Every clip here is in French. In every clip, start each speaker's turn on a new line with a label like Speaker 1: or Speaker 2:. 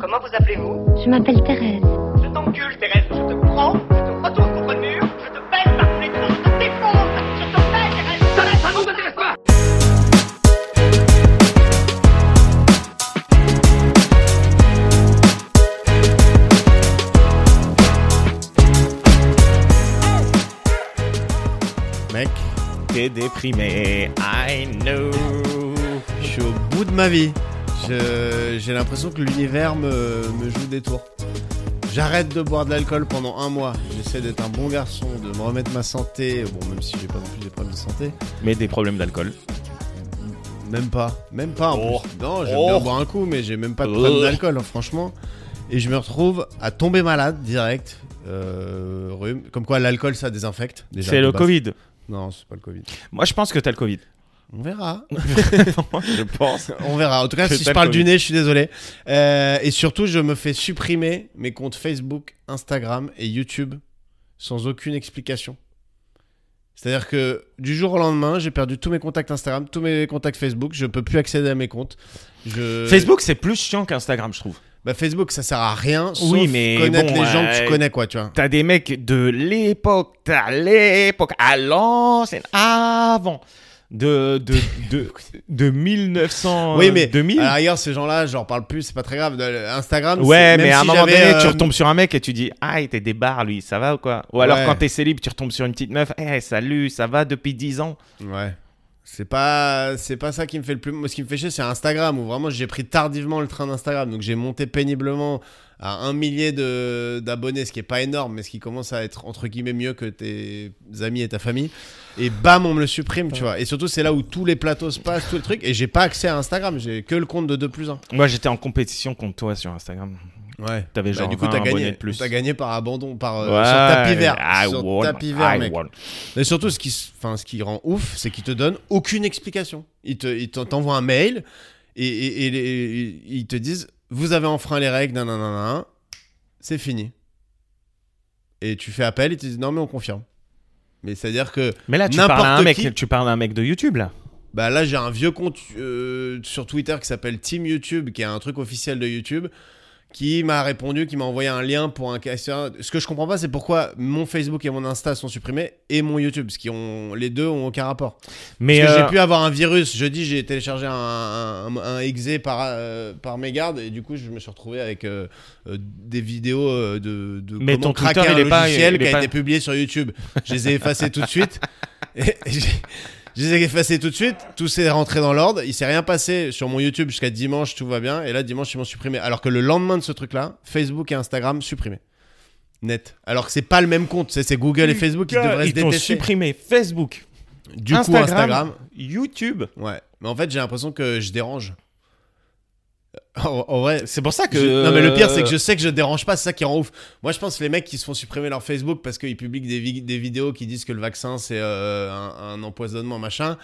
Speaker 1: Comment vous appelez-vous
Speaker 2: Je m'appelle Thérèse.
Speaker 1: Je t'encule, Thérèse. Je te prends, je te retourne contre le mur, je te baisse par tous les trous, je te défonce, je te baisse, Thérèse. Thérèse, ça nous intéresse pas
Speaker 3: Mec, t'es déprimé. I know.
Speaker 4: Je suis au bout de ma vie. Je- J'ai l'impression que l'univers me, me joue des tours. J'arrête de boire de l'alcool pendant un mois. J'essaie d'être un bon garçon, de me remettre ma santé. Bon, même si j'ai pas non plus des problèmes de santé.
Speaker 3: Mais des problèmes d'alcool.
Speaker 4: Même pas. Même pas en
Speaker 3: Oh.
Speaker 4: plus. Non, j'aime
Speaker 3: Oh.
Speaker 4: bien boire un coup, mais j'ai même pas de
Speaker 3: Oh.
Speaker 4: problème d'alcool, hein, franchement. Et je me retrouve à tomber malade direct. Euh, rhume. Comme quoi, l'alcool, ça désinfecte. déjà,
Speaker 3: C'est
Speaker 4: de
Speaker 3: le
Speaker 4: base.
Speaker 3: Covid.
Speaker 4: Non, c'est pas le Covid.
Speaker 3: Moi, je pense que t'as le Covid.
Speaker 4: On verra.
Speaker 3: je pense.
Speaker 4: On verra. En tout cas,
Speaker 3: Que
Speaker 4: si je
Speaker 3: dalle
Speaker 4: parle
Speaker 3: Covid.
Speaker 4: du nez, je suis désolé. Euh, et surtout, je me fais supprimer mes comptes Facebook, Instagram et YouTube sans aucune explication. C'est-à-dire que du jour au lendemain, j'ai perdu tous mes contacts Instagram, tous mes contacts Facebook. Je peux plus accéder à mes comptes. Je-
Speaker 3: Facebook, c'est plus chiant qu'Instagram, je trouve.
Speaker 4: bah, Facebook, ça sert à rien. Sauf
Speaker 3: Oui, mais
Speaker 4: connaître
Speaker 3: bon,
Speaker 4: les gens que
Speaker 3: euh,
Speaker 4: tu connais, quoi, tu vois.
Speaker 3: T'as des mecs de l'époque, t'as l'époque à l'ancienne, avant. De, de, de, de 1900.
Speaker 4: Oui, mais
Speaker 3: 2000.
Speaker 4: à la rigueur, ces gens-là, j'en parle plus, c'est pas très grave. De- Instagram,
Speaker 3: Ouais,
Speaker 4: c'est- même
Speaker 3: mais à un
Speaker 4: si
Speaker 3: moment donné,
Speaker 4: j'avais,
Speaker 3: tu
Speaker 4: euh,
Speaker 3: retombes sur un mec et tu dis Ah, il était des bars, lui, ça va ou quoi Ou alors
Speaker 4: Ouais.
Speaker 3: quand t'es célib, tu retombes sur une petite meuf Eh, salut, ça va depuis 10 ans
Speaker 4: Ouais. C'est pas, c'est pas ça qui me fait le plus. Moi, ce qui me fait chier, c'est Instagram, où vraiment j'ai pris tardivement le train d'Instagram. Donc j'ai monté péniblement à un millier de, d'abonnés, ce qui est pas énorme, mais ce qui commence à être entre guillemets mieux que tes amis et ta famille. Et bam, on me le supprime, tu vois. Et surtout, c'est là où tous les plateaux se passent, tout le truc. Et j'ai pas accès à Instagram, j'ai que le compte de 2 plus 1.
Speaker 3: Moi, j'étais en compétition contre toi sur Instagram.
Speaker 4: Ouais.
Speaker 3: T'avais
Speaker 4: Bah,
Speaker 3: genre
Speaker 4: du coup,
Speaker 3: 20
Speaker 4: t'as
Speaker 3: abonnés
Speaker 4: gagné,
Speaker 3: de plus.
Speaker 4: t'as gagné par abandon, par euh,
Speaker 3: Ouais,
Speaker 4: sur tapis vert,
Speaker 3: I
Speaker 4: sur
Speaker 3: won,
Speaker 4: tapis vert,
Speaker 3: I
Speaker 4: mec.
Speaker 3: won.
Speaker 4: Et surtout, ce qui, s- enfin, ce qui rend ouf, c'est qu'il te donne aucune explication. Il te, il t'en- t'envoie un mail et, et- et les- et ils te disent vous avez enfreint les règles, nan, nan, nan, nan. c'est fini. Et tu fais appel, ils te disent non mais on confirme. Mais c'est à dire que
Speaker 3: Mais là, tu
Speaker 4: N'importe
Speaker 3: parles, à un mec,
Speaker 4: qui.
Speaker 3: tu parles à un mec de YouTube, là.
Speaker 4: bah là j'ai un vieux compte euh, sur Twitter qui s'appelle Team YouTube, qui est un truc officiel de YouTube, qui m'a répondu, qui m'a envoyé un lien pour un casseur. Ce que je comprends pas, c'est pourquoi mon Facebook et mon Insta sont supprimés et mon YouTube, parce qu'ils ont les deux ont aucun rapport.
Speaker 3: Mais
Speaker 4: Parce que
Speaker 3: euh,
Speaker 4: j'ai pu avoir un virus. Jeudi, j'ai téléchargé un, un, un exe par, euh, par mégarde et du coup, je me suis retrouvé avec euh, euh, des vidéos euh, de, de
Speaker 3: Mais
Speaker 4: comment
Speaker 3: ton
Speaker 4: craquer
Speaker 3: Twitter,
Speaker 4: un
Speaker 3: il est pas-
Speaker 4: logiciel
Speaker 3: il est
Speaker 4: qui
Speaker 3: pas-
Speaker 4: a été publié sur YouTube. Je les ai effacés tout de suite. Et j'ai- Je les ai effacés tout de suite, tout s'est rentré dans l'ordre, il s'est rien passé sur mon YouTube jusqu'à dimanche, tout va bien, et là dimanche ils m'ont supprimé. Alors que le lendemain de ce truc-là, Facebook et Instagram supprimés. Net. Alors que c'est pas le même compte, c'est c'est Google et Facebook qui devraient se
Speaker 3: ils t'ont
Speaker 4: détester.
Speaker 3: supprimé Facebook,
Speaker 4: Du
Speaker 3: Instagram,
Speaker 4: coup Instagram,
Speaker 3: YouTube.
Speaker 4: Ouais, mais en fait, j'ai l'impression que je dérange. En, en vrai,
Speaker 3: C'est pour ça que.
Speaker 4: je- non, mais le pire, c'est que je sais que je dérange pas, c'est ça qui rend ouf. Moi, je pense que les mecs qui se font supprimer leur Facebook parce qu'ils publient des, vi- des vidéos qui disent que le vaccin, c'est euh, un, un empoisonnement, machin.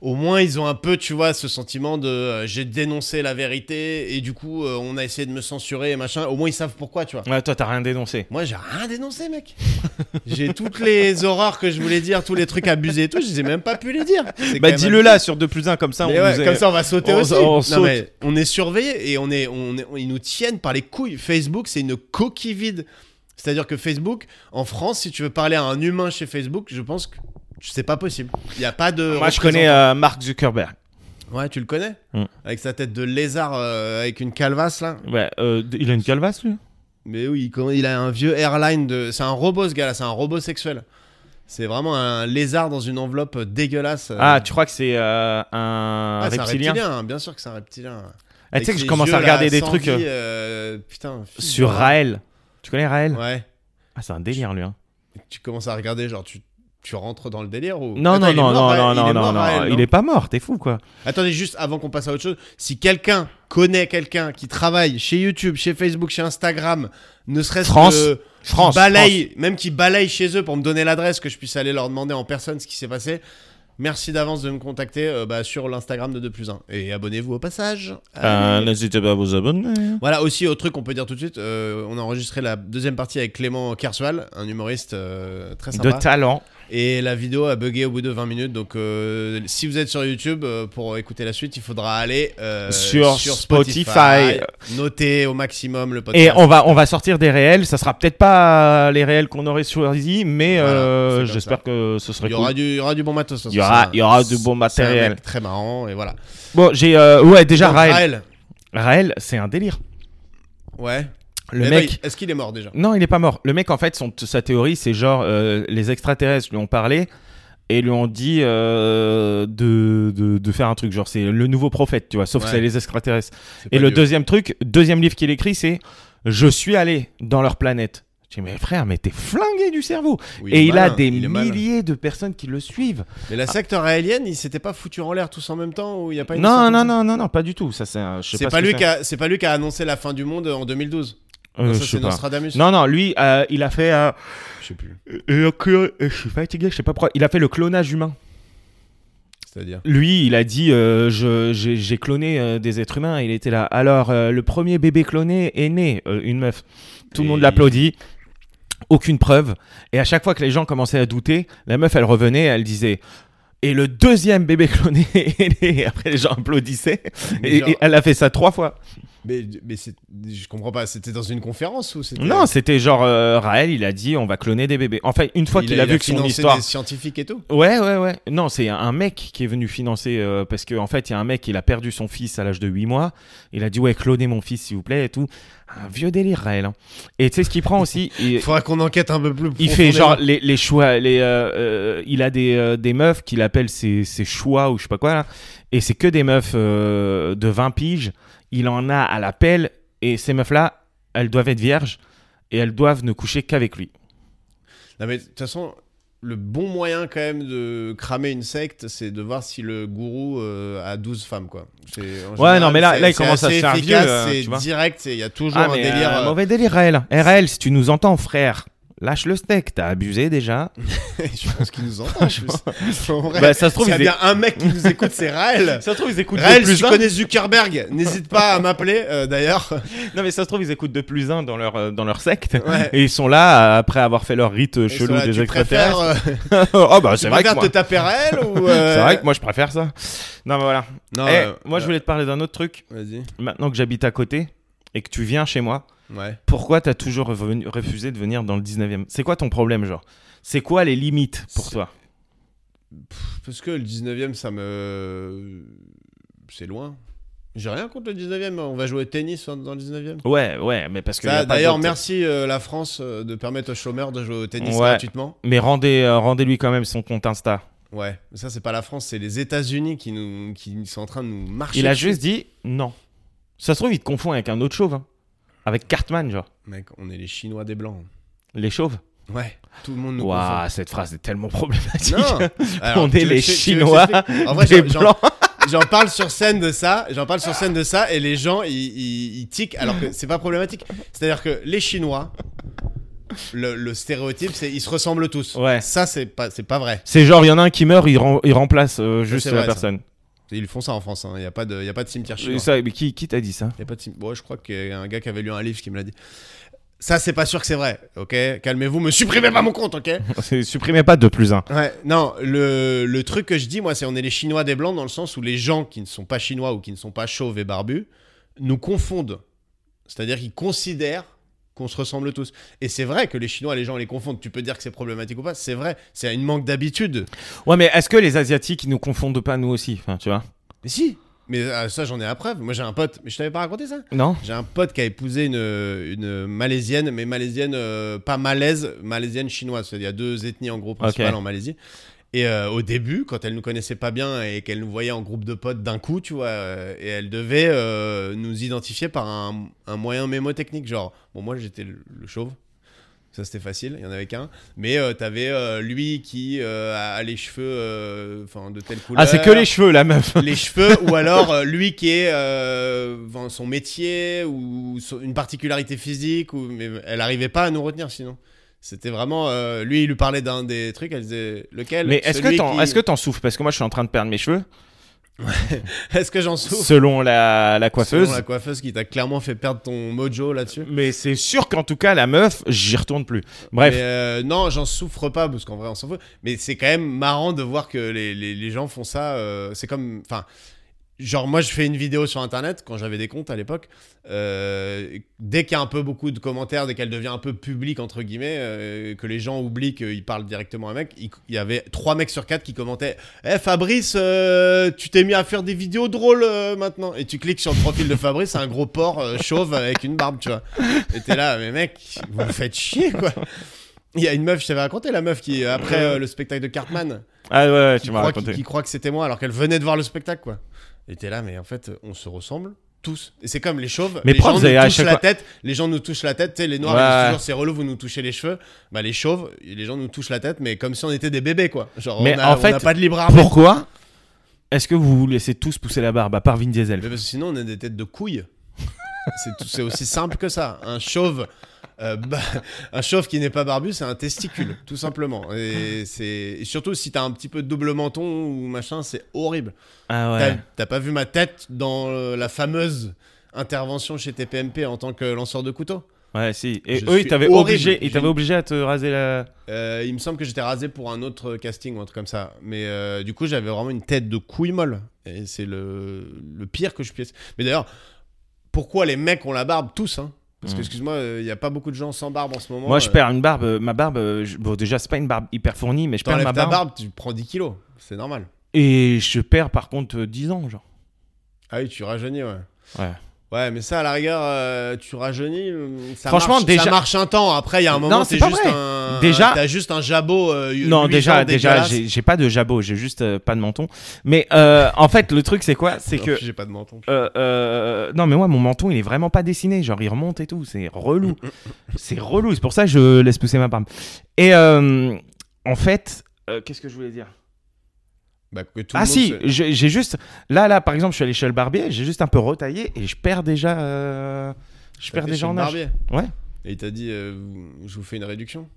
Speaker 4: Au moins, ils ont un peu, tu vois, ce sentiment de euh, j'ai dénoncé la vérité et du coup, euh, on a essayé de me censurer et machin. Au moins, ils savent pourquoi, tu vois.
Speaker 3: Euh, Ouais, toi, t'as rien dénoncé.
Speaker 4: Moi, j'ai rien dénoncé, mec. j'ai toutes les horreurs que je voulais dire, tous les trucs abusés et tout, je les ai même pas pu les dire. C'est
Speaker 3: Bah,
Speaker 4: quand même
Speaker 3: dis-le là sur 2 plus 1, comme ça,
Speaker 4: mais
Speaker 3: on
Speaker 4: ouais,
Speaker 3: nous est-
Speaker 4: comme ça on va sauter
Speaker 3: on-
Speaker 4: aussi.
Speaker 3: on
Speaker 4: Non,
Speaker 3: saute.
Speaker 4: mais on est surveillé et on est, on est- on- ils nous tiennent par les couilles. Facebook, c'est une coquille vide. C'est-à-dire que Facebook, en France, si tu veux parler à un humain chez Facebook, je pense que c'est pas possible. Il n'y a pas de.
Speaker 3: Moi, je connais euh, Mark Zuckerberg.
Speaker 4: représentant. Ouais, tu le connais
Speaker 3: Mm.
Speaker 4: Avec sa tête de lézard, euh, avec une calvasse là.
Speaker 3: Ouais, euh, il a une calvasse, lui
Speaker 4: Mais oui, quand- il a un vieux airline de. C'est un robot ce gars-là, c'est un robot sexuel. C'est vraiment un lézard dans une enveloppe dégueulasse.
Speaker 3: Ah, tu crois que c'est euh, un
Speaker 4: Ah, c'est un
Speaker 3: reptilien
Speaker 4: reptilien, bien sûr que c'est un reptilien.
Speaker 3: Ah, Tu sais
Speaker 4: Avec
Speaker 3: que je
Speaker 4: ses
Speaker 3: commence
Speaker 4: yeux,
Speaker 3: à regarder
Speaker 4: là,
Speaker 3: des
Speaker 4: sans
Speaker 3: trucs
Speaker 4: vie,
Speaker 3: euh,
Speaker 4: euh, putain, fils
Speaker 3: sur
Speaker 4: de-
Speaker 3: Raël. Tu connais Raël
Speaker 4: Ouais.
Speaker 3: Ah, c'est un délire, lui. hein.
Speaker 4: Tu commences à regarder, genre, tu, tu rentres dans le délire ou.
Speaker 3: Non,
Speaker 4: Attends,
Speaker 3: non,
Speaker 4: il est
Speaker 3: non,
Speaker 4: mort,
Speaker 3: non,
Speaker 4: Raël-
Speaker 3: non, non,
Speaker 4: il est
Speaker 3: non,
Speaker 4: mort, Raël,
Speaker 3: non.
Speaker 4: non
Speaker 3: Il est pas mort, t'es fou, quoi.
Speaker 4: Attendez, juste avant qu'on passe à autre chose, si quelqu'un connaît quelqu'un qui travaille chez YouTube, chez Facebook, chez Instagram, ne serait-ce
Speaker 3: France,
Speaker 4: que.
Speaker 3: France.
Speaker 4: balaye, même qui balaye chez eux pour me donner l'adresse, que je puisse aller leur demander en personne ce qui s'est passé. Merci d'avance de me contacter euh, bah, sur l'Instagram de 2 plus 1. Et abonnez-vous au passage.
Speaker 3: France. Euh, N'hésitez pas à vous abonner.
Speaker 4: Voilà, aussi, autre truc qu'on peut dire tout de suite, euh, on a enregistré la deuxième partie avec Clément Kersual, un humoriste euh, très
Speaker 3: De
Speaker 4: sympa.
Speaker 3: talent.
Speaker 4: Et la vidéo a bugué au bout de 20 minutes. Donc, euh, si vous êtes sur YouTube, euh, pour écouter la suite, il faudra aller euh,
Speaker 3: Sur Spotify.
Speaker 4: Noter au maximum le podcast.
Speaker 3: Et on va, on va sortir des réels. Ça sera peut-être pas les réels qu'on aurait choisis, mais
Speaker 4: Voilà,
Speaker 3: euh,
Speaker 4: c'est comme
Speaker 3: j'espère
Speaker 4: ça.
Speaker 3: que ce serait
Speaker 4: il, y aura
Speaker 3: cool.
Speaker 4: du, il y aura du bon matos. ça,
Speaker 3: Il y aura-
Speaker 4: c'est un-
Speaker 3: il y aura du bon
Speaker 4: c'est un
Speaker 3: matériel.
Speaker 4: mec Très marrant, et voilà.
Speaker 3: Bon, j'ai. euh, ouais, déjà,
Speaker 4: Donc,
Speaker 3: Raël. Raël, c'est un délire.
Speaker 4: Ouais.
Speaker 3: Le
Speaker 4: Eh ben,
Speaker 3: mec.
Speaker 4: Est-ce qu'il est mort déjà
Speaker 3: Non, il est pas mort. Le mec, en fait, son- sa théorie, c'est genre euh, les extraterrestres lui ont parlé et lui ont dit euh, de, de- de faire un truc. Genre, c'est le nouveau prophète, tu vois. Sauf que
Speaker 4: Ouais.
Speaker 3: c'est les extraterrestres.
Speaker 4: C'est
Speaker 3: Et
Speaker 4: pas
Speaker 3: le
Speaker 4: Dieu.
Speaker 3: deuxième truc, deuxième livre qu'il écrit, c'est Je suis allé dans leur planète. Je dis, mais frère, mais t'es flingué du cerveau.
Speaker 4: Oui,
Speaker 3: et il a
Speaker 4: malin,
Speaker 3: des
Speaker 4: il est malin.
Speaker 3: milliers de personnes qui le suivent.
Speaker 4: Mais la secte raélienne, ils s'étaient pas foutus en l'air tous en même temps ou il y a pas une
Speaker 3: Non,
Speaker 4: sorte de-
Speaker 3: non, non, non, non, pas du tout. Ça, c'est un- je sais
Speaker 4: C'est
Speaker 3: pas,
Speaker 4: pas,
Speaker 3: ce que
Speaker 4: lui
Speaker 3: c'est.
Speaker 4: qui a, c'est pas lui qui a annoncé la fin du monde en 2012.
Speaker 3: Euh,
Speaker 4: Non, ça,
Speaker 3: je
Speaker 4: c'est
Speaker 3: sais pas.
Speaker 4: Nostradamus.
Speaker 3: Non, non, lui, euh, il a fait. euh,
Speaker 4: Je sais plus.
Speaker 3: le clo- euh, Je suis fatigué, je sais pas pourquoi. Il a fait le clonage humain.
Speaker 4: C'est-à-dire.
Speaker 3: Lui, il a dit euh, je- j'ai j'ai cloné euh, des êtres humains. Il était là. Alors, euh, le premier bébé cloné est né, euh, une meuf. Tout le
Speaker 4: Et-
Speaker 3: monde l'applaudit. Aucune preuve. Et à chaque fois que les gens commençaient à douter, la meuf, elle revenait, elle disait. Et le deuxième bébé cloné est né. Et après, les gens applaudissaient.
Speaker 4: Mais
Speaker 3: Et,
Speaker 4: genre-
Speaker 3: et elle a fait ça trois fois.
Speaker 4: Mais, mais c'est- je comprends pas, c'était dans une conférence ou c'était.
Speaker 3: Non, c'était genre euh, Raël, il a dit on va cloner des bébés. Enfin, une fois
Speaker 4: Il
Speaker 3: qu'il a, vu que son
Speaker 4: financé
Speaker 3: histoire.
Speaker 4: des scientifiques et tout.
Speaker 3: Ouais, ouais, ouais. Non, c'est un mec qui est venu financer euh, parce qu'en en fait, il y a un mec, il a perdu son fils à l'âge de 8 mois. Il a dit, ouais, clonez mon fils, s'il vous plaît, et tout. Un vieux délire, Raël. hein. Et tu sais ce qu'il prend aussi il,
Speaker 4: Il faudra qu'on enquête un peu plus.
Speaker 3: il fait genre les, les choix. Les, euh, euh, il a des, euh, des meufs qu'il appelle ses, ses choix ou je sais pas quoi. là. Et c'est que des meufs euh, de 20 piges. Il en a à la pelle. Et ces meufs-là, elles doivent être vierges et elles doivent ne coucher qu'avec lui.
Speaker 4: Non, mais de toute façon, le bon moyen quand même de cramer une secte, c'est de voir si le gourou euh, a 12 femmes quoi. C'est- en général,
Speaker 3: non, mais là-
Speaker 4: c'est-
Speaker 3: là, il
Speaker 4: c'est
Speaker 3: commence à
Speaker 4: assez
Speaker 3: se faire
Speaker 4: efficace,
Speaker 3: vieux, euh,
Speaker 4: C'est
Speaker 3: tu vois.
Speaker 4: direct, c'est- il y a toujours
Speaker 3: Ah,
Speaker 4: un
Speaker 3: mais,
Speaker 4: délire.
Speaker 3: euh,
Speaker 4: euh,
Speaker 3: Mauvais délire, Raël. Eh, Raël, si tu nous entends, frère, lâche le steak. T'as abusé déjà.
Speaker 4: je pense qu'il nous entend. en plus. En vrai,
Speaker 3: Bah, ça se trouve,
Speaker 4: s'il y a
Speaker 3: ils
Speaker 4: bien un mec qui nous écoute, c'est Raël.
Speaker 3: Ça se trouve, ils écoutent
Speaker 4: Raël, si tu connais Zuckerberg, n'hésite pas à m'appeler euh, d'ailleurs.
Speaker 3: Non, mais ça se trouve, ils écoutent de plus un dans leur, euh, dans leur secte.
Speaker 4: Ouais.
Speaker 3: Et ils sont là euh, après avoir fait leur rite euh,
Speaker 4: Et
Speaker 3: chelou
Speaker 4: Sola,
Speaker 3: des
Speaker 4: tu préfères,
Speaker 3: extraterrestres.
Speaker 4: euh,
Speaker 3: oh, bah,
Speaker 4: tu
Speaker 3: c'est vrai que
Speaker 4: préfères
Speaker 3: moi.
Speaker 4: te taper Raël ou. euh,
Speaker 3: C'est vrai que moi je préfère ça. Non mais voilà.
Speaker 4: Non,
Speaker 3: Eh,
Speaker 4: euh,
Speaker 3: moi je
Speaker 4: euh,
Speaker 3: voulais te parler d'un autre truc.
Speaker 4: Vas-y.
Speaker 3: Maintenant que j'habite à côté et que tu viens chez moi,
Speaker 4: Ouais.
Speaker 3: pourquoi t'as toujours revenu- refusé de venir dans le 19e C'est quoi ton problème genre C'est quoi les limites pour
Speaker 4: C'est-
Speaker 3: toi
Speaker 4: Parce que le 19ème, ça me. C'est loin. J'ai rien contre le 19ème. On va jouer au tennis en- dans le 19ème.
Speaker 3: Ouais, ouais, mais parce que y a
Speaker 4: Ça,
Speaker 3: pas
Speaker 4: D'ailleurs,
Speaker 3: d'autre-
Speaker 4: merci euh, la France euh, de permettre aux chômeurs de jouer au tennis
Speaker 3: Ouais.
Speaker 4: gratuitement.
Speaker 3: Mais rendez, euh, rendez-lui quand même son compte Insta.
Speaker 4: Ouais. Mais ça, c'est pas la France, c'est les États-Unis qui, nous... qui sont en train de nous marcher.
Speaker 3: Il a
Speaker 4: dessus.
Speaker 3: juste dit non. Ça se trouve, il te confond avec un autre chauve. hein. Avec Cartman, genre.
Speaker 4: Mec, on est les Chinois des Blancs.
Speaker 3: Les chauves.
Speaker 4: Ouais. Tout le monde nous confond.
Speaker 3: Waouh, cette phrase est tellement problématique.
Speaker 4: Non. Alors,
Speaker 3: On
Speaker 4: tu
Speaker 3: est
Speaker 4: veux que
Speaker 3: les
Speaker 4: je- tu veux que je
Speaker 3: Chinois
Speaker 4: t'explique En vrai,
Speaker 3: des
Speaker 4: j'en- j'en-
Speaker 3: blancs.
Speaker 4: J'en parle sur scène de ça, j'en parle sur scène de ça, et les gens ils, ils, ils tiquent alors que c'est pas problématique. C'est-à-dire que les Chinois, le, le stéréotype c'est ils se ressemblent tous.
Speaker 3: Ouais.
Speaker 4: Ça c'est pas c'est pas vrai.
Speaker 3: C'est genre, il y en a un qui meurt, il, rem- il remplace euh, juste
Speaker 4: Ah, c'est
Speaker 3: la
Speaker 4: vrai, ça.
Speaker 3: personne.
Speaker 4: Ils font ça en France, hein. il y a pas de y a pas de cimetière chinois.
Speaker 3: Et ça, mais qui, qui t'a dit ça
Speaker 4: Il y a pas de cim- Bon, je crois qu'il y a un gars qui avait lu un livre qui me l'a dit. Ça c'est pas sûr que c'est vrai. OK, calmez-vous, me supprimez pas mon compte, OK
Speaker 3: C'est- Supprimez pas de plus un.
Speaker 4: Ouais, non, le, le truc que je dis, moi, c'est on est les Chinois des Blancs dans le sens où les gens qui ne sont pas chinois ou qui ne sont pas chauves et barbus nous confondent. C'est-à-dire qu'ils considèrent qu'on se ressemble tous. Et c'est vrai que les Chinois, les gens les confondent. Tu peux dire que c'est problématique ou pas, c'est vrai. C'est une manque d'habitude.
Speaker 3: Ouais, mais est-ce que les Asiatiques ils nous confondent pas nous aussi Enfin, tu vois
Speaker 4: Mais si Mais euh, ça, j'en ai la preuve. Moi, j'ai un pote, mais je t'avais pas raconté ça
Speaker 3: Non
Speaker 4: J'ai un pote qui a épousé une, une malaisienne, mais malaisienne, euh, pas malaise, malaisienne chinoise. C'est-à-dire, il y a deux ethnies en gros principales
Speaker 3: Ok.
Speaker 4: en Malaisie. Et euh, au début, quand elle nous connaissait pas bien et qu'elle nous voyait en groupe de potes d'un coup, tu vois, euh, et elle devait euh, nous identifier par un, un moyen mémotechnique. Genre, bon, moi j'étais le, le chauve. Ça c'était facile, il y en avait qu'un. Mais euh, t'avais euh, lui qui euh, a, a les cheveux euh, enfin de telle couleur
Speaker 3: Ah, c'est que les cheveux, la meuf.
Speaker 4: les cheveux ou alors euh, lui qui est euh, dans son métier ou son- une particularité physique ou mais elle arrivait pas à nous retenir sinon c'était vraiment euh, lui il lui parlait d'un des trucs elle disait lequel
Speaker 3: Mais est-ce que
Speaker 4: Celui
Speaker 3: t'en
Speaker 4: qui-
Speaker 3: est-ce que t'en souffres Parce que moi, je suis en train de perdre mes cheveux.
Speaker 4: Est-ce que j'en souffre
Speaker 3: selon la, la coiffeuse.
Speaker 4: Selon la coiffeuse qui t'a clairement fait perdre ton mojo là-dessus.
Speaker 3: Mais c'est sûr qu'en tout cas, la meuf, j'y retourne plus. Bref,
Speaker 4: Mais, euh, non, j'en souffre pas parce qu'en vrai, on s'en fout. Mais c'est quand même marrant de voir que les, les- les gens font ça. euh, c'est comme. Enfin. Genre, moi, je fais une vidéo sur internet quand j'avais des comptes à l'époque. euh, dès qu'il y a un peu beaucoup de commentaires, dès qu'elle devient un peu publique, entre guillemets, euh, que les gens oublient qu'ils parlent directement à un mec, il, il y avait trois mecs sur quatre qui commentaient Eh Fabrice, euh, tu t'es mis à faire des vidéos drôles euh, maintenant. Et tu cliques sur le profil de Fabrice, c'est un gros porc euh, chauve avec une barbe, tu vois. Et t'es là, mais mec, vous me faites chier, quoi. Il y a une meuf, je t'avais raconté, la meuf qui, euh, après euh, le spectacle de Cartman,
Speaker 3: ah ouais, ouais,
Speaker 4: qui
Speaker 3: tu m'as
Speaker 4: croit, qui-
Speaker 3: raconté.
Speaker 4: qui croit que c'était moi alors qu'elle venait de voir le spectacle, quoi. Et t'es là, mais en fait, on se ressemble tous. Et c'est comme les chauves,
Speaker 3: Mais
Speaker 4: les
Speaker 3: prof,
Speaker 4: gens
Speaker 3: vous avez
Speaker 4: nous
Speaker 3: à
Speaker 4: touchent
Speaker 3: chaque
Speaker 4: la
Speaker 3: fois-
Speaker 4: tête, les gens nous touchent la tête, tu sais, les noirs,
Speaker 3: Ouais,
Speaker 4: ils disent
Speaker 3: ouais.
Speaker 4: toujours, c'est relou, vous nous touchez les cheveux. Bah, les chauves, les gens nous touchent la tête, mais comme si on était des bébés, quoi. Genre,
Speaker 3: Mais
Speaker 4: on a,
Speaker 3: en
Speaker 4: on
Speaker 3: fait,
Speaker 4: a pas de libre arbitre.
Speaker 3: Pourquoi Est-ce que vous vous laissez tous pousser la barbe à part Vin Diesel
Speaker 4: Mais parce que sinon, on a des têtes de couilles. c'est, tout- c'est aussi simple que ça. Un chauve, euh, bah, un chauve qui n'est pas barbu, c'est un testicule, tout simplement. Et, c'est, et surtout si t'as un petit peu de double menton ou machin, c'est horrible.
Speaker 3: Ah
Speaker 4: T'as,
Speaker 3: ouais.
Speaker 4: t'as pas vu ma tête dans euh, la fameuse intervention chez TPMP en tant que lanceur de couteau
Speaker 3: Ouais, si. Et
Speaker 4: Je
Speaker 3: eux,
Speaker 4: suis
Speaker 3: ils t'avaient
Speaker 4: horrible.
Speaker 3: obligé, ils
Speaker 4: J'ai-
Speaker 3: t'avaient obligé à te raser la.
Speaker 4: Euh, Il me semble que j'étais rasé pour un autre casting ou un truc comme ça. Mais euh, du coup, j'avais vraiment une tête de couille molle. Et c'est le, le pire que je puisse. Mais d'ailleurs, pourquoi les mecs ont la barbe tous hein Parce
Speaker 3: Mm.
Speaker 4: que, excuse-moi, il n'y a pas beaucoup de gens sans barbe en ce moment.
Speaker 3: Moi, je
Speaker 4: Euh,
Speaker 3: perds une barbe. euh, Ma barbe, euh, je- bon, déjà, c'est pas une barbe hyper fournie, mais je perds
Speaker 4: T'enlèves
Speaker 3: ma
Speaker 4: ta
Speaker 3: barbe.
Speaker 4: barbe, tu prends 10 kilos. C'est normal.
Speaker 3: Et je perds par contre euh, 10 ans, genre.
Speaker 4: Ah oui, tu rajeunis, ouais.
Speaker 3: Ouais.
Speaker 4: Ouais, mais ça, à la rigueur, euh, tu rajeunis. euh, Ça
Speaker 3: Franchement,
Speaker 4: marche,
Speaker 3: déjà-
Speaker 4: ça marche un temps. Après, il y a un
Speaker 3: Non,
Speaker 4: moment,
Speaker 3: c'est
Speaker 4: t'es
Speaker 3: pas
Speaker 4: juste
Speaker 3: vrai.
Speaker 4: un.
Speaker 3: Déjà-
Speaker 4: T'as juste un jabot. euh,
Speaker 3: Non,
Speaker 4: luisant,
Speaker 3: déjà, déjà,
Speaker 4: dégueulasse.
Speaker 3: j'ai j'ai pas de jabot, j'ai juste euh, pas de menton. Mais euh, en fait, le truc, c'est quoi C'est
Speaker 4: Non,
Speaker 3: que.
Speaker 4: J'ai pas de menton.
Speaker 3: euh, euh, non, mais moi, mon menton, il est vraiment pas dessiné. Genre, il remonte et tout. C'est relou.
Speaker 4: Mm,
Speaker 3: c'est relou. C'est pour ça que je laisse pousser ma barbe. Et euh, en fait, euh, qu'est-ce que je voulais dire
Speaker 4: Bah, que tout le
Speaker 3: Ah
Speaker 4: monde
Speaker 3: si,
Speaker 4: se-
Speaker 3: j'ai j'ai juste là là par exemple, je suis allé chez le barbier, j'ai juste un peu retaillé et je perds déjà euh, je
Speaker 4: T'as
Speaker 3: perds
Speaker 4: fait
Speaker 3: déjà
Speaker 4: chez
Speaker 3: en
Speaker 4: le
Speaker 3: âge.
Speaker 4: barbier
Speaker 3: Ouais.
Speaker 4: Et il t'a dit, euh, je vous fais une réduction.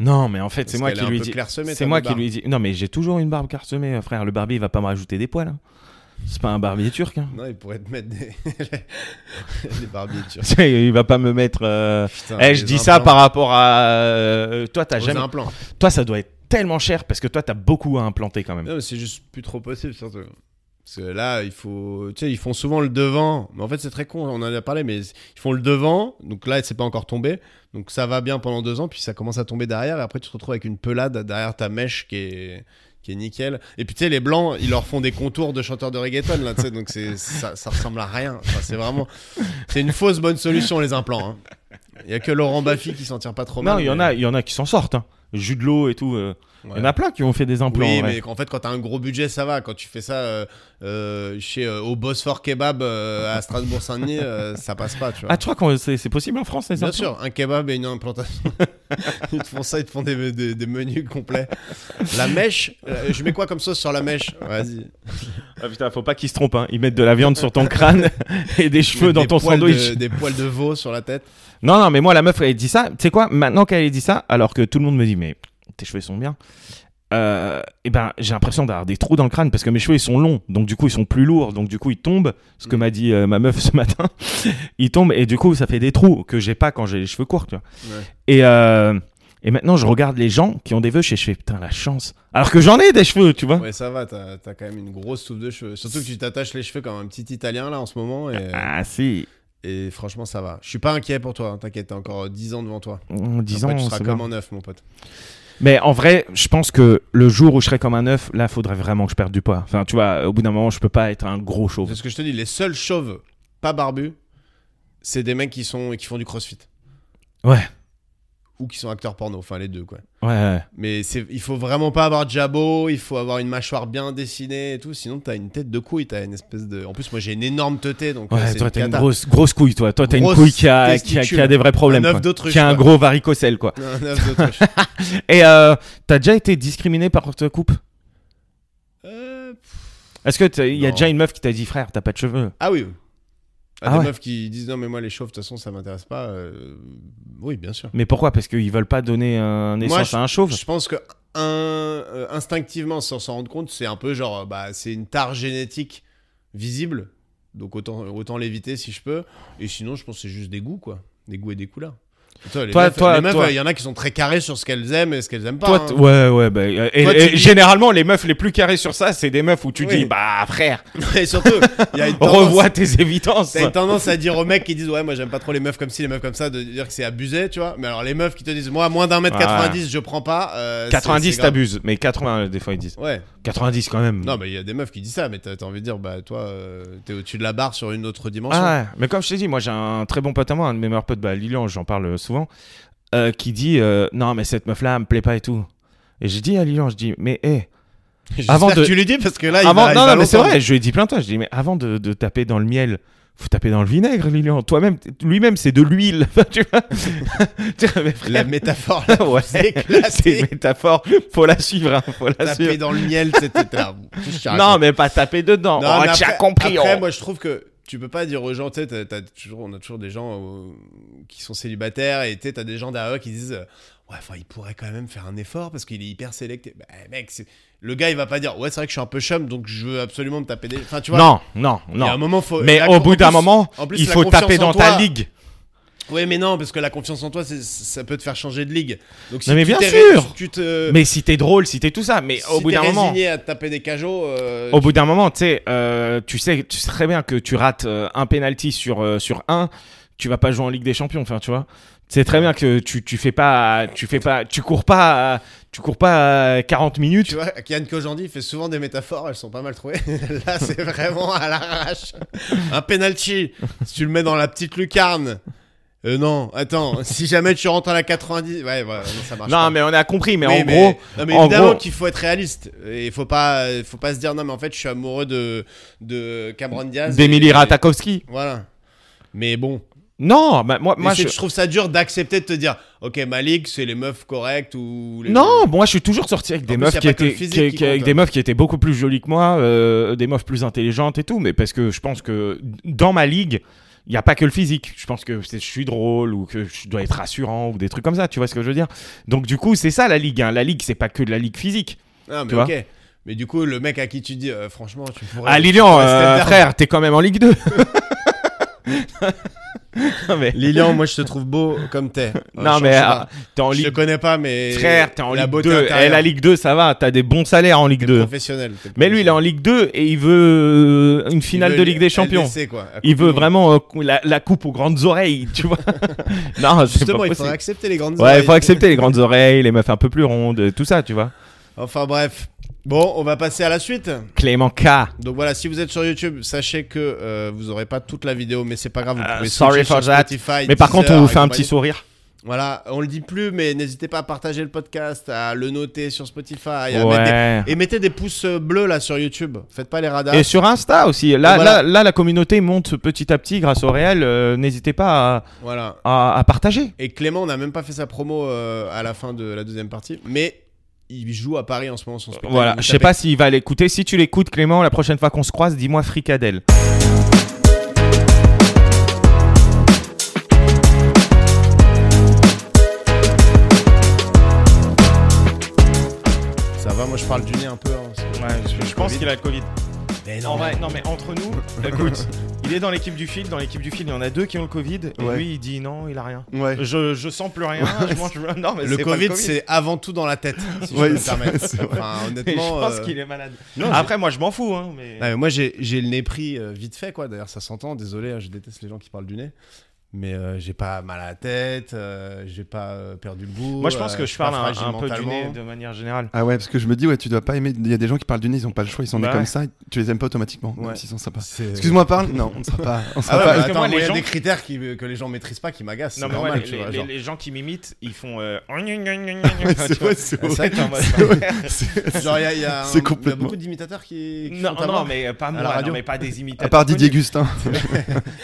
Speaker 3: Non, mais en fait,
Speaker 4: Parce
Speaker 3: c'est moi
Speaker 4: qu'elle
Speaker 3: qui
Speaker 4: est un
Speaker 3: lui
Speaker 4: peu
Speaker 3: dis
Speaker 4: clairsemée,
Speaker 3: C'est
Speaker 4: ta
Speaker 3: moi
Speaker 4: barbe.
Speaker 3: qui lui dis Non mais j'ai toujours une barbe clairsemée euh, frère, le barbier il va pas me rajouter des poils. hein. C'est pas un barbier turc hein.
Speaker 4: Non, il pourrait te mettre des, des barbiers turcs.
Speaker 3: il va pas me mettre euh,
Speaker 4: Putain,
Speaker 3: eh, je
Speaker 4: les
Speaker 3: dis ça
Speaker 4: implants.
Speaker 3: par rapport à euh, toi t'as
Speaker 4: Aux
Speaker 3: jamais
Speaker 4: implants.
Speaker 3: toi ça doit être tellement cher parce que toi t'as beaucoup à implanter quand même.
Speaker 4: Non, mais c'est juste plus trop possible, surtout. Parce que là, il faut. Tu sais, ils font souvent le devant. Mais en fait, c'est très con, on en a parlé, mais ils font le devant. Donc là, c'est pas encore tombé. Donc ça va bien pendant deux ans, puis ça commence à tomber derrière. Et après, tu te retrouves avec une pelade derrière ta mèche qui est, qui est nickel. Et puis, tu sais, les blancs, ils leur font des contours de chanteurs de reggaeton, là, tu sais. Donc c'est- ça, ça ressemble à rien. Enfin, c'est vraiment. C'est une fausse bonne solution, les implants. hein. Il y a que Laurent Baffy qui s'en tire pas trop mal.
Speaker 3: non, il y en
Speaker 4: mais-
Speaker 3: a il y en a qui s'en sortent hein. Jus de l'eau et tout. euh. Il
Speaker 4: Ouais.
Speaker 3: y en a plein qui ont fait des implants.
Speaker 4: Oui,
Speaker 3: ouais.
Speaker 4: mais en fait, quand t'as un gros budget, ça va. Quand tu fais ça euh, euh, chez euh, au Bosphore Kebab euh, à Strasbourg-Saint-Denis, euh, ça passe pas, tu vois.
Speaker 3: Ah, tu crois que c'est c'est possible en France, les
Speaker 4: Bien
Speaker 3: implants
Speaker 4: sûr, un kebab et une implantation. ils te font ça, ils te font des, des- des menus complets. La mèche, euh, je mets quoi comme sauce sur la mèche Vas-y.
Speaker 3: Ah putain, faut pas qu'ils se trompent, hein. Ils mettent de la viande sur ton crâne et des
Speaker 4: Je
Speaker 3: cheveux
Speaker 4: mets
Speaker 3: dans
Speaker 4: des
Speaker 3: ton
Speaker 4: poils
Speaker 3: sandwich.
Speaker 4: de- des poils de veau sur la tête.
Speaker 3: Non, non, mais moi, la meuf, elle dit ça. Tu sais quoi Maintenant qu'elle dit ça, alors que tout le monde me dit, mais tes cheveux ils sont bien. Euh, eh ben, j'ai l'impression d'avoir des trous dans le crâne parce que mes cheveux ils sont longs, donc du coup ils sont plus lourds, donc du coup ils tombent. Ce que
Speaker 4: Mm.
Speaker 3: m'a dit euh, ma meuf ce matin, ils tombent et du coup ça fait des trous que j'ai pas quand j'ai les cheveux courts, tu vois.
Speaker 4: Ouais.
Speaker 3: Et, euh, et maintenant je regarde les gens qui ont des vœux chez je fais putain la chance. Alors que j'en ai des cheveux, tu vois.
Speaker 4: Ouais, ça va, t'as t'as quand même une grosse touffe de cheveux. Surtout que tu t'attaches les cheveux comme un petit italien là en ce moment. Et,
Speaker 3: Ah si,
Speaker 4: et franchement, ça va. Je suis pas inquiet pour toi, hein, t'inquiète, t'as encore 10 ans devant toi.
Speaker 3: en 10
Speaker 4: Après,
Speaker 3: Mm, ans,
Speaker 4: tu
Speaker 3: c'est
Speaker 4: seras
Speaker 3: bien.
Speaker 4: comme en neuf, mon pote.
Speaker 3: Mais en vrai, je pense que le jour où je serai comme un œuf, là, faudrait vraiment que je perde du poids. Enfin, tu vois, au bout d'un moment, je peux pas être un gros chauve.
Speaker 4: C'est ce que je te dis, les seuls chauves pas barbus, c'est des mecs qui sont qui font du crossfit.
Speaker 3: Ouais.
Speaker 4: Ou qui sont acteurs porno, enfin les deux quoi.
Speaker 3: Ouais, ouais.
Speaker 4: Mais c'est il faut vraiment pas avoir de jabot, il faut avoir une mâchoire bien dessinée et tout, sinon t'as une tête de couille, t'as une espèce de. En plus moi j'ai une énorme teuté donc. euh,
Speaker 3: ouais
Speaker 4: c'est
Speaker 3: toi,
Speaker 4: une
Speaker 3: t'as une
Speaker 4: cata.
Speaker 3: grosse, grosse couille, toi. Toi, t'as une
Speaker 4: Grosse
Speaker 3: couille qui a, qui, a, qui a des vrais problèmes.
Speaker 4: Un œuf
Speaker 3: quoi.
Speaker 4: d'autruche,
Speaker 3: Qui a un
Speaker 4: quoi.
Speaker 3: gros varicocèle, quoi.
Speaker 4: Un œuf d'autruche.
Speaker 3: Et euh, t'as déjà été discriminé par ta coupe
Speaker 4: Euh, pff.
Speaker 3: Est-ce que t'as- il y a
Speaker 4: Non.
Speaker 3: déjà une meuf qui t'a dit, frère, t'as pas de cheveux
Speaker 4: ah oui. oui. Ah,
Speaker 3: Ah
Speaker 4: des
Speaker 3: ouais.
Speaker 4: meufs qui disent non mais moi les chauves de toute façon ça m'intéresse pas. euh, Oui bien sûr.
Speaker 3: Mais pourquoi Parce qu'ils veulent pas donner euh, naissance
Speaker 4: je-
Speaker 3: à un chauve.
Speaker 4: Je pense que un- euh, instinctivement sans s'en rendre compte, c'est un peu genre, euh, bah, c'est une tare génétique visible, donc autant, autant l'éviter si je peux. Et sinon, je pense que c'est juste des goûts, quoi. Des goûts et des couleurs. Putain, les
Speaker 3: Toi-
Speaker 4: meufs,
Speaker 3: toi-
Speaker 4: les meufs,
Speaker 3: toi-
Speaker 4: euh, il y en a qui sont très carrés sur ce qu'elles aiment et ce qu'elles aiment pas.
Speaker 3: Toi,
Speaker 4: hein.
Speaker 3: t- ouais, ouais, bah, euh, et,
Speaker 4: Toi, tu
Speaker 3: et
Speaker 4: dis-
Speaker 3: généralement, les meufs les plus carrées sur ça, c'est des meufs où tu
Speaker 4: Oui.
Speaker 3: dis, bah, frère,
Speaker 4: Et surtout, il y a une tendance-
Speaker 3: revois tes évidences.
Speaker 4: T'as une tendance à dire aux mecs qui disent ouais moi j'aime pas trop les meufs comme ci les meufs comme ça de dire que c'est abusé tu vois mais alors les meufs qui te disent moi moins d'un mètre
Speaker 3: Ouais.
Speaker 4: 90 je prends pas euh, c'est- c'est
Speaker 3: 90,
Speaker 4: grave.
Speaker 3: Ah. t'abuses, mais 80, des fois, ils disent.
Speaker 4: ouais
Speaker 3: 90 quand même.
Speaker 4: non mais il y a des meufs qui disent ça mais t'as t'as envie de dire bah toi euh, t'es au-dessus de la barre sur une autre dimension
Speaker 3: Ah ouais, mais comme je t'ai dit, moi j'ai un très bon pote à moi, un de mes meilleurs potes, bah, Lilian, j'en parle souvent, euh, qui dit euh, non mais cette meuf là elle me plaît pas et tout. Et j'ai dit à Lilian, je dis mais hé,
Speaker 4: J'espère
Speaker 3: avant
Speaker 4: que
Speaker 3: de-
Speaker 4: tu lui dis parce que là
Speaker 3: avant
Speaker 4: Ah, il va, il
Speaker 3: non
Speaker 4: va
Speaker 3: non mais c'est
Speaker 4: l'entendre.
Speaker 3: vrai, je lui ai dit plein de fois, je dis mais avant de, de taper dans le miel, faut taper dans le vinaigre, Lilian. Toi-même, t- lui-même c'est de l'huile, tu vois. Tu vois, mais
Speaker 4: la
Speaker 3: frère,
Speaker 4: métaphore là
Speaker 3: ouais, c'est une
Speaker 4: éclatée
Speaker 3: métaphore, faut la suivre, hein, faut la
Speaker 4: taper
Speaker 3: suivre.
Speaker 4: dans le miel etc
Speaker 3: Non mais pas taper dedans,
Speaker 4: Non,
Speaker 3: on
Speaker 4: mais
Speaker 3: t'a
Speaker 4: après-
Speaker 3: compris. oh.
Speaker 4: Après,
Speaker 3: on-
Speaker 4: moi, je trouve que tu peux pas dire aux gens, tu sais, t'as- t'as toujours, on a toujours des gens euh, qui sont célibataires et tu sais, t'as des gens derrière eux qui disent, euh, ouais, enfin, il pourrait quand même faire un effort parce qu'il est hyper sélecté. Bah, mec, c'est- le gars, il va pas dire, ouais, c'est vrai que je suis un peu chum, donc je veux absolument me taper des. Enfin, tu vois.
Speaker 3: non, non,
Speaker 4: il y a un
Speaker 3: non.
Speaker 4: moment, faut- Oh,
Speaker 3: Mais
Speaker 4: la-
Speaker 3: au
Speaker 4: en
Speaker 3: bout d'un
Speaker 4: plus-
Speaker 3: moment,
Speaker 4: en plus,
Speaker 3: il
Speaker 4: la
Speaker 3: faut taper
Speaker 4: confiance en
Speaker 3: dans ta
Speaker 4: toi-
Speaker 3: ligue.
Speaker 4: Ouais, mais non, parce que la confiance en toi, c'est- ça peut te faire changer de ligue. Donc, si
Speaker 3: Non, mais
Speaker 4: tu
Speaker 3: bien
Speaker 4: t'es-
Speaker 3: sûr.
Speaker 4: si Tu te.
Speaker 3: Mais si t'es drôle, si t'es tout ça, mais au
Speaker 4: Euh, si
Speaker 3: bout
Speaker 4: t'es
Speaker 3: d'un moment,
Speaker 4: résigné euh, à te taper des cajots. euh,
Speaker 3: au bout d'un moment, tu sais, euh, tu sais, tu sais très bien que tu rates euh, un penalty sur euh, sur un, tu vas pas jouer en Ligue des Champions, enfin, tu vois. Tu sais très bien que tu tu fais pas, tu fais pas, tu cours pas, euh, tu cours pas euh, 40 minutes.
Speaker 4: Tu vois, Kian Kojandi fait souvent des métaphores, elles sont pas mal trouvées. Là, c'est vraiment à l'arrache. Un penalty, si tu le mets dans la petite lucarne. Euh, non, attends, si jamais tu rentres à la 90, ouais, ouais, non, ça marche.
Speaker 3: non,
Speaker 4: pas.
Speaker 3: mais on a compris, mais
Speaker 4: Oui,
Speaker 3: en gros,
Speaker 4: non, mais
Speaker 3: en
Speaker 4: évidemment
Speaker 3: gros-
Speaker 4: qu'il faut être réaliste. Et il faut pas, euh, faut pas se dire non, mais en fait, je suis amoureux de de Cameron Diaz.
Speaker 3: d'Emily
Speaker 4: et-
Speaker 3: Ratakowski.
Speaker 4: Voilà. Mais bon,
Speaker 3: Non, bah, moi,
Speaker 4: Mais
Speaker 3: moi,
Speaker 4: c'est
Speaker 3: je...
Speaker 4: que je trouve ça dur d'accepter de te dire, ok, ma ligue, c'est les meufs correctes ou les.
Speaker 3: Non, moi je suis toujours sorti avec
Speaker 4: plus,
Speaker 3: des
Speaker 4: y
Speaker 3: meufs
Speaker 4: a
Speaker 3: qui
Speaker 4: pas que le
Speaker 3: étaient,
Speaker 4: physique
Speaker 3: qui-
Speaker 4: qui
Speaker 3: qui- avec
Speaker 4: compte. hein.
Speaker 3: des meufs qui étaient beaucoup plus jolies que moi, euh, des meufs plus intelligentes et tout, mais parce que je pense que dans ma ligue, il n'y a pas que le physique. Je pense que c'est- je suis drôle ou que je dois être rassurant ou des trucs comme ça, tu vois ce que je veux dire Donc du coup, c'est ça la ligue. hein. La ligue, c'est pas que de la ligue physique.
Speaker 4: Ah, mais
Speaker 3: Tu
Speaker 4: ok.
Speaker 3: vois
Speaker 4: Mais du coup, le mec à qui tu dis, euh, franchement, tu pourrais.
Speaker 3: ah Lilian,
Speaker 4: tu pourrais
Speaker 3: euh,
Speaker 4: step down.
Speaker 3: frère, t'es quand même en Ligue 2. non mais,
Speaker 4: Lilian, moi je te trouve beau comme t'es. Euh,
Speaker 3: non, mais ah, t'es en
Speaker 4: je, te
Speaker 3: Ligue
Speaker 4: connais pas, mais.
Speaker 3: frère, t'es en
Speaker 4: la
Speaker 3: Ligue
Speaker 4: beauté
Speaker 3: 2. Eh,
Speaker 4: intérieure.
Speaker 3: la Ligue 2, ça va, t'as des bons salaires en Ligue
Speaker 4: T'es
Speaker 3: 2.
Speaker 4: professionnel. t'es
Speaker 3: Mais lui, il est en Ligue 2 et il veut euh, une
Speaker 4: professionnel.
Speaker 3: finale
Speaker 4: Il
Speaker 3: de
Speaker 4: veut
Speaker 3: Ligue des Champions.
Speaker 4: LDC, quoi. La
Speaker 3: Il
Speaker 4: Coupe
Speaker 3: veut
Speaker 4: du Monde.
Speaker 3: vraiment euh, cou- la, la coupe aux grandes oreilles, tu vois. non, c'est pas
Speaker 4: Justement, il
Speaker 3: possible.
Speaker 4: faudrait accepter les grandes
Speaker 3: Ouais, il
Speaker 4: oreilles.
Speaker 3: faut accepter les grandes oreilles, les meufs un peu plus rondes, euh, tout ça, tu vois.
Speaker 4: Enfin bref. Bon, on va passer à la suite.
Speaker 3: Clément K.
Speaker 4: Donc voilà, si vous êtes sur YouTube, sachez que euh, vous aurez pas toute la vidéo, mais c'est pas grave. Vous
Speaker 3: Euh,
Speaker 4: pouvez
Speaker 3: sorry
Speaker 4: switcher
Speaker 3: for
Speaker 4: sur
Speaker 3: that.
Speaker 4: Spotify,
Speaker 3: Mais par contre, on
Speaker 4: Deezer
Speaker 3: vous
Speaker 4: et
Speaker 3: fait un
Speaker 4: compagnie.
Speaker 3: petit sourire.
Speaker 4: Voilà, on le dit plus, mais n'hésitez pas à partager le podcast, à le noter sur Spotify, à mettre des
Speaker 3: Ouais.
Speaker 4: Et mettez des pouces euh, bleus là sur YouTube. Faites pas les radars.
Speaker 3: Et sur Insta aussi. Là,
Speaker 4: Et voilà.
Speaker 3: là, là, la communauté monte petit à petit grâce au réel. euh, N'hésitez pas à,
Speaker 4: Voilà.
Speaker 3: à- à partager.
Speaker 4: Et Clément, on n'a même pas fait sa promo euh, à la fin de la deuxième partie, mais il joue à Paris en ce moment son spectacle.
Speaker 3: Voilà.
Speaker 4: Vous
Speaker 3: Je sais
Speaker 4: tapez-
Speaker 3: pas s'il va l'écouter. Si tu l'écoutes, Clément, la prochaine fois qu'on se croise, dis-moi fricadelle.
Speaker 4: Ça va, moi je parle du nez un peu. hein, parce que-
Speaker 3: je pense qu'il a le Covid.
Speaker 4: Mais
Speaker 3: En
Speaker 4: non.
Speaker 3: vrai, non mais entre nous, écoute, il est dans l'équipe du fil, dans l'équipe du fil, il y en a deux qui ont le Covid, et
Speaker 4: Ouais.
Speaker 3: lui il dit non, il a rien.
Speaker 2: Ouais.
Speaker 3: Je, je sens plus rien, je mange non, mais
Speaker 4: Le
Speaker 3: c'est pas
Speaker 4: Covid,
Speaker 3: le Covid.
Speaker 4: c'est avant tout dans la tête, si je
Speaker 2: Ouais,
Speaker 4: peux me
Speaker 2: c'est-
Speaker 4: permettre.
Speaker 2: c'est vrai.
Speaker 4: Enfin,
Speaker 3: Et Je
Speaker 4: honnêtement.
Speaker 3: pense
Speaker 4: euh,
Speaker 3: qu'il est malade.
Speaker 4: non, j'ai-
Speaker 3: Après moi je m'en fous hein, mais...
Speaker 4: Ah, mais moi j'ai j'ai le nez pris euh, vite fait quoi, d'ailleurs ça s'entend, désolé, hein, je déteste les gens qui parlent du nez. Mais euh, j'ai pas mal à la tête, euh, j'ai pas euh, perdu le goût.
Speaker 3: moi je pense
Speaker 4: euh,
Speaker 3: que
Speaker 4: suis
Speaker 3: je
Speaker 4: pas
Speaker 3: parle un-
Speaker 4: fragile
Speaker 3: un, peu du nez
Speaker 4: mentalement.
Speaker 3: de manière générale.
Speaker 2: Ah ouais, parce que je me dis, ouais, tu dois pas aimer. Il y a des gens qui parlent du nez, ils ont pas le choix, ils sont
Speaker 3: Bah
Speaker 2: nés comme
Speaker 3: ouais.
Speaker 2: ça, tu les aimes pas automatiquement, même
Speaker 4: Ouais.
Speaker 2: s'ils sont sympas.
Speaker 4: C'est-
Speaker 2: Excuse-moi, parle Non, on ne sera pas. On
Speaker 4: Ah
Speaker 2: sera
Speaker 4: ouais, mais
Speaker 2: pas.
Speaker 3: parce que
Speaker 4: attends, moi,
Speaker 3: moi, les
Speaker 4: il y a
Speaker 3: gens-
Speaker 4: des critères qui- que les gens maîtrisent pas qui m'agacent.
Speaker 3: Non
Speaker 4: C'est
Speaker 3: mais ouais,
Speaker 4: normal,
Speaker 3: les,
Speaker 4: tu vois.
Speaker 3: les-
Speaker 4: genre.
Speaker 3: les gens qui m'imitent, ils font euh...
Speaker 2: C'est vrai, c'est
Speaker 3: C'est vrai que t'es en mode-
Speaker 4: Ah, Genre, il y a, il y a un- il y
Speaker 2: C'est
Speaker 4: a
Speaker 2: complètement-
Speaker 4: beaucoup d'imitateurs qui. qui font hein.
Speaker 3: Non, non
Speaker 4: avoir.
Speaker 3: mais euh, pas
Speaker 4: la
Speaker 3: moi, non,
Speaker 4: radio.
Speaker 3: mais pas des imitateurs.
Speaker 2: À part Didier
Speaker 3: connus.
Speaker 2: Gustin.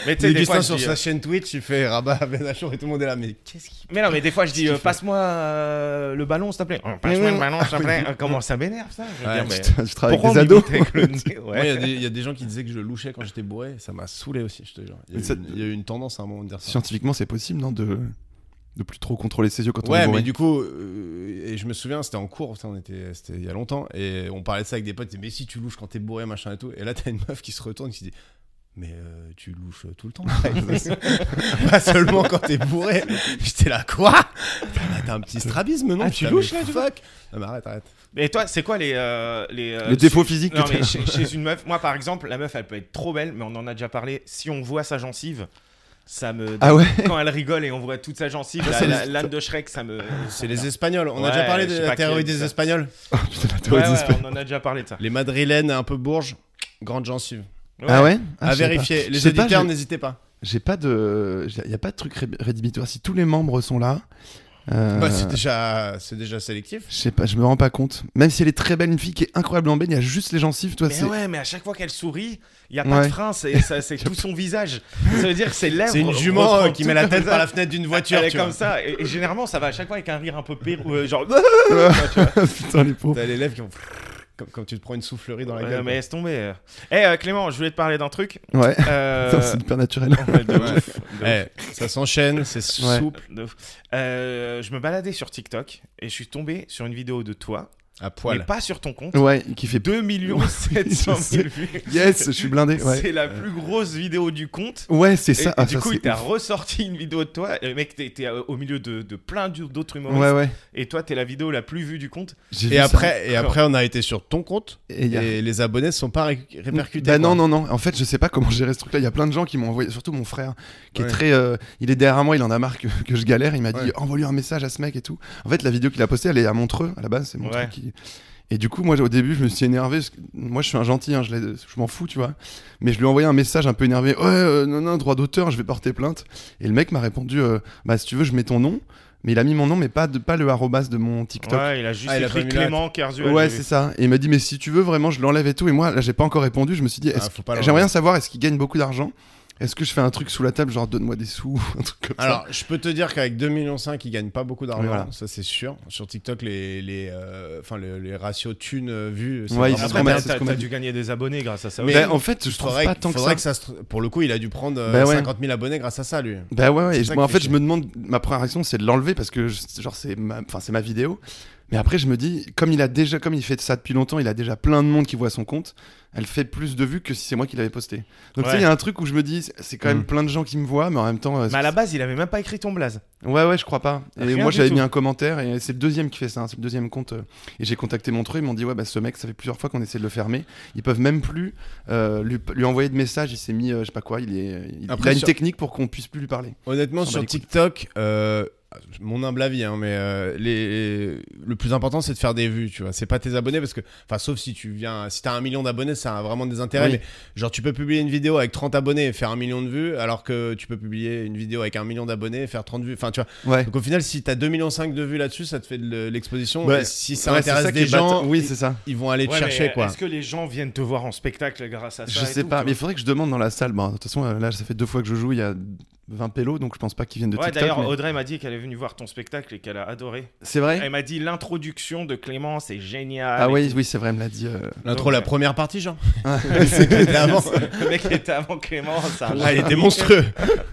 Speaker 3: Mais tu sais, des
Speaker 4: Augustin,
Speaker 3: fois, je
Speaker 4: sur
Speaker 3: dis, euh,
Speaker 4: sa chaîne Twitch, il fait rabat Ben Achour et tout le monde est là. Mais qu'est-ce qui.
Speaker 3: Mais non, mais des fois je dis
Speaker 4: Qu'est-ce
Speaker 3: euh,
Speaker 4: qu'il fait
Speaker 3: passe-moi euh, le ballon, s'il te plaît. Oh, passe-moi le ballon, s'il te plaît. Euh, Comment ça m'énerve ça Je veux
Speaker 4: Ouais,
Speaker 3: dire, mais
Speaker 2: Putain, Je travaille avec des
Speaker 3: pourquoi on
Speaker 2: ados.
Speaker 3: m'imite avec le nez
Speaker 4: Moi, il y a
Speaker 3: Ouais.
Speaker 4: des- il y, a des gens qui disaient que je louchais quand j'étais bourré. Ça m'a saoulé aussi, je te jure. Il y, a
Speaker 2: Mais ça-
Speaker 4: eu une- il y a eu une tendance à un moment de dire ça.
Speaker 2: Scientifiquement, c'est possible, non de... de plus trop contrôler ses yeux quand on est
Speaker 4: Ouais,
Speaker 2: bourré.
Speaker 4: mais du coup, euh, et je me souviens, c'était en cours, putain, on était, c'était il y a longtemps, et on parlait de ça avec des potes, ils disaient, mais si tu louches quand t'es bourré, machin et tout, et là t'as une meuf qui se retourne, qui se dit, mais euh, tu louches tout le temps, mec. pas seulement quand t'es bourré. J'étais là, quoi Putain, mais T'as un petit strabisme, non
Speaker 3: Ah, tu
Speaker 4: Putain,
Speaker 3: louches,
Speaker 4: mais
Speaker 3: là, tu
Speaker 4: fuck Non, mais arrête, arrête.
Speaker 3: Et toi, c'est quoi les euh, les, euh,
Speaker 2: Les défauts physiques
Speaker 3: Non,
Speaker 2: que
Speaker 3: mais
Speaker 2: t'as.
Speaker 3: chez, chez une meuf, moi par exemple, la meuf elle peut être trop belle, mais on en a déjà parlé. Si on voit sa gencive, ça me.
Speaker 2: Ah ouais
Speaker 3: Quand elle rigole et on voit toute sa gencive, la-
Speaker 4: c'est
Speaker 3: la-
Speaker 4: les-
Speaker 3: l'âne de Shrek, ça me.
Speaker 4: C'est les Espagnols, on
Speaker 3: Ouais,
Speaker 4: a déjà parlé
Speaker 3: je
Speaker 4: de
Speaker 3: sais
Speaker 4: la
Speaker 3: pas qui a
Speaker 4: théorie
Speaker 3: dit
Speaker 4: des
Speaker 3: ça.
Speaker 4: Espagnols.
Speaker 2: Ah, putain, la
Speaker 3: Ouais,
Speaker 2: théorie des
Speaker 3: ouais,
Speaker 2: espèces.
Speaker 3: on en a déjà parlé de ça.
Speaker 4: Les Madrilènes un peu bourges, grande gencive.
Speaker 2: Ah ouais Ah,
Speaker 4: à
Speaker 2: je sais pas.
Speaker 4: vérifier,
Speaker 2: Je
Speaker 4: les
Speaker 2: sais pas,
Speaker 4: éditeurs,
Speaker 2: j'ai-
Speaker 4: n'hésitez pas.
Speaker 2: J'ai pas de. Il n'y a pas de truc ré- rédhibitoire. Si tous les membres sont là. euh,
Speaker 4: Bah, c'est déjà, c'est déjà sélectif.
Speaker 2: Je sais pas, je me rends pas compte. Même si elle est très belle, une fille qui est incroyablement belle, il y a juste les gencives, toi,
Speaker 3: Mais
Speaker 2: c'est.
Speaker 3: ouais, mais à chaque fois qu'elle sourit, il y a pas
Speaker 2: Ouais.
Speaker 3: de frein, c'est ça- c'est tout son visage. Ça veut dire que ses
Speaker 2: Eh,
Speaker 3: lèvres.
Speaker 4: C'est une jument euh,
Speaker 3: reprennent
Speaker 4: qui
Speaker 3: tout
Speaker 4: met la tête
Speaker 3: comme
Speaker 4: par
Speaker 3: ça.
Speaker 4: la fenêtre d'une voiture.
Speaker 3: Elle est
Speaker 4: tu
Speaker 3: comme
Speaker 4: vois.
Speaker 3: ça, et, et généralement ça va à chaque fois avec un rire un peu pire, genre.
Speaker 2: Putain, les pauvres.
Speaker 4: T'as les lèvres qui vont comme, comme tu te prends une soufflerie dans la
Speaker 3: Ouais,
Speaker 4: gueule.
Speaker 3: mais
Speaker 4: quoi.
Speaker 3: laisse tomber. euh. Eh euh, Clément, je voulais te parler d'un truc.
Speaker 2: Ouais.
Speaker 3: Euh,
Speaker 2: Putain, C'est hyper naturel.
Speaker 3: Ouais, de ouf, de ouf,
Speaker 4: Eh, ça s'enchaîne, c'est
Speaker 2: Ouais.
Speaker 4: souple.
Speaker 3: de ouf. Euh, je me baladais sur TikTok et je suis tombé sur une vidéo de toi,
Speaker 4: À
Speaker 3: mais
Speaker 4: poil.
Speaker 3: pas sur ton compte.
Speaker 2: Ouais, qui fait.
Speaker 3: 2 700 000 vues.
Speaker 2: Yes, je suis blindé. Ouais,
Speaker 3: C'est la plus grosse vidéo du compte.
Speaker 2: ouais c'est
Speaker 3: Et-
Speaker 2: ça.
Speaker 3: et
Speaker 2: Ah,
Speaker 3: du
Speaker 2: ça,
Speaker 3: coup, il
Speaker 2: c'est
Speaker 3: t'a
Speaker 2: ouf.
Speaker 3: ressorti une vidéo de toi. Et mec, t'es t'es, euh, au milieu de, de plein d'u- d'autres humoristes.
Speaker 2: Ouais, ouais.
Speaker 3: Et toi, t'es la vidéo la plus vue du compte.
Speaker 2: J'ai vu
Speaker 4: Et
Speaker 2: ça.
Speaker 4: après, et après, on a été sur ton compte
Speaker 2: Et il y a-
Speaker 4: et les abonnés ne sont pas ré- répercutés.
Speaker 2: Bah
Speaker 4: quoi.
Speaker 2: non, non, non. En fait, je sais pas comment gérer ce truc-là. Il y a plein de gens qui m'ont envoyé, surtout mon frère, qui
Speaker 4: Ouais.
Speaker 2: est très. euh, il est derrière moi, il en a marre que, que je galère. Il m'a dit
Speaker 4: Ouais.
Speaker 2: envoie-lui un message à ce mec et tout. En fait, la vidéo qu'il a postée, elle est à Montreux, à la base, c'est Montreux
Speaker 3: Ouais.
Speaker 2: qui. Et du coup, moi, au début, je me suis énervé. parce que- Moi, je suis un gentil, hein, je, l'ai- je m'en fous, tu vois. Mais je lui ai envoyé un message un peu énervé. Ouais, euh, non, non, droit d'auteur, je vais porter plainte. Et le mec m'a répondu, euh, bah, si tu veux, je mets ton nom. Mais il a mis mon nom, mais pas, de, pas le arrobas de mon TikTok.
Speaker 3: Ouais, il a juste
Speaker 4: Ah, il a pas
Speaker 3: écrit
Speaker 4: mis la
Speaker 3: Clément Kerzuel.
Speaker 2: Ouais,
Speaker 3: j'ai
Speaker 2: c'est
Speaker 3: vu.
Speaker 2: ça. Et il m'a dit, mais si tu veux, vraiment, je l'enlève et tout. Et moi, là, j'ai pas encore répondu. Je me suis dit,
Speaker 4: Ah,
Speaker 2: est-ce
Speaker 4: faut pas leur-
Speaker 2: J'aimerais bien savoir, est-ce qu'il gagne beaucoup d'argent Est-ce que je fais un truc sous la table, genre donne-moi des sous Un truc comme
Speaker 4: Alors, je peux te dire qu'avec 2,5 millions, ils gagnent pas beaucoup d'argent.
Speaker 2: Oui, voilà.
Speaker 4: Ça, c'est sûr. Sur TikTok, les, les, euh, enfin, les, les ratios thunes euh, vues. c'est
Speaker 2: Ouais,
Speaker 4: vraiment
Speaker 2: ils se
Speaker 4: pas
Speaker 3: Après,
Speaker 2: remettent,
Speaker 4: mal.
Speaker 3: t'as-
Speaker 2: c'est ce
Speaker 3: t'as
Speaker 2: qu'on
Speaker 3: t'as
Speaker 2: a dit.
Speaker 3: dû gagner des abonnés grâce à ça.
Speaker 2: ça
Speaker 4: mais-
Speaker 3: aussi.
Speaker 2: Bah, En fait, je trouve
Speaker 4: Faudrait,
Speaker 2: pas tant que ça.
Speaker 4: faudrait que ça se tr- Pour le coup, il a dû prendre euh,
Speaker 2: Bah ouais.
Speaker 4: 50 000 abonnés grâce à ça, lui.
Speaker 2: Bah ouais, ouais.
Speaker 4: C'est
Speaker 2: Et
Speaker 4: ça
Speaker 2: je- moi, en
Speaker 4: qui
Speaker 2: fait,
Speaker 4: fait
Speaker 2: je me demande, ma première réaction, c'est de l'enlever parce que, je- genre, c'est ma, enfin, c'est ma vidéo. Mais après, je me dis, comme il a déjà, comme il fait ça depuis longtemps, il a déjà plein de monde qui voit son compte. Elle fait plus de vues que si c'est moi qui l'avais posté. Donc tu sais, il y a un truc où je me dis, c'est quand même
Speaker 4: Mm.
Speaker 2: plein de gens qui me voient, mais en même temps, euh,
Speaker 3: Mais à la base, il avait même pas écrit ton blaze.
Speaker 2: Ouais, ouais, je crois pas. Et
Speaker 3: Rien
Speaker 2: moi,
Speaker 3: du
Speaker 2: j'avais
Speaker 3: tout.
Speaker 2: mis un commentaire et c'est le deuxième qui fait ça, hein, c'est le deuxième compte. euh, et j'ai contacté Montreux, ils m'ont dit Ouais, bah ce mec, ça fait plusieurs fois qu'on essaie de le fermer. Ils peuvent même plus euh, lui, lui envoyer de messages. Il s'est mis, euh, je sais pas quoi, il, est, il
Speaker 4: Après,
Speaker 2: a une
Speaker 4: sur-
Speaker 2: technique pour qu'on puisse plus lui parler.
Speaker 4: Honnêtement,
Speaker 2: s'en
Speaker 4: sur
Speaker 2: bat les couilles.
Speaker 4: TikTok, euh, mon humble avis, hein, mais euh, les- le plus important, c'est de faire des vues, tu vois. C'est pas tes abonnés, parce que, enfin, sauf si tu viens, si t'as un million d'abonnés, ça a vraiment des intérêts.
Speaker 2: Oui.
Speaker 4: Mais genre, tu peux publier une vidéo avec 30 abonnés et faire un million de vues, alors que tu peux publier une vidéo avec un million d'abonnés et faire 30 vues. Enfin, tu vois.
Speaker 2: Ouais.
Speaker 4: Donc, au final, si t'as 2,5 millions de vues là-dessus, ça te fait de l'exposition.
Speaker 2: Ouais.
Speaker 4: Et si ça
Speaker 2: Bah, Ouais, c'est
Speaker 4: intéresse
Speaker 2: ça qui
Speaker 4: des
Speaker 2: est bata-
Speaker 4: gens,
Speaker 2: Oui, c'est ça.
Speaker 4: ils vont aller te
Speaker 3: Ouais,
Speaker 4: chercher,
Speaker 3: mais
Speaker 4: quoi.
Speaker 3: Est-ce que les gens viennent te voir en spectacle grâce à ça
Speaker 2: Je sais pas, mais il faudrait que je demande dans la salle. Bon, de toute façon, euh, là, ça fait deux fois que je joue, il y a 20 pélos, donc je pense pas qu'ils viennent de
Speaker 3: Ouais,
Speaker 2: TikTok.
Speaker 3: d'ailleurs,
Speaker 2: mais-
Speaker 3: Audrey m'a dit qu'elle est venue voir ton spectacle et qu'elle a adoré.
Speaker 2: C'est vrai
Speaker 3: Elle m'a dit l'introduction de Clément, c'est génial.
Speaker 2: Ah,
Speaker 3: Et
Speaker 2: oui, oui, c'est vrai, elle me l'a dit. euh.
Speaker 4: L'intro,
Speaker 3: Donc,
Speaker 4: la
Speaker 3: ouais.
Speaker 4: première partie, genre.
Speaker 2: Ouais,
Speaker 4: Évidemment.
Speaker 3: Le mec était avant Clément, ça.
Speaker 4: Ah, il était monstrueux.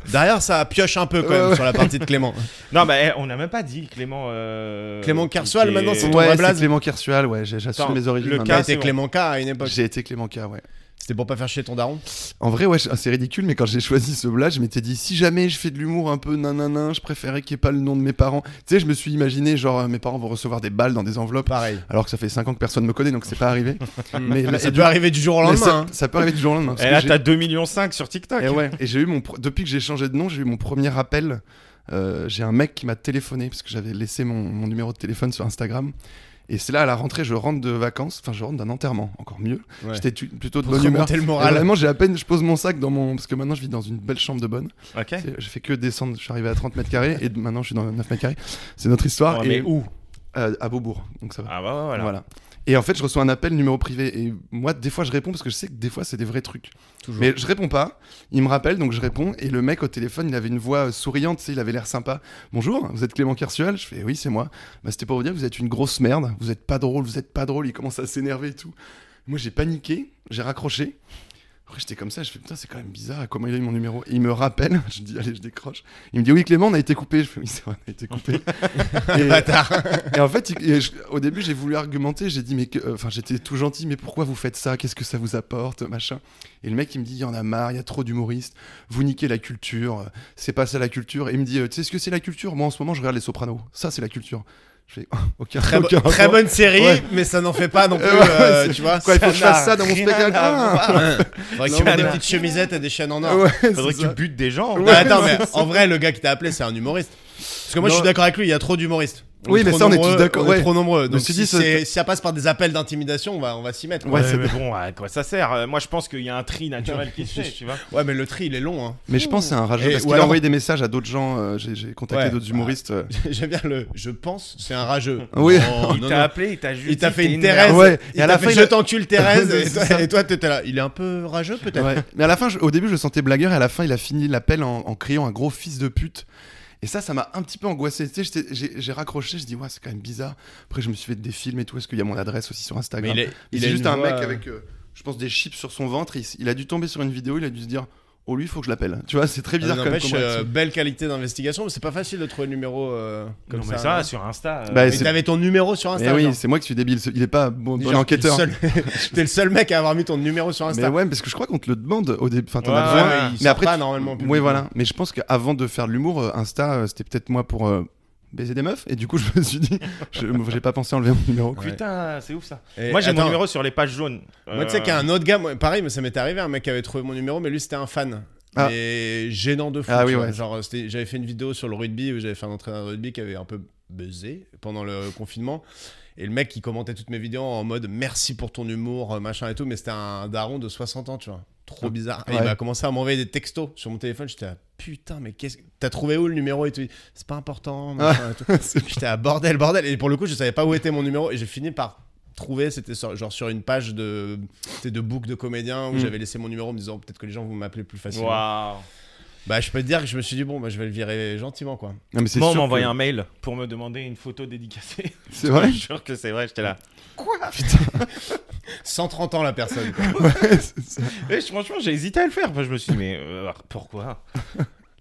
Speaker 4: Derrière, ça pioche un peu quand
Speaker 2: Ouais,
Speaker 4: même
Speaker 2: ouais.
Speaker 4: sur la partie de Clément.
Speaker 3: Non, mais eh, on n'a même pas dit Clément. euh,
Speaker 4: Clément Kersual,
Speaker 3: qui est-
Speaker 4: maintenant, c'est ton
Speaker 2: c'est
Speaker 4: Blaze.
Speaker 2: Clément Kersual, ouais, j'ai- j'assume
Speaker 3: Attends,
Speaker 2: mes origines.
Speaker 3: le
Speaker 2: hein,
Speaker 3: cas-
Speaker 4: T'as
Speaker 2: mais-
Speaker 4: été
Speaker 3: bon.
Speaker 4: Clément K à une époque.
Speaker 2: J'ai été Clément K, ouais.
Speaker 4: C'était pour pas faire chier ton daron.
Speaker 2: En vrai, ouais, je- c'est ridicule, mais quand j'ai choisi ce blaze, je m'étais dit, si jamais je fais de l'humour un peu nananin, je préférais qu'il n'y ait pas le nom de mes parents. Tu sais, je me suis imaginé, genre, euh, mes parents vont recevoir des balles dans des enveloppes,
Speaker 4: Pareil.
Speaker 2: alors que ça fait 5 ans que personne me connaît, donc c'est pas arrivé. mais,
Speaker 4: Mais ça
Speaker 2: et
Speaker 4: peut arriver du jour au
Speaker 2: mais
Speaker 4: lendemain.
Speaker 2: ça,
Speaker 4: hein.
Speaker 2: ça peut arriver du jour au lendemain. parce
Speaker 3: Et
Speaker 2: que
Speaker 3: là,
Speaker 2: j'ai-
Speaker 3: t'as 2,5 millions sur TikTok.
Speaker 2: et ouais, et j'ai eu mon pr- depuis que j'ai changé de nom, j'ai eu mon premier appel. Euh, j'ai un mec qui m'a téléphoné parce que j'avais laissé mon, mon numéro de téléphone sur Instagram. Et c'est là à la rentrée, je rentre de vacances, enfin je rentre d'un enterrement, encore mieux.
Speaker 4: Ouais.
Speaker 2: J'étais tu- plutôt de
Speaker 4: Pour te
Speaker 2: bonne humeur.
Speaker 4: remonter le
Speaker 2: Et
Speaker 4: moral.
Speaker 2: vraiment, j'ai à peine, je pose mon sac dans mon, parce que maintenant je vis dans une belle chambre de bonne.
Speaker 3: Ok.
Speaker 2: C'est- Je fais que descendre, je suis arrivé à 30 mètres carrés et maintenant je suis dans 9 mètres carrés. C'est notre histoire.
Speaker 3: Ouais,
Speaker 2: et
Speaker 3: mais où
Speaker 2: euh, À Beaubourg, donc ça va.
Speaker 3: Ah bah ouais, voilà.
Speaker 2: voilà. Et en fait, je reçois un appel numéro privé et moi, des fois, je réponds parce que je sais que des fois, c'est des vrais trucs.
Speaker 4: Toujours.
Speaker 2: Mais je réponds pas. Il me rappelle, donc je réponds. Et le mec au téléphone, il avait une voix euh, souriante, tu sais, il avait l'air sympa. Bonjour, vous êtes Clément Kersuel Je fais oui, c'est moi. Bah, c'était pour vous dire, vous êtes une grosse merde. Vous êtes pas drôle, vous êtes pas drôle. Il commence à s'énerver et tout. Moi, j'ai paniqué, j'ai raccroché. Après, j'étais comme ça, je fais putain, c'est quand même bizarre, comment il a eu mon numéro Et Il me rappelle, je dis, allez, je décroche. Il me dit, oui, Clément, on a été coupé. Je fais, oui, c'est vrai, on a été coupé. et,
Speaker 4: Bâtard.
Speaker 2: et en fait, il- et je- au début, j'ai voulu argumenter, j'ai dit, mais que- euh, enfin, j'étais tout gentil, mais pourquoi vous faites ça Qu'est-ce que ça vous apporte Machin. Et le mec, il me dit, il y en a marre, il y a trop d'humoristes, vous niquez la culture, euh, c'est pas ça la culture. Et il me dit, euh, tu sais ce que c'est la culture Moi, en ce moment, je regarde les sopranos, ça, c'est la culture. Je fais, aucun,
Speaker 4: Très, bo-
Speaker 2: aucun
Speaker 4: très
Speaker 2: rapport.
Speaker 4: bonne série,
Speaker 2: Ouais.
Speaker 4: mais ça n'en fait pas non plus,
Speaker 2: Euh, ouais,
Speaker 4: euh,
Speaker 2: c'est-
Speaker 4: tu vois.
Speaker 2: Quoi, il faut que je
Speaker 4: n'a
Speaker 2: fasse ça dans mon
Speaker 4: rien
Speaker 2: spectacle.
Speaker 4: à
Speaker 2: Ah
Speaker 4: voir. Faudrait que tu mettes
Speaker 3: Non, mais-
Speaker 4: des petites chemisettes et des chaînes en or.
Speaker 2: Ouais,
Speaker 3: Faudrait que
Speaker 2: c'est
Speaker 3: tu
Speaker 2: ça.
Speaker 3: butes des gens.
Speaker 4: Non,
Speaker 2: Ouais,
Speaker 4: attends,
Speaker 2: c'est
Speaker 4: mais en vrai, le gars qui t'a appelé, c'est un humoriste. Parce que moi, je
Speaker 2: Non.
Speaker 4: suis d'accord avec lui, il y a trop d'humoristes. On
Speaker 2: Oui,
Speaker 4: est
Speaker 2: mais
Speaker 4: trop
Speaker 2: ça, on est
Speaker 4: nombreux,
Speaker 2: tous d'accord,
Speaker 4: On est
Speaker 2: ouais.
Speaker 4: trop nombreux. Donc,
Speaker 2: suis
Speaker 4: si,
Speaker 2: dit, ça-
Speaker 4: c'est- si ça passe par des appels d'intimidation, on va, on va s'y mettre.
Speaker 2: Ouais,
Speaker 4: quoi.
Speaker 3: Ouais,
Speaker 2: c'est-
Speaker 3: mais bon, à quoi ça sert Euh, Moi, je pense qu'il y a un tri naturel qui se fait, tu vois.
Speaker 4: Ouais, mais le tri, il est long. Hein.
Speaker 2: Mais je pense que c'est un rageux
Speaker 4: Et-
Speaker 2: parce
Speaker 4: ou
Speaker 2: qu'il a
Speaker 4: alors-
Speaker 2: envoyé des messages à d'autres gens. euh, j'ai, j'ai contacté
Speaker 4: Ouais.
Speaker 2: d'autres humoristes. euh.
Speaker 4: J'aime bien le. Je pense, c'est un rageux.
Speaker 2: Oui.
Speaker 4: Non,
Speaker 3: il
Speaker 4: Oh, non,
Speaker 3: t'a
Speaker 4: non.
Speaker 3: appelé, il t'a juste.
Speaker 4: Il t'a
Speaker 3: dit,
Speaker 4: fait
Speaker 3: t'es
Speaker 4: une
Speaker 3: merde.
Speaker 4: Thérèse.
Speaker 2: Ouais,
Speaker 4: Et à la fin,
Speaker 2: il
Speaker 4: je
Speaker 2: a-
Speaker 4: t'encule Thérèse.
Speaker 2: Ouais,
Speaker 4: et
Speaker 2: c'est
Speaker 4: toi-
Speaker 2: ça.
Speaker 4: et toi, t'étais là. Il est un peu rageux, peut-être.
Speaker 2: Ouais. Mais à la fin, je- au début, je sentais blagueur et à la fin, il a fini l'appel en, en criant un gros fils de pute. Et ça, ça m'a un petit peu angoissé. Tu sais, j'étais- j'ai, j'ai raccroché, je dis ouais, c'est quand même bizarre. Après, je me suis fait des films et tout. Est-ce qu'il y a mon adresse aussi sur
Speaker 4: Mais
Speaker 2: Instagram
Speaker 4: il est,
Speaker 2: Il
Speaker 4: il
Speaker 2: c'est
Speaker 4: a
Speaker 2: juste
Speaker 4: une
Speaker 2: un mec
Speaker 4: voix, euh,
Speaker 2: avec, euh, je pense, des chips sur son ventre. Il, s- il a dû tomber sur une vidéo, il a dû se dire oh lui, il faut que je l'appelle. Tu vois, c'est très bizarre
Speaker 4: Ça
Speaker 2: quand même.
Speaker 4: n'empêche,
Speaker 2: comme
Speaker 4: euh,
Speaker 2: réaction.
Speaker 4: belle qualité d'investigation, mais c'est pas facile de trouver le numéro euh, comme
Speaker 3: Non, mais
Speaker 4: ça.
Speaker 3: ça, sur Insta. euh,
Speaker 2: Bah,
Speaker 4: mais
Speaker 2: c'est-
Speaker 4: t'avais ton numéro sur
Speaker 2: Mais
Speaker 4: Insta.
Speaker 2: oui,
Speaker 4: genre.
Speaker 2: c'est moi qui suis débile. ce- Il est pas bon, bon
Speaker 4: Genre,
Speaker 2: enquêteur.
Speaker 4: T'es le, seul... t'es le seul mec à avoir mis ton numéro sur
Speaker 2: Mais
Speaker 4: Insta.
Speaker 2: ouais, parce que je crois qu'on te le demande au début. Enfin, t'en
Speaker 3: Ouais,
Speaker 2: as besoin.
Speaker 3: ouais,
Speaker 4: il
Speaker 2: mais
Speaker 4: sort
Speaker 2: après,
Speaker 4: pas
Speaker 2: tu-
Speaker 4: normalement au
Speaker 2: Oui,
Speaker 4: public.
Speaker 2: voilà. Mais je pense qu'avant de faire de l'humour, euh, Insta, euh, c'était peut-être moi pour euh, baiser des meufs. Et du coup, je me suis dit, je- j'ai pas pensé enlever mon numéro. quoi.
Speaker 3: Putain, c'est ouf ça.
Speaker 4: Et
Speaker 3: Moi, j'ai mon
Speaker 4: attends,
Speaker 3: numéro sur les pages jaunes.
Speaker 4: Moi,
Speaker 3: Euh.
Speaker 4: tu sais qu'il y a un autre gars, moi, pareil, mais ça m'est arrivé, un mec qui avait trouvé mon numéro, mais lui, c'était un fan.
Speaker 2: Ah.
Speaker 4: Mais gênant de fou.
Speaker 2: Ah
Speaker 4: tu
Speaker 2: oui,
Speaker 4: vois.
Speaker 2: ouais.
Speaker 4: Genre, c'était- j'avais fait une vidéo sur le rugby où j'avais fait un entraîneur de rugby qui avait un peu buzzé pendant le confinement. Et le mec qui commentait toutes mes vidéos en mode merci pour ton humour, euh, machin et tout, mais c'était un daron de 60 ans, tu vois. Trop bizarre. Et il
Speaker 2: Ah, Ouais.
Speaker 4: m'a commencé à m'envoyer des textos sur mon téléphone. J'étais là, putain, mais qu'est-ce que. T'as trouvé où le numéro et tout C'est pas important,
Speaker 2: Ah.
Speaker 4: machin et tout. J'étais à bordel, bordel. Et pour le coup, je savais pas où était mon numéro. Et j'ai fini par trouver, c'était sur- genre sur une page de, c'était de book de comédien où
Speaker 2: Mm.
Speaker 4: j'avais laissé mon numéro en me disant peut-être que les gens vont m'appeler plus facilement.
Speaker 3: Waouh.
Speaker 4: Bah, je peux te dire que je me suis dit, bon, bah, je vais le virer gentiment, quoi.
Speaker 2: Non, mais c'est
Speaker 3: Moi, on
Speaker 2: sûr
Speaker 3: m'a envoyé
Speaker 2: que-
Speaker 3: un mail pour me demander une photo dédicacée.
Speaker 2: C'est vrai
Speaker 3: Je te jure que c'est vrai, j'étais là.
Speaker 4: 130 ans, la personne. quoi.
Speaker 2: Ouais, c'est ça.
Speaker 3: Et je- franchement, j'ai hésité à le faire. Enfin, je me suis dit, mais euh, pourquoi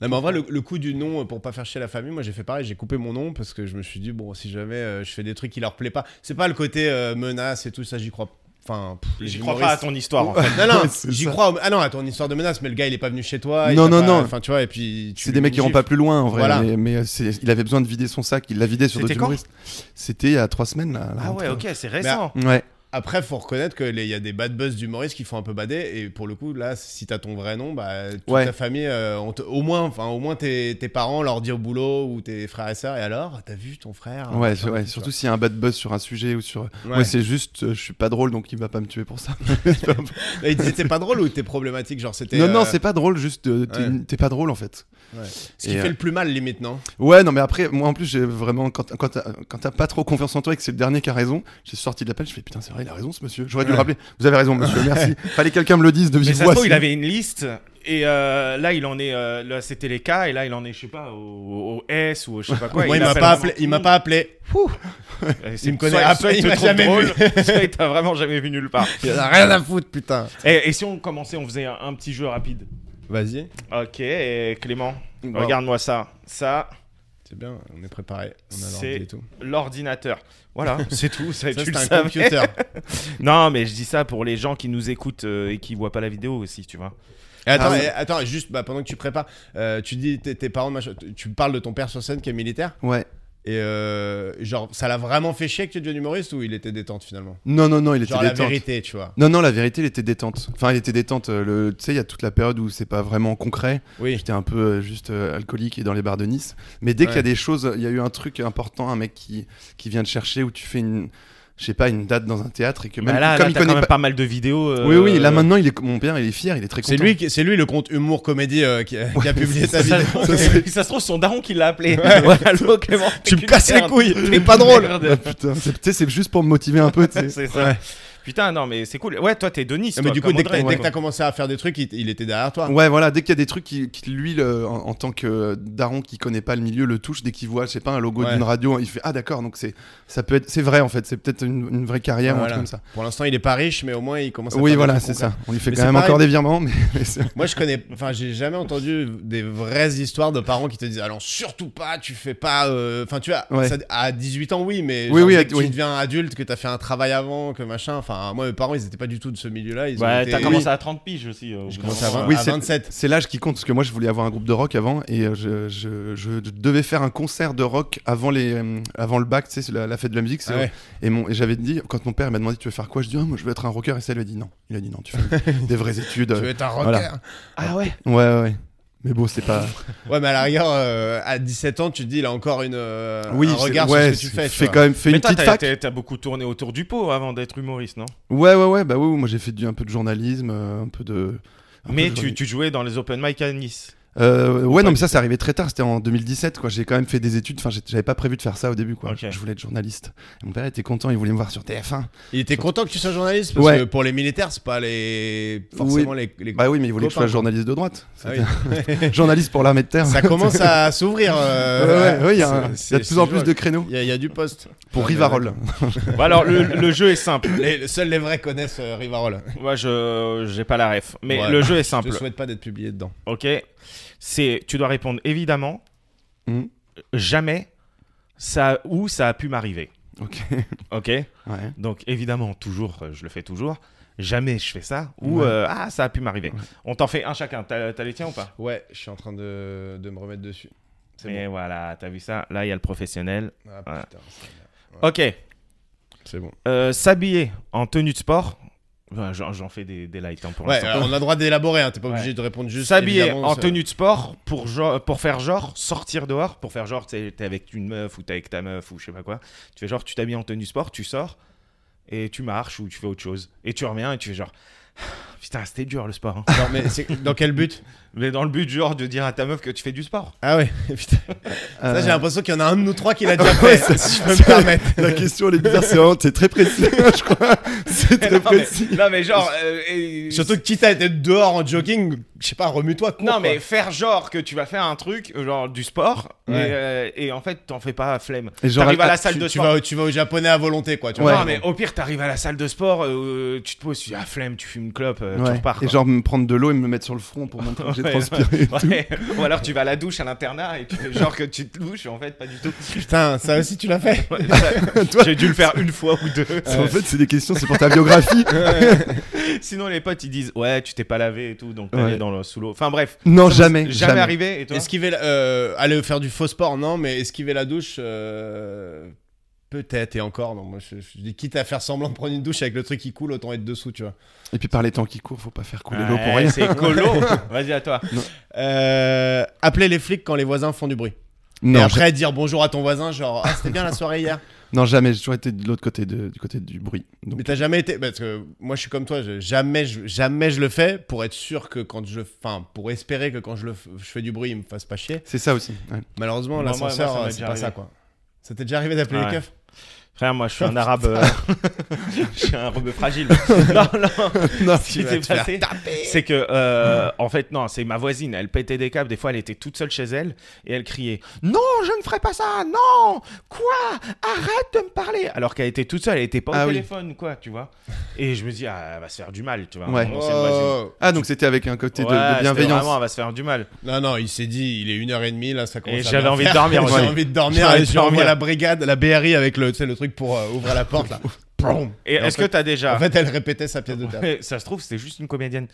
Speaker 4: non, mais en vrai, le, le coup du nom euh, pour pas faire chier la famille, moi, j'ai fait pareil, j'ai coupé mon nom parce que je me suis dit, bon, si jamais euh, je fais des trucs qui leur plaît pas, c'est pas le côté euh, menace et tout, ça, j'y crois. Enfin, pff, les
Speaker 3: J'y crois pas
Speaker 4: humoristes-
Speaker 3: à ton histoire. en fait.
Speaker 4: Non, non,
Speaker 2: Ouais, c'est
Speaker 4: j'y
Speaker 2: ça.
Speaker 4: crois. au- Ah non, à ton histoire de menace, mais le gars, il est pas venu chez toi. il
Speaker 2: Non,
Speaker 4: t'a
Speaker 2: non,
Speaker 4: pas-
Speaker 2: non.
Speaker 4: Enfin, tu vois, et puis. tu
Speaker 2: C'est
Speaker 4: lui
Speaker 2: des
Speaker 4: mets
Speaker 2: mecs qui
Speaker 4: une
Speaker 2: vont pas
Speaker 4: gifle.
Speaker 2: plus loin en vrai.
Speaker 4: Voilà.
Speaker 2: Mais, mais, euh, c'est- il avait besoin de vider son sac, il l'a vidé sur
Speaker 3: C'était
Speaker 2: d'autres
Speaker 3: quand
Speaker 2: humoristes. C'était il y a trois semaines. là, à la
Speaker 3: Ah ouais,
Speaker 2: rentrée.
Speaker 3: ok, c'est récent.
Speaker 2: Ouais.
Speaker 4: Après, faut reconnaître qu'il y a des bad buzz d'humoristes qui font un peu bader. Et pour le coup, là, si t'as ton vrai nom, bah, toute
Speaker 2: Ouais.
Speaker 4: ta famille, euh, on te- au moins, enfin, au moins tes, tes parents leur dit au boulot ou tes frères et sœurs. Et alors, t'as vu ton frère hein,
Speaker 2: Ouais,
Speaker 4: Machin,
Speaker 2: ouais,
Speaker 4: tu
Speaker 2: surtout s'il y a un bad buzz sur un sujet ou sur.
Speaker 4: vois.
Speaker 2: Ouais,
Speaker 4: Ouais.
Speaker 2: c'est juste, euh, je suis pas drôle donc il va pas me tuer pour ça.
Speaker 4: Et Ils disaient t'es pas drôle ou t'es problématique, genre c'était.
Speaker 2: non,
Speaker 4: euh,
Speaker 2: non, c'est pas drôle, juste euh, t'es
Speaker 4: ouais.
Speaker 2: t'es pas drôle en fait.
Speaker 4: Ce qui
Speaker 2: Et,
Speaker 4: fait
Speaker 2: euh,
Speaker 4: le plus mal, limite, non
Speaker 2: Ouais, non, mais après, moi en plus, j'ai vraiment, quand, quand t'as quand t'as pas trop confiance en toi et que c'est le dernier qui a raison, j'ai sorti de l'appel, je fais putain, c'est vrai, il a raison ce monsieur. J'aurais dû le rappeler. Vous avez raison, monsieur, merci. Fallait que quelqu'un me le dise de
Speaker 3: Mais
Speaker 2: vive
Speaker 3: ça se
Speaker 2: voix.
Speaker 3: trouve, il
Speaker 2: sinon-
Speaker 3: avait une liste. Et euh, là, il en est. euh, là, c'était les cas. Et là, il en est, je sais pas, au, au S ou au je sais pas quoi.
Speaker 4: Moi, il m'a
Speaker 3: appelle
Speaker 4: pas
Speaker 3: vraiment
Speaker 4: appelé.
Speaker 3: tout
Speaker 4: Il
Speaker 3: le
Speaker 4: m'a
Speaker 3: monde.
Speaker 4: pas appelé.
Speaker 3: Euh, c'est-
Speaker 4: Il me connaît.
Speaker 3: soit- soit
Speaker 4: Après, il
Speaker 3: te
Speaker 4: m'a
Speaker 3: trouve
Speaker 4: jamais
Speaker 3: drôle,
Speaker 4: vu.
Speaker 3: soit il t'a vraiment jamais vu nulle part.
Speaker 4: Il a rien à foutre, putain.
Speaker 3: Et, et si on commençait, on faisait un, un petit jeu rapide.
Speaker 4: Vas-y.
Speaker 3: Ok, et Clément,
Speaker 2: Wow.
Speaker 3: regarde-moi ça. Ça,
Speaker 4: C'est bien, on est préparé. On a
Speaker 3: C'est-
Speaker 4: l'ordi et tout.
Speaker 3: l'ordinateur. Voilà, c'est tout. Ça,
Speaker 4: Ça,
Speaker 3: tu
Speaker 4: c'est
Speaker 3: le
Speaker 4: un
Speaker 3: savais.
Speaker 4: computer.
Speaker 3: Non, mais je dis ça pour les gens qui nous écoutent euh, et qui voient pas la vidéo aussi, tu vois.
Speaker 4: Et attends,
Speaker 2: Ah ouais.
Speaker 4: et attends, juste bah, pendant que tu prépares, euh, tu dis tes, tes parents, machin, tu- tu parles de ton père sur scène qui est militaire
Speaker 2: Ouais.
Speaker 4: et euh, genre ça l'a vraiment fait chier que tu deviennes humoriste ou il était détente finalement
Speaker 2: Non, non, non, il était
Speaker 4: Genre la
Speaker 2: détente.
Speaker 4: vérité, tu vois.
Speaker 2: Non, non, la vérité, il était détente. Enfin, il était détente. euh, le- Tu sais, il y a toute la période où c'est pas vraiment concret.
Speaker 4: Oui.
Speaker 2: J'étais un peu euh, juste euh, alcoolique et dans les bars de Nice. Mais dès qu'il y a
Speaker 4: Ouais.
Speaker 2: des choses, il y a eu un truc important, un mec qui, qui vient te chercher où tu fais une, je sais pas, une date dans un théâtre et que même
Speaker 3: Bah là,
Speaker 2: comme
Speaker 3: là,
Speaker 2: il
Speaker 3: t'as quand
Speaker 2: connaît
Speaker 3: même
Speaker 2: pas.
Speaker 3: pas... mal de vidéos. euh,
Speaker 2: Oui, oui, là maintenant, il est... mon père, il est fier, il est très content.
Speaker 4: C'est lui, qui- c'est lui le compte humour comédie euh, qui, qui a publié sa
Speaker 3: Ça,
Speaker 4: vidéo.
Speaker 3: se trouve- ça se trouve, son daron qui l'a appelé. Allô, Clément,
Speaker 4: tu
Speaker 3: t'es
Speaker 4: me
Speaker 3: une
Speaker 4: casses les
Speaker 3: merde.
Speaker 4: couilles,
Speaker 3: T'es
Speaker 4: t'es
Speaker 3: une
Speaker 4: pas drôle.
Speaker 3: merde.
Speaker 2: Ah, putain, c'est tu sais, c'est juste pour me motiver un peu. tu sais.
Speaker 3: C'est ça. Putain, non, mais c'est cool. Ouais, toi, t'es de Nice.
Speaker 4: Non,
Speaker 3: toi,
Speaker 4: Eh, mais du coup,
Speaker 3: comme
Speaker 4: dès que t'as
Speaker 3: Audrey,
Speaker 4: dès que
Speaker 3: quoi.
Speaker 4: t'as commencé à faire des trucs, il, il était derrière toi.
Speaker 2: Ouais, voilà, dès qu'il y a des trucs qui, qui, lui, le- en, en tant que euh, daron qui connaît pas le milieu, le touche, dès qu'il voit, je sais pas, un logo
Speaker 4: Ouais.
Speaker 2: d'une radio, il fait Ah, d'accord, donc c'est ça peut être, c'est vrai en fait, c'est peut-être une, une vraie carrière ou un
Speaker 4: Voilà.
Speaker 2: truc comme ça.
Speaker 4: Pour l'instant, il est pas riche, mais au moins, il commence à faire
Speaker 2: Oui,
Speaker 4: des
Speaker 2: voilà,
Speaker 4: trucs
Speaker 2: c'est
Speaker 4: concrets.
Speaker 2: ça. On lui fait
Speaker 4: Mais
Speaker 2: quand
Speaker 4: c'est
Speaker 2: même
Speaker 4: pareil.
Speaker 2: encore des virements, mais, mais c'est-
Speaker 4: Moi, je connais. Enfin, j'ai jamais entendu des vraies histoires de parents qui te disent alors surtout pas, tu fais pas. euh, Enfin, tu vois,
Speaker 2: Ouais.
Speaker 4: ça- à 18 ans, oui, mais
Speaker 2: Oui,
Speaker 4: genre,
Speaker 2: oui,
Speaker 4: dès
Speaker 2: à-
Speaker 4: que tu
Speaker 2: oui.
Speaker 4: deviens adulte, que t'as fait un travail avant, que machin. Enfin, moi, mes parents, ils étaient pas du tout de ce milieu-là. Ils ont
Speaker 3: Ouais,
Speaker 4: été-
Speaker 3: t'as
Speaker 4: Oui,
Speaker 3: commencé à 30 piges aussi. euh, au
Speaker 4: J'ai
Speaker 3: bout
Speaker 4: commencé
Speaker 3: d'un
Speaker 4: à,
Speaker 3: moment.
Speaker 4: vingt-
Speaker 2: Oui,
Speaker 4: à
Speaker 2: c'est-
Speaker 4: 27.
Speaker 2: c'est l'âge qui compte, parce que moi je voulais avoir un groupe de rock avant et euh, je, je- je devais faire un concert de rock avant, les, euh, avant le bac, tu sais, c'est la, la fête de la musique. c'est-
Speaker 4: Ah ouais.
Speaker 2: Et, mon- et j'avais dit, quand mon père m'a demandé tu veux faire quoi, je dis Ah, moi je veux être un rocker, et ça lui a dit non. Il a dit non, tu fais des vraies études.
Speaker 4: Tu veux être un rocker.
Speaker 2: voilà.
Speaker 3: Ah ouais.
Speaker 2: Ouais, ouais, ouais. Mais bon, c'est pas.
Speaker 4: Ouais, mais à la rigueur, euh, à 17 ans, tu te dis, il a encore une, euh,
Speaker 2: Oui,
Speaker 4: un
Speaker 2: c'est-
Speaker 4: regard sur ce
Speaker 2: ouais,
Speaker 4: que tu
Speaker 2: c'est-
Speaker 4: fais. tu
Speaker 2: fais
Speaker 4: vois.
Speaker 2: quand même fait
Speaker 3: Mais
Speaker 2: une
Speaker 3: toi,
Speaker 2: petite
Speaker 3: t'as
Speaker 2: fac.
Speaker 3: t'as- t'as beaucoup tourné autour du pot avant d'être humoriste, non
Speaker 2: Ouais, ouais, ouais. Bah oui, oui, moi j'ai fait du, un peu de journalisme, euh, un peu de.
Speaker 4: Ah,
Speaker 2: un peu
Speaker 3: Mais
Speaker 2: de-
Speaker 3: tu, tu jouais dans les open mic à Nice.
Speaker 2: Euh, ouais,
Speaker 3: pas
Speaker 2: non, mais
Speaker 3: du
Speaker 2: ça, c'est arrivé très tard. C'était en 2017, quoi. J'ai quand même fait des études. Enfin, j'ai- j'avais pas prévu de faire ça au début, quoi.
Speaker 3: Ok.
Speaker 2: Je- Je voulais être journaliste. Et mon père était content. Il voulait me voir sur TF1.
Speaker 4: Il était content que tu sois journaliste parce
Speaker 2: Ouais.
Speaker 4: que pour les militaires, c'est pas les forcément les. les-
Speaker 2: Bah oui, mais il voulait que je
Speaker 4: Copain,
Speaker 2: sois
Speaker 4: quoi.
Speaker 2: journaliste de droite.
Speaker 4: Ah
Speaker 2: C'était
Speaker 4: oui.
Speaker 2: journaliste pour l'armée de terre.
Speaker 4: Ça commence à s'ouvrir.
Speaker 2: Ouais,
Speaker 4: euh,
Speaker 2: ouais, ouais, il y a, un- il
Speaker 4: c'est-
Speaker 2: y a de
Speaker 4: c'est
Speaker 2: plus en plus
Speaker 4: jouable.
Speaker 2: de créneaux
Speaker 4: Il y a- il y, a du poste.
Speaker 2: pour
Speaker 4: Ouais,
Speaker 2: Rivarol.
Speaker 3: Bon, alors, le, le jeu est simple.
Speaker 4: mais Ah, Les, seuls les vrais connaissent euh, Rivarol.
Speaker 3: Moi, je j'ai pas la ref. Mais
Speaker 4: Voilà.
Speaker 3: le jeu est
Speaker 4: Je
Speaker 3: simple.
Speaker 4: souhaite pas d'être publié dedans.
Speaker 3: Ok. C'est tu dois répondre évidemment
Speaker 4: Hmm.
Speaker 2: Mhm.
Speaker 3: jamais ça où ça a pu m'arriver.
Speaker 2: Ok.
Speaker 3: Ok.
Speaker 2: Ouais.
Speaker 3: Donc évidemment toujours euh, je le fais toujours. Jamais je fais ça ou
Speaker 2: Ouais.
Speaker 3: euh, ah ça a pu m'arriver.
Speaker 2: Ouais.
Speaker 3: On t'en fait un chacun. T'as t'as les tiens ou pas
Speaker 4: Ouais, je suis en train de, de me remettre dessus. C'est
Speaker 3: Et voilà t'as vu ça. Là il y a le professionnel.
Speaker 4: bon. Ah,
Speaker 3: Voilà.
Speaker 4: putain, c'est-
Speaker 3: Ok.
Speaker 4: C'est bon.
Speaker 3: Euh, S'habiller en tenue de sport. Ouais, J'en j'en fais des, des lights hein, pour
Speaker 4: Ouais,
Speaker 3: l'instant.
Speaker 4: euh, on a le droit d'élaborer, hein, t'es pas
Speaker 3: Ouais.
Speaker 4: obligé de répondre juste.
Speaker 3: S'habiller
Speaker 4: évidemment,
Speaker 3: en
Speaker 4: ça-
Speaker 3: tenue de sport pour, genre- pour faire genre sortir dehors, pour faire genre t'es t'es avec une meuf ou t'es avec ta meuf ou je sais pas quoi. Tu fais genre tu t'habilles en tenue sport, tu sors et tu marches ou tu fais autre chose. Et tu reviens et tu fais genre putain c'était dur le sport. hein.
Speaker 4: Non, mais c'est- dans quel but
Speaker 3: Mais dans le but genre de dire à ta meuf que tu fais du sport.
Speaker 4: Ah ouais, putain. Ça,
Speaker 2: Euh,
Speaker 4: j'ai l'impression qu'il y en a un de nous trois qui l'a déjà fait, si je peux me permettre.
Speaker 2: la question, elle est bizarre. C'est vraiment- c'est très précis, je crois. C'est très
Speaker 3: non, mais,
Speaker 2: précis.
Speaker 3: non, mais genre... euh, et-
Speaker 4: Surtout que quitte à être dehors en jogging, je sais pas, remue-toi. cours,
Speaker 3: Non
Speaker 4: quoi.
Speaker 3: mais faire genre que tu vas faire un truc, euh, genre du sport,
Speaker 4: Ouais.
Speaker 3: et, euh, et en fait t'en fais pas flemme.
Speaker 2: Et genre,
Speaker 3: T'arrives à la
Speaker 2: ah,
Speaker 3: salle
Speaker 4: tu,
Speaker 3: de
Speaker 4: tu
Speaker 3: sport,
Speaker 4: vas, tu vas au japonais à volonté, quoi. Tu
Speaker 2: Ouais.
Speaker 4: vois.
Speaker 3: Non, mais au pire, t'arrives à la salle de sport, euh, tu te poses, tu dis ah, flemme, tu fumes une clope, euh, tu
Speaker 2: Ouais.
Speaker 3: repars.
Speaker 2: Et
Speaker 3: quoi.
Speaker 2: genre, me prendre de l'eau et me mettre sur le front pour montrer que j'ai
Speaker 3: Ouais,
Speaker 2: transpiré. et tout.
Speaker 3: Ouais. Ou alors tu vas à la douche à l'internat et tu fais genre que tu te douches, en fait, pas du tout.
Speaker 4: Putain, ça aussi, tu l'as fait.
Speaker 3: Ouais, ça- J'ai dû le faire une fois ou deux.
Speaker 2: Ça, En fait, c'est des questions, c'est pour ta biographie.
Speaker 3: Sinon, les potes ils disent ouais, tu t'es pas lavé et tout, donc t'es
Speaker 2: Ouais.
Speaker 3: allé dans le sous l'eau. Enfin bref.
Speaker 2: non,
Speaker 3: Ça,
Speaker 2: jamais.
Speaker 3: c'est Jamais arrivé. Et toi
Speaker 4: Esquiver, la- euh, aller faire du faux sport, non, mais esquiver la douche, euh, peut-être et encore. Non, moi, je, je dis quitte à faire semblant de prendre une douche avec le truc qui coule, autant être dessous, tu vois.
Speaker 2: Et puis par les temps qui courent, faut pas faire couler l'eau
Speaker 3: Ouais,
Speaker 2: pour rien.
Speaker 3: C'est colo. Vas-y à toi.
Speaker 4: Euh, appeler les flics quand les voisins font du bruit. et
Speaker 2: Non,
Speaker 4: après, dire bonjour à ton voisin, genre, ah, c'était bien la soirée hier.
Speaker 2: j'ai- non, jamais. J'ai toujours été de l'autre côté, de- du côté du bruit. Donc,
Speaker 4: Mais t'as jamais été parce que moi je suis comme toi, je- jamais je, jamais je le fais pour être sûr que quand je enfin pour espérer que quand je le f- je fais du bruit, il me fasse pas chier.
Speaker 2: c'est ça aussi. ouais.
Speaker 4: Malheureusement,
Speaker 3: Moi, moi, moi, ça
Speaker 4: l'ascenseur
Speaker 3: m'est
Speaker 4: euh, c'est
Speaker 3: déjà
Speaker 4: pas
Speaker 3: arrivé.
Speaker 4: ça quoi. Ça t'est déjà arrivé d'appeler
Speaker 3: Ouais.
Speaker 4: les keufs
Speaker 3: Frère, moi je suis un arabe. euh, je suis un arabe fragile. non, non.
Speaker 2: Non,
Speaker 3: Ce qui s'est passé, c'est que, euh, en fait, non, c'est ma voisine. Elle pétait des câbles. Des fois, elle était toute seule chez elle et elle criait Non, je ne ferai pas ça Non Quoi Arrête de me parler Alors qu'elle était toute seule, elle était pas au
Speaker 2: Ah oui.
Speaker 3: téléphone, quoi, tu vois. Et je me dis Ah, elle va se faire du mal, tu vois.
Speaker 2: Ouais.
Speaker 3: mon ancienne voisine.
Speaker 4: Oh.
Speaker 2: Ah, donc c'était avec un côté de-
Speaker 3: Ouais,
Speaker 2: de,
Speaker 3: c'était
Speaker 2: bienveillance.
Speaker 3: Vraiment, elle va se faire du mal.
Speaker 4: Non non, il s'est dit il est 1h30 là, ça commence
Speaker 3: Et
Speaker 4: à
Speaker 3: j'avais
Speaker 4: bien
Speaker 3: envie
Speaker 4: faire.
Speaker 3: de dormir
Speaker 4: J'ai
Speaker 3: aussi.
Speaker 4: envie de dormir
Speaker 3: J'avais
Speaker 4: et
Speaker 3: envie de
Speaker 4: je envoie
Speaker 3: dormir.
Speaker 4: la brigade, la BRI avec le tu sais le truc pour euh, ouvrir la porte là. Prom.
Speaker 3: Et,
Speaker 4: Et en
Speaker 3: est-ce
Speaker 4: fait-
Speaker 3: que t'as déjà.
Speaker 4: En fait, elle répétait sa pièce de théâtre.
Speaker 3: Ouais, ça se trouve, c'était juste une comédienne.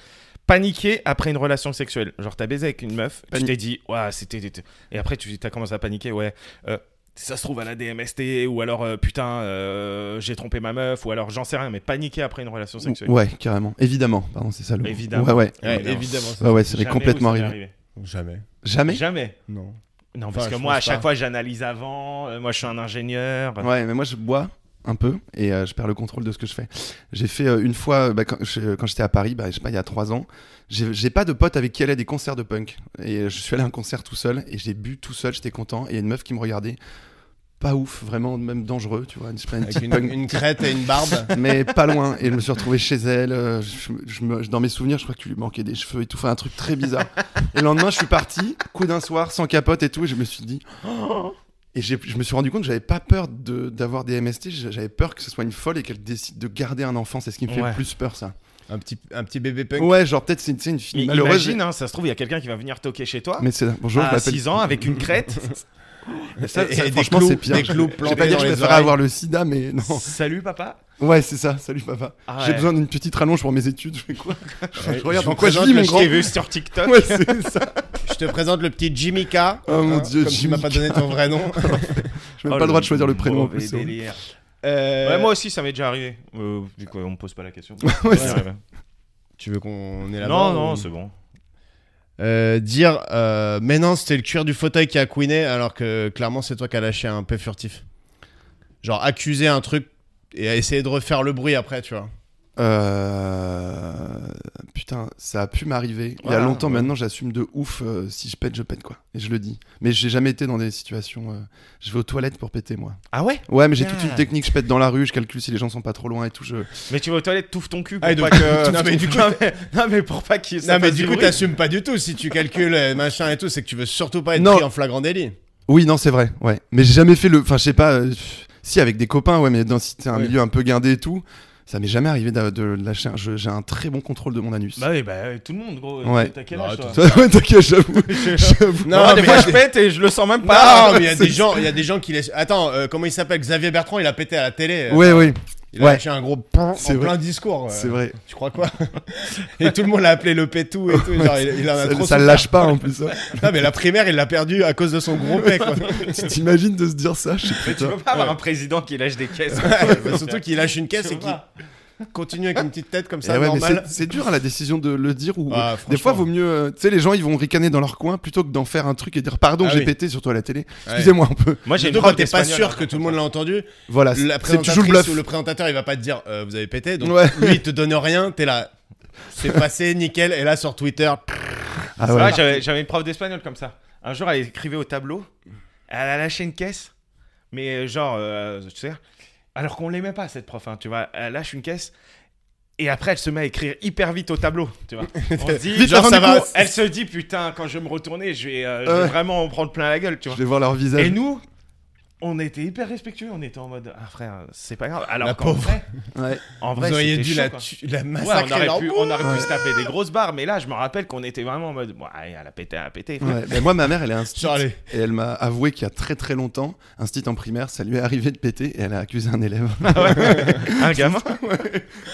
Speaker 3: Paniquer après une relation sexuelle. Genre, t'as baisé avec une meuf, tu
Speaker 2: Pani-
Speaker 3: t'es dit, ouais, c'était. c'était- Et après, tu as commencé à paniquer, ouais. euh, ça se trouve à la DMST, ou alors, euh, putain, euh, j'ai trompé ma meuf, ou alors j'en sais rien, mais paniquer après une relation sexuelle.
Speaker 2: Ouais, carrément. Évidemment. Pardon, c'est ça le mot.
Speaker 3: Évidemment.
Speaker 2: Ouais, ouais.
Speaker 4: Ouais,
Speaker 3: non.
Speaker 4: évidemment. ça.
Speaker 2: Ouais, ouais, ça m'est
Speaker 3: Jamais
Speaker 2: complètement
Speaker 3: où ça m'est
Speaker 2: arrivé.
Speaker 4: Jamais.
Speaker 2: Jamais
Speaker 3: Jamais.
Speaker 4: Non.
Speaker 3: Non, parce
Speaker 4: Enfin,
Speaker 3: que
Speaker 4: je
Speaker 3: moi, à
Speaker 4: pense
Speaker 3: chaque
Speaker 4: pas.
Speaker 3: fois, j'analyse avant, euh, moi, je suis un ingénieur.
Speaker 2: Ouais, mais moi je bois un peu et euh, je perds le contrôle de ce que je fais. J'ai fait euh, une fois, euh, bah, quand, je- quand j'étais à Paris, bah, je sais pas, il y a trois ans, j'ai j'ai pas de pote avec qui aller à des concerts de punk. Et euh, je suis allé à un concert tout seul et j'ai bu tout seul, j'étais content. Et il y a une meuf qui me regardait. pas ouf, vraiment, même dangereux, tu vois. une- pas une
Speaker 4: Avec
Speaker 2: petite
Speaker 4: une,
Speaker 2: punk.
Speaker 4: une crête et une barbe.
Speaker 2: mais pas loin. Et je me suis retrouvé chez elle. euh, je- je me- dans mes souvenirs, je crois que tu lui manquais des cheveux et tout. Enfin, un truc très bizarre. Et le lendemain, je suis parti, coup d'un soir, sans capote et tout. Et je me suis dit. Oh Et j'ai- je me suis rendu compte que j'avais pas peur de- d'avoir des MST. j'a- J'avais peur que ce soit une folle et qu'elle décide de garder un enfant. C'est ce qui me fait
Speaker 3: Ouais.
Speaker 2: le plus peur, ça.
Speaker 4: Un petit, un petit bébé punk.
Speaker 2: Ouais, genre peut-être c'est une, c'est une fille
Speaker 3: I-
Speaker 2: malheureuse.
Speaker 3: Imagine, hein, ça se trouve, il y a quelqu'un qui va venir toquer chez
Speaker 4: hein.
Speaker 3: toi
Speaker 2: Mais c'est bonjour,
Speaker 4: Ah,
Speaker 2: je
Speaker 3: à
Speaker 2: m'appelle.
Speaker 3: 6 ans avec une crête.
Speaker 2: Mais ça,
Speaker 4: Et-
Speaker 2: ça,
Speaker 4: et des
Speaker 2: franchement,
Speaker 4: clous-
Speaker 2: c'est pire.
Speaker 4: des clous
Speaker 2: Je- je vais
Speaker 4: plantés
Speaker 2: pas dire
Speaker 4: dans
Speaker 2: que je
Speaker 4: les
Speaker 2: préfère
Speaker 4: oreilles.
Speaker 2: avoir le sida, mais non.
Speaker 3: Salut papa.
Speaker 2: Ouais, c'est ça. Salut papa.
Speaker 3: Ah
Speaker 2: J'ai
Speaker 3: ouais.
Speaker 2: besoin d'une petite rallonge pour mes études. Je fais quoi
Speaker 4: Ouais,
Speaker 2: Je regarde
Speaker 4: vous
Speaker 2: en quoi je
Speaker 4: présente
Speaker 2: vis,
Speaker 4: le
Speaker 2: mon
Speaker 3: Je
Speaker 2: grand.
Speaker 3: t'ai vu sur TikTok.
Speaker 2: Ouais, c'est ça.
Speaker 4: Je te présente le petit Jimmy K.
Speaker 2: Oh mon Dieu,
Speaker 4: Ah, comme tu m'as
Speaker 2: Jimmy
Speaker 4: pas Oh,
Speaker 2: K.
Speaker 4: donné ton vrai nom.
Speaker 2: J'ai même pas le droit de choisir le prénom. en
Speaker 3: mauvais
Speaker 2: plus, hein. c'est horrible.
Speaker 3: délire.
Speaker 4: Euh,
Speaker 3: Ouais, moi aussi, ça m'est déjà arrivé. Euh, du coup, on me pose pas la question.
Speaker 2: Ouais,
Speaker 3: Ça
Speaker 2: c'est-
Speaker 3: arrive.
Speaker 4: Tu veux qu'on ait la
Speaker 3: non,
Speaker 4: main,
Speaker 3: non,
Speaker 4: ou-
Speaker 3: c'est bon.
Speaker 4: Euh, dire euh, mais non c'était le cuir du fauteuil qui a couiné alors que clairement c'est toi qui as lâché un peu furtif genre accuser un truc et à essayer de refaire le bruit après tu vois
Speaker 2: Euh, Putain, ça a pu m'arriver. Il y a
Speaker 3: Voilà,
Speaker 2: longtemps
Speaker 3: ouais.
Speaker 2: maintenant, j'assume de ouf. euh, si je pète, je pète quoi. Et je le dis. Mais j'ai jamais été dans des situations. euh, Je vais aux toilettes pour péter moi.
Speaker 3: Ah ouais
Speaker 2: Ouais, mais j'ai toute
Speaker 3: Ah.
Speaker 2: une technique. Je pète dans la rue, je calcule si les gens sont pas trop loin et tout. Je...
Speaker 3: Mais tu vas aux toilettes, touffe ton cul pour
Speaker 4: Ah, et
Speaker 3: pas
Speaker 4: donc-
Speaker 3: que.
Speaker 4: Non, mais du coup,
Speaker 3: non, mais, non, mais pour pas qu'il. ça
Speaker 4: non mais
Speaker 3: fasse
Speaker 4: du coup
Speaker 3: bruit.
Speaker 4: t'assumes pas du tout si tu calcules euh, machin et tout c'est que tu veux surtout pas être
Speaker 2: Non.
Speaker 4: pris en flagrant délit
Speaker 2: Oui, non, c'est vrai. Ouais. Mais j'ai jamais fait le. Enfin, je sais pas. euh, Si, avec des copains, ouais, mais dans si t'es un
Speaker 4: Ouais.
Speaker 2: milieu un peu guindé et tout, ça m'est jamais arrivé d'a- de lâcher. un- je- J'ai un très bon contrôle de mon anus.
Speaker 3: Bah oui, bah tout le monde, gros.
Speaker 2: Ouais.
Speaker 3: T'as quel
Speaker 4: Bah,
Speaker 3: âge, toi
Speaker 4: attends,
Speaker 2: ouais, t'inquiète, j'avoue.
Speaker 3: Non, des
Speaker 4: mais-
Speaker 3: fois, je pète et je le sens même pas.
Speaker 4: non Ah, mais il y a
Speaker 2: C'est-
Speaker 4: des gens il y a des gens qui laissent attends euh, comment il s'appelle Xavier Bertrand il a pété à la télé euh,
Speaker 2: Ouais, ouais,
Speaker 4: il a
Speaker 2: ouais.
Speaker 4: lâché un gros pan en
Speaker 2: C'est vrai.
Speaker 4: plein discours euh,
Speaker 2: c'est vrai.
Speaker 4: tu crois quoi et tout le monde l'a appelé le pétou et tout genre, il, il en a
Speaker 2: Ça,
Speaker 4: trop
Speaker 2: ça
Speaker 4: souffert.
Speaker 2: lâche pas en plus. hein.
Speaker 4: Non, mais la primaire, il l'a perdu à cause de son gros pec. quoi.
Speaker 2: Tu t'imagines de se dire ça je sais plus,
Speaker 3: Mais tu
Speaker 2: putain.
Speaker 3: peux pas avoir un président qui lâche des caisses.
Speaker 4: Bah, surtout qu'il lâche une caisse
Speaker 3: Tu
Speaker 4: et
Speaker 3: peux
Speaker 4: qu'il
Speaker 3: pas.
Speaker 4: continue avec une petite tête comme
Speaker 2: Eh
Speaker 4: ça,
Speaker 2: ouais, mais
Speaker 4: normal.
Speaker 2: c'est- c'est dur hein, la décision de le dire ou
Speaker 4: Ah,
Speaker 2: des fois
Speaker 4: franchement.
Speaker 2: vaut mieux euh, tu sais les gens ils vont ricaner dans leur coin plutôt que d'en faire un truc et dire pardon
Speaker 4: Ah
Speaker 2: j'ai
Speaker 4: oui.
Speaker 2: pété surtout à la télé excusez-moi un peu
Speaker 3: Moi, j'ai une
Speaker 4: Surtout quand
Speaker 3: prof
Speaker 4: t'es pas
Speaker 3: d'espagnol,
Speaker 4: sûr
Speaker 3: hein,
Speaker 4: que tout le monde l'a entendu,
Speaker 2: voilà
Speaker 4: la
Speaker 2: Ah, c'est toujours
Speaker 4: présentatrice
Speaker 2: le bluff
Speaker 4: ou le présentateur il va pas te dire euh, vous avez pété, donc
Speaker 2: Ouais.
Speaker 4: lui il te donne rien, t'es là, c'est passé, nickel, et là sur Twitter,
Speaker 2: Ah
Speaker 3: C'est
Speaker 2: ouais.
Speaker 3: vrai, j'avais- j'avais une prof d'espagnol comme ça. Un jour, elle écrivait au tableau. Elle a lâché une caisse. Mais euh, genre, euh, tu sais, alors qu'on l'aimait pas, cette prof. hein, tu vois, elle lâche une caisse. Et après, elle se met à écrire hyper vite au tableau. Tu vois. On se dit,
Speaker 2: Vite,
Speaker 3: genre,
Speaker 2: la fin
Speaker 3: ça
Speaker 2: du
Speaker 3: va.
Speaker 2: cours.
Speaker 3: Elle se dit, putain, quand je vais me retourner, je vais, euh, je
Speaker 2: Ouais.
Speaker 3: vais vraiment en prendre plein la gueule. Tu vois.
Speaker 2: je vais voir leur visage
Speaker 3: Et nous, on était hyper respectueux. On était en mode, ah frère, c'est pas grave. Alors
Speaker 4: La
Speaker 3: qu'en
Speaker 4: pauvre.
Speaker 3: vrai,
Speaker 2: Ouais.
Speaker 3: en vrai,
Speaker 4: vous auriez
Speaker 3: c'était
Speaker 4: dû
Speaker 3: chaud,
Speaker 4: la,
Speaker 3: quoi.
Speaker 4: tu- la
Speaker 3: Ouais, on
Speaker 4: massacrer
Speaker 3: aurait,
Speaker 4: leur
Speaker 3: pu,
Speaker 4: bouche.
Speaker 3: on aurait pu se taper des grosses barres, mais là, je me rappelle qu'on était vraiment en mode, ouais, elle a pété, elle a pété.
Speaker 2: Ouais, bah moi, ma mère, elle est instite.
Speaker 4: Genre, allez.
Speaker 2: Et elle m'a avoué qu'il y a très très longtemps, instite en primaire, ça lui est arrivé de péter et elle a accusé un élève.
Speaker 3: Un gamin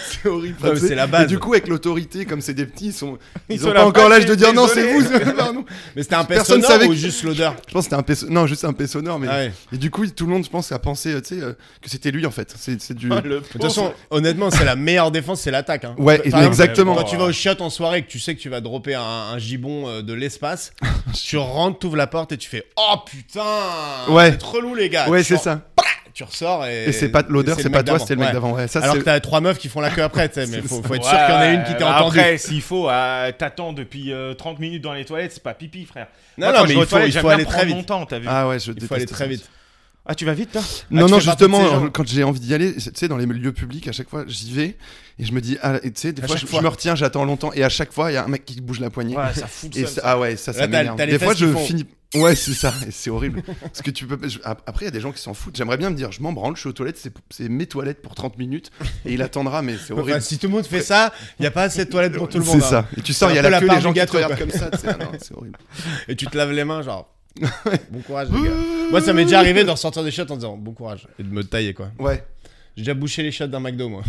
Speaker 2: c'est horrible.
Speaker 4: Ouais, mais c'est la base.
Speaker 2: Et du coup, avec l'autorité, comme c'est des petits, ils sont, ils
Speaker 3: Ils sont
Speaker 2: ont pas
Speaker 3: là,
Speaker 2: encore l'âge de
Speaker 3: Patrick,
Speaker 2: dire non, c'est
Speaker 3: désolé.
Speaker 2: vous. c'est- pardon.
Speaker 4: Mais c'était un
Speaker 2: Personne
Speaker 4: personne
Speaker 2: savait
Speaker 4: ou
Speaker 2: que-
Speaker 4: juste l'odeur
Speaker 2: Je pense que c'était un paix. Non, juste un paix sonore, mais.
Speaker 4: Ah ouais.
Speaker 2: Et du coup, tout le monde, je pense, a pensé, euh, tu sais, euh, que c'était lui en fait. C'est c'est du.
Speaker 3: Le
Speaker 4: De toute façon, honnêtement, c'est la meilleure défense, c'est l'attaque. hein.
Speaker 2: Ouais,
Speaker 4: Par
Speaker 2: et-
Speaker 4: exemple,
Speaker 2: exactement.
Speaker 4: Quand tu vas au shot en soirée et que tu sais que tu vas dropper un, un gibon euh, de l'espace, tu rentres, t'ouvres la porte et tu fais Oh putain
Speaker 2: Ouais.
Speaker 4: C'est trop relou, les gars
Speaker 2: ouais,
Speaker 4: Tu
Speaker 2: c'est
Speaker 4: sors-
Speaker 2: ça.
Speaker 4: Tu ressors et.
Speaker 2: Et c'est pas l'odeur,
Speaker 4: et
Speaker 2: c'est
Speaker 4: le
Speaker 2: pas
Speaker 4: mec
Speaker 2: toi, c'était le mec
Speaker 4: Ouais.
Speaker 2: d'avant. Ouais, ça
Speaker 4: Alors
Speaker 2: c'est.
Speaker 4: que t'as trois meufs qui font la queue après, tu sais, mais
Speaker 2: C'est
Speaker 4: faut,
Speaker 2: ça.
Speaker 4: faut être sûr qu'il y en a une qui t'a entendu.
Speaker 3: Après, s'il faut, euh, t'attends depuis euh, 30 minutes dans les toilettes, c'est pas pipi, frère.
Speaker 4: Non,
Speaker 3: Moi,
Speaker 4: non,
Speaker 3: quand
Speaker 4: mais
Speaker 3: je vais aux
Speaker 4: il faut-
Speaker 3: toilettes,
Speaker 4: il
Speaker 3: j'aime
Speaker 4: faut
Speaker 3: bien
Speaker 4: aller
Speaker 3: prendre
Speaker 4: très
Speaker 3: mon
Speaker 4: vite.
Speaker 3: temps, t'as vu. Ah.
Speaker 2: Ah ouais, je
Speaker 4: Il
Speaker 2: déteste
Speaker 4: faut aller
Speaker 2: ça.
Speaker 4: très vite.
Speaker 3: tu vas vite, toi
Speaker 2: Non,
Speaker 4: tu
Speaker 2: non,
Speaker 4: fais partie de
Speaker 2: justement,
Speaker 4: ces gens.
Speaker 2: euh, quand j'ai envie d'y aller, tu sais, dans les lieux publics, à chaque fois, j'y vais et je me dis, ah, et tu sais, des
Speaker 4: À
Speaker 2: fois,
Speaker 4: chaque
Speaker 2: je, je
Speaker 4: fois.
Speaker 2: me retiens, j'attends longtemps et à chaque fois, il y a un mec qui bouge la poignée.
Speaker 3: Ouais, ça fout le
Speaker 2: Et
Speaker 3: seum, ça.
Speaker 2: ça- ah ouais, ça,
Speaker 4: Là,
Speaker 2: ça
Speaker 4: t'as-
Speaker 2: m'énerve.
Speaker 4: t'as les
Speaker 2: Des fois,
Speaker 4: fesses qui
Speaker 2: je
Speaker 4: font.
Speaker 2: finis. Ouais, c'est ça, et c'est horrible. Parce que tu peux. pas- je- ap- Après, il y a des gens qui s'en foutent. J'aimerais bien me dire, je m'en branle, je suis aux toilettes, c'est- c'est mes toilettes pour 30 minutes et il attendra, mais c'est
Speaker 4: Enfin,
Speaker 2: horrible.
Speaker 4: si tout le monde fait ça, il n'y a pas assez de toilettes pour tout le monde.
Speaker 2: C'est
Speaker 4: hein.
Speaker 2: ça. Et tu sors,
Speaker 4: C'est
Speaker 2: il y a
Speaker 4: un peu
Speaker 2: la
Speaker 4: la
Speaker 2: queue,
Speaker 4: part
Speaker 2: les gens
Speaker 4: du
Speaker 2: qui te
Speaker 4: gâteau,
Speaker 2: regardent
Speaker 4: quoi.
Speaker 2: comme ça. tu sais, ah non, c'est horrible.
Speaker 4: Et tu te laves les mains, genre. Bon courage, les gars. Moi, ça m'est déjà arrivé de ressortir des shots en disant bon courage et de me tailler, quoi.
Speaker 2: Ouais.
Speaker 4: J'ai déjà bouché les shots d'un McDo, moi.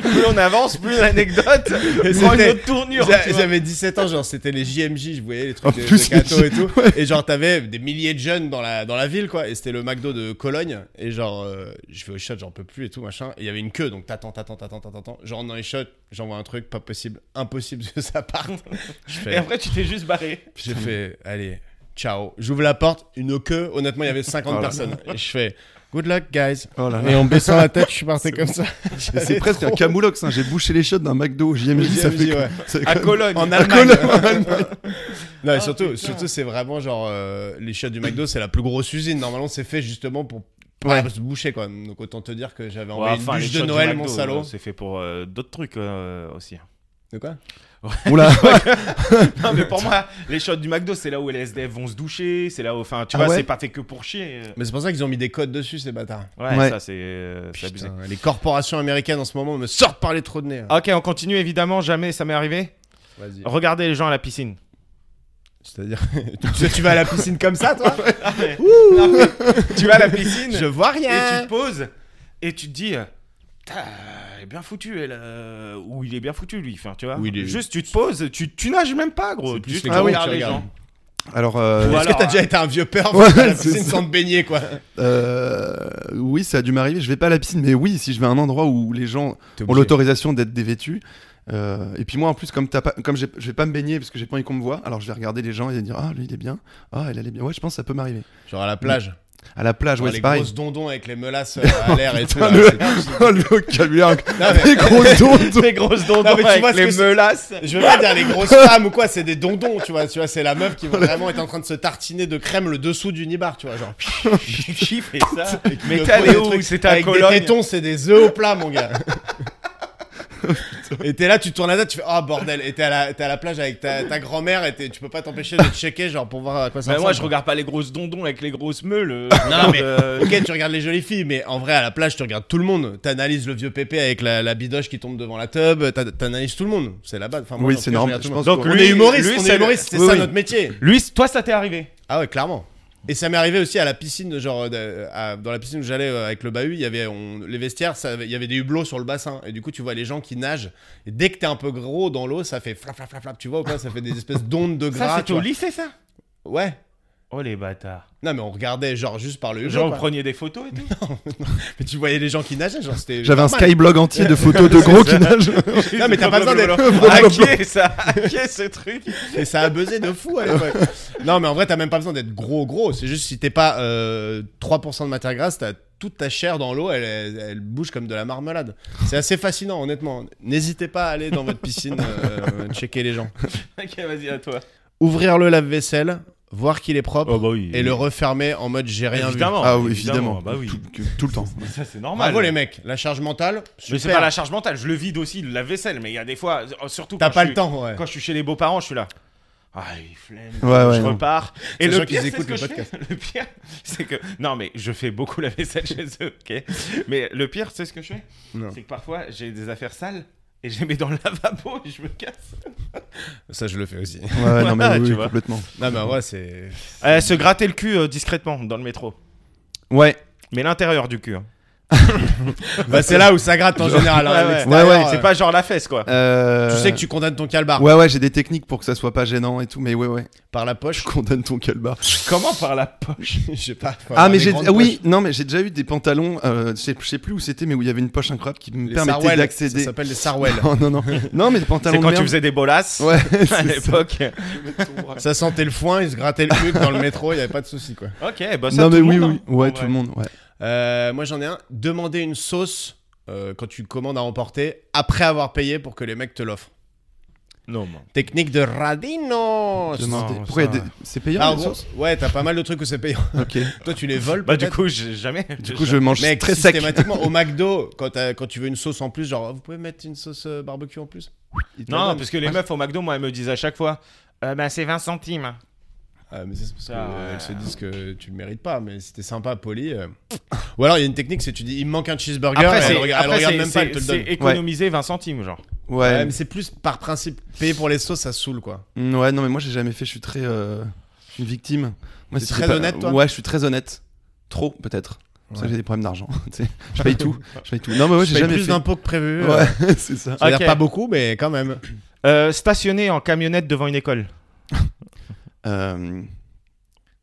Speaker 3: Plus on avance, plus l'anecdote prend une
Speaker 4: c'était-
Speaker 3: autre tournure.
Speaker 4: J'a-
Speaker 3: tu vois.
Speaker 4: J'avais 17 ans, genre c'était les JMJ, je voyais les
Speaker 2: En
Speaker 4: trucs de,
Speaker 2: plus,
Speaker 4: de gâteaux
Speaker 2: les
Speaker 4: et tout. Et genre t'avais des milliers de jeunes dans la, dans la ville quoi. Et c'était le McDo de Cologne. Et genre euh, je vais au shot, j'en peux plus et tout machin. Et il y avait une queue donc t'attends, t'attends, t'attends, t'attends, t'attends. Je rentre dans les shots, j'envoie un truc, pas possible, impossible que ça parte. Je
Speaker 3: Et
Speaker 4: fais,
Speaker 3: après, tu t'es juste barré.
Speaker 4: j'ai fait, allez, ciao. J'ouvre la porte, une queue. Honnêtement, il y avait 50
Speaker 2: Voilà.
Speaker 4: personnes. Et je fais good luck, guys.
Speaker 2: Oh là là.
Speaker 4: Et en baissant la tête, je suis parti comme ça.
Speaker 2: Et C'est presque un camoulox. hein. J'ai bouché les chiottes d'un McDo au JMJ. Ça fait
Speaker 4: JMJ,
Speaker 2: comme-
Speaker 4: ouais.
Speaker 2: ça fait
Speaker 3: À
Speaker 2: comme-
Speaker 3: Cologne.
Speaker 4: En
Speaker 2: À
Speaker 4: Allemagne.
Speaker 2: Cologne, en Allemagne.
Speaker 4: Non,
Speaker 3: Ah,
Speaker 4: et surtout, surtout c'est vraiment genre euh, les chiottes du McDo, c'est la plus grosse usine. Normalement, c'est fait justement pour pas se boucher quoi. Donc autant te dire que j'avais envoyé
Speaker 3: enfin,
Speaker 4: une
Speaker 3: les
Speaker 4: bûche
Speaker 3: shots
Speaker 4: de
Speaker 3: du
Speaker 4: Noël,
Speaker 3: McDo,
Speaker 4: mon salaud.
Speaker 3: C'est fait pour euh, d'autres trucs euh, aussi.
Speaker 4: De quoi
Speaker 2: Oula.
Speaker 3: non, mais pour moi, les shots du McDo, c'est là où les SDF vont se doucher. C'est là où. Enfin, tu
Speaker 2: Ah
Speaker 3: vois,
Speaker 2: ouais
Speaker 3: c'est pas fait que pour chier.
Speaker 4: Mais c'est pour ça qu'ils ont mis des codes dessus, ces bâtards.
Speaker 3: Ouais,
Speaker 2: Ouais.
Speaker 3: ça, c'est euh, c'est abusé. Ah.
Speaker 4: Putain, les corporations américaines en ce moment me sortent par les trous de nez. hein.
Speaker 3: Ok, on continue évidemment. Jamais ça m'est arrivé.
Speaker 4: Vas-y.
Speaker 3: Regardez les gens à la piscine.
Speaker 4: C'est-à-dire, tu, tu vas à la piscine comme ça, toi
Speaker 3: Ah, Non, mais tu vas à la piscine
Speaker 4: Je vois
Speaker 3: et tu
Speaker 4: rien.
Speaker 3: te poses et tu te dis. euh, Putain, elle est bien foutu, elle. euh, Ou il est bien foutu, lui. Enfin, tu vois.
Speaker 4: Oui, il est-
Speaker 3: Juste, tu te poses, tu, tu nages même pas, gros.
Speaker 4: C'est plus
Speaker 3: Tu
Speaker 4: les
Speaker 3: te
Speaker 4: gros qui
Speaker 3: regardes les
Speaker 4: regardent.
Speaker 3: gens.
Speaker 2: Alors, euh,
Speaker 3: Ou
Speaker 4: Est-ce que
Speaker 3: alors,
Speaker 4: t'as déjà été un vieux peur
Speaker 2: Ouais,
Speaker 4: à la
Speaker 2: c'est
Speaker 4: piscine
Speaker 2: ça.
Speaker 4: sans te baigner, quoi
Speaker 2: euh, oui, ça a dû m'arriver. Je vais pas à la piscine, mais oui, si je vais à un endroit où les gens ont l'autorisation d'être dévêtus. euh, et puis moi, en plus, comme, t'as pas, comme j'ai- je vais pas me baigner parce que j'ai pas envie qu'on me voit, alors je vais regarder les gens et dire Ah, lui, il est bien. Ah, elle, elle est bien. Ouais, je pense que ça peut m'arriver.
Speaker 4: Genre à la plage.
Speaker 2: À la plage,
Speaker 4: Genre
Speaker 2: ouais,
Speaker 4: Ah, les
Speaker 2: c'est pareil.
Speaker 4: grosses dondons avec les melasses euh, à l'air et tout. là,
Speaker 2: le-
Speaker 4: c'est pas possible.
Speaker 2: Oh, le vocabulaire.
Speaker 4: Non, mais-
Speaker 2: Les gros dons.
Speaker 3: Les grosses dondons
Speaker 4: Non, mais tu
Speaker 3: avec
Speaker 4: vois ce que
Speaker 3: les
Speaker 4: c'est-
Speaker 3: melasses.
Speaker 4: Je veux pas dire les grosses femmes ou quoi, c'est des dondons, tu vois. Tu vois, c'est la meuf qui vraiment est en train de se tartiner de crème le dessous du nibar, tu vois. Genre,
Speaker 3: J'ai fait ça.
Speaker 4: le
Speaker 3: Mais
Speaker 4: fond
Speaker 3: t'es allé
Speaker 4: des
Speaker 3: où
Speaker 4: trucs
Speaker 3: C'était à
Speaker 4: avec des
Speaker 3: Cologne.
Speaker 4: tétons, c'est des œufs au plat, mon gars. et t'es là, tu tournes la tête, tu fais oh bordel. Et t'es à la, t'es à la plage avec ta, ta grand-mère et t'es- tu peux pas t'empêcher de checker, genre pour voir à quoi ça
Speaker 3: Bah, moi, je
Speaker 4: ressemble.
Speaker 3: regarde pas les grosses dondons avec les grosses meules. euh,
Speaker 4: Non, mais
Speaker 3: euh,
Speaker 4: ok, tu regardes les jolies filles, mais en vrai, à la plage, tu regardes tout le monde. T'analyses le vieux pépé avec la, la bidoche qui tombe devant la tub, t'a- t'analyses tout le monde. C'est la base. Enfin, moi,
Speaker 2: Oui,
Speaker 4: en tout
Speaker 2: c'est
Speaker 4: cas, je
Speaker 2: normal.
Speaker 4: regarde tout
Speaker 2: Je
Speaker 4: le
Speaker 2: pense
Speaker 4: monde.
Speaker 3: Donc,
Speaker 2: qu'on-
Speaker 4: On
Speaker 3: Lui,
Speaker 4: est humoriste,
Speaker 3: lui,
Speaker 4: on
Speaker 3: c'est
Speaker 4: est
Speaker 3: le-
Speaker 4: humoriste, c'est
Speaker 3: oui,
Speaker 4: ça
Speaker 3: oui.
Speaker 4: notre métier.
Speaker 3: Lui, c- toi, ça t'est arrivé.
Speaker 4: Ah ouais, clairement. Et ça m'est arrivé aussi à la piscine, genre euh, de- à- dans la piscine où j'allais euh, avec le bahut, il y avait on- les vestiaires, ça avait- il y avait des hublots sur le bassin, et du coup tu vois les gens qui nagent. Et dès que t'es un peu gros dans l'eau, ça fait flap flap flap flap, tu vois ou pas Ça fait des espèces d'ondes de
Speaker 3: Ça,
Speaker 4: gras.
Speaker 3: c'était
Speaker 4: tu
Speaker 3: au
Speaker 4: vois.
Speaker 3: lycée, ça
Speaker 4: ouais.
Speaker 3: Oh, les bâtards.
Speaker 4: Non mais on regardait genre juste par le hublot.
Speaker 3: Genre, vous
Speaker 4: quoi.
Speaker 3: preniez des photos et tout.
Speaker 4: Mais tu voyais les gens qui nageaient, genre c'était.
Speaker 2: J'avais un
Speaker 4: normal.
Speaker 2: skyblog entier de photos de gros qui nagent.
Speaker 4: Non mais t'as pas besoin d'être.
Speaker 3: Hacker, ça. Hacker, ce truc.
Speaker 4: Et ça a buzzé de fou à l'époque. non, mais en vrai, t'as même pas besoin d'être gros, gros. C'est juste si t'es pas euh, 3% de matière grasse, t'as toute ta chair dans l'eau, elle, elle, elle bouge comme de la marmelade. C'est assez fascinant, honnêtement. N'hésitez pas à aller dans votre piscine, euh, checker les gens.
Speaker 3: Ok, vas-y, à toi.
Speaker 4: Ouvrir le lave-vaisselle, voir qu'il est propre
Speaker 3: bah oui.
Speaker 4: et le refermer en mode j'ai rien vu.
Speaker 3: Évidemment.
Speaker 2: Ah oui, évidemment.
Speaker 3: Bah oui.
Speaker 2: Tout, que- tout le temps.
Speaker 3: Ça, c'est normal.
Speaker 4: Bravo les mecs, la charge mentale,
Speaker 3: Mais c'est
Speaker 4: super.
Speaker 3: pas la charge mentale. Je le vide aussi, le lave-vaisselle. Mais il y a des fois, euh, surtout
Speaker 4: T'as
Speaker 3: quand
Speaker 4: pas
Speaker 3: je
Speaker 4: le
Speaker 3: suis-
Speaker 4: temps, ouais.
Speaker 3: Quand je suis chez les beaux-parents, je suis là. Ah, il flemme.
Speaker 2: Ouais, ouais,
Speaker 3: je
Speaker 2: non.
Speaker 3: repars. Et
Speaker 4: Sachant
Speaker 3: le pire,
Speaker 4: qu'ils
Speaker 3: c'est ce
Speaker 4: écoutent
Speaker 3: que
Speaker 4: le
Speaker 3: je fais. Le pire, c'est que. Non, mais je fais beaucoup la vaisselle chez eux, ok Mais le pire, c'est ce que je fais
Speaker 4: Non.
Speaker 3: C'est que parfois, j'ai des affaires sales et je les mets dans le lavabo et je me casse.
Speaker 4: Ça, je le fais aussi.
Speaker 2: Ouais, ouais, non, mais
Speaker 3: Ouais,
Speaker 2: oui,
Speaker 3: tu
Speaker 2: oui,
Speaker 3: vois.
Speaker 2: complètement.
Speaker 4: non, mais en vrai, c'est.
Speaker 3: Euh, se gratter le cul euh, discrètement dans le métro.
Speaker 2: Ouais.
Speaker 3: Mais l'intérieur du cul. hein.
Speaker 4: Bah, c'est là où ça gratte en général. hein,
Speaker 3: Ouais,
Speaker 4: à
Speaker 3: ouais.
Speaker 4: l'extérieur,
Speaker 2: Ouais, ouais,
Speaker 3: C'est
Speaker 4: euh,
Speaker 3: pas Euh, genre la fesse, quoi.
Speaker 4: Tu sais que tu condamnes ton calbar
Speaker 2: euh, Ouais, ouais, j'ai des techniques pour que ça soit pas gênant et tout, mais ouais, ouais.
Speaker 4: par la poche.
Speaker 2: Je condamne ton calbar.
Speaker 3: Comment par la poche
Speaker 4: Je sais pas. enfin,
Speaker 2: Ah, mais
Speaker 4: des
Speaker 2: j'ai.
Speaker 4: grandes
Speaker 2: ah oui,
Speaker 4: poches.
Speaker 2: non, mais j'ai déjà eu des pantalons, euh, je sais- je sais plus où c'était, mais où il y avait une poche incroyable qui me
Speaker 4: Les
Speaker 2: permettait
Speaker 4: Sarwell, Ça
Speaker 2: d'accéder.
Speaker 4: s'appelle les Sarwell.
Speaker 2: Non, non, non. Non, mais des pantalons
Speaker 3: C'est quand
Speaker 2: de
Speaker 3: tu
Speaker 2: merde.
Speaker 3: faisais des bolasses
Speaker 2: Ouais,
Speaker 3: à
Speaker 2: c'est ça.
Speaker 3: l'époque.
Speaker 4: ça sentait le foin, ils se grattaient le cul dans le métro, il y avait pas de souci quoi.
Speaker 3: Ok, bah ça,
Speaker 2: Non,
Speaker 3: tout
Speaker 2: mais
Speaker 3: le
Speaker 2: oui,
Speaker 3: monde,
Speaker 2: oui.
Speaker 3: hein, en
Speaker 2: Ouais, tout
Speaker 3: vrai.
Speaker 2: le monde, ouais.
Speaker 4: Euh, moi j'en ai un. Demander une sauce euh, quand tu commandes à emporter après avoir payé pour que les mecs te l'offrent.
Speaker 3: Non, non.
Speaker 4: Technique de Radino.
Speaker 2: Demander.
Speaker 3: ça-
Speaker 2: Pourquoi il y a
Speaker 3: ça-
Speaker 2: des- C'est payant
Speaker 4: Ah,
Speaker 2: les
Speaker 4: en gros,
Speaker 2: sauces
Speaker 4: ouais, t'as pas mal de trucs où c'est payant.
Speaker 2: Ok.
Speaker 4: Toi tu les voles.
Speaker 3: Bah, du
Speaker 4: peut-être.
Speaker 3: coup, j'ai- jamais.
Speaker 2: Du coup, je mange
Speaker 4: Mec,
Speaker 2: très sec.
Speaker 4: systématiquement au McDo, quand, t'as- quand tu veux une sauce en plus, genre vous pouvez mettre une sauce euh, barbecue en plus. Ils te la
Speaker 3: Non,
Speaker 4: donnent.
Speaker 3: parce que les meufs au McDo, moi, elles me disent à chaque fois euh, bah, c'est 20 centimes.
Speaker 4: Ah, mais c'est parce qu'elles
Speaker 3: Ah, ouais.
Speaker 4: se disent que tu le mérites pas, mais si t'es sympa, poli. euh. Ou alors il y a une technique, c'est tu dis il me manque un cheeseburger,
Speaker 3: Après,
Speaker 4: elle,
Speaker 3: c'est
Speaker 4: rega- elle
Speaker 3: après,
Speaker 4: regarde
Speaker 3: c'est-
Speaker 4: même pas, elle
Speaker 3: c'est-
Speaker 4: te le
Speaker 3: c'est
Speaker 4: donne.
Speaker 3: économiser 20 centimes, genre.
Speaker 4: Ouais,
Speaker 2: Ouais.
Speaker 4: mais c'est plus par principe, payer pour les sauces, ça saoule quoi.
Speaker 2: Mm, Ouais, non, mais moi j'ai jamais fait, je suis très. euh, je suis une victime. Moi,
Speaker 4: T'es
Speaker 2: c'est
Speaker 4: très honnête, toi
Speaker 2: Ouais, je suis très honnête. Trop, peut-être. C'est pour ça
Speaker 4: Ouais.
Speaker 2: que j'ai des problèmes d'argent. tu sais. je paye tout. Je paye tout. Non, mais ouais, j'ai
Speaker 4: Paye
Speaker 2: jamais
Speaker 4: plus
Speaker 2: fait.
Speaker 4: d'impôts que prévu. euh,
Speaker 2: Ouais, c'est ça.
Speaker 4: ça veut dire
Speaker 3: Ok.
Speaker 4: pas beaucoup, mais quand même.
Speaker 3: Euh, stationner en camionnette devant une école.
Speaker 2: Euh,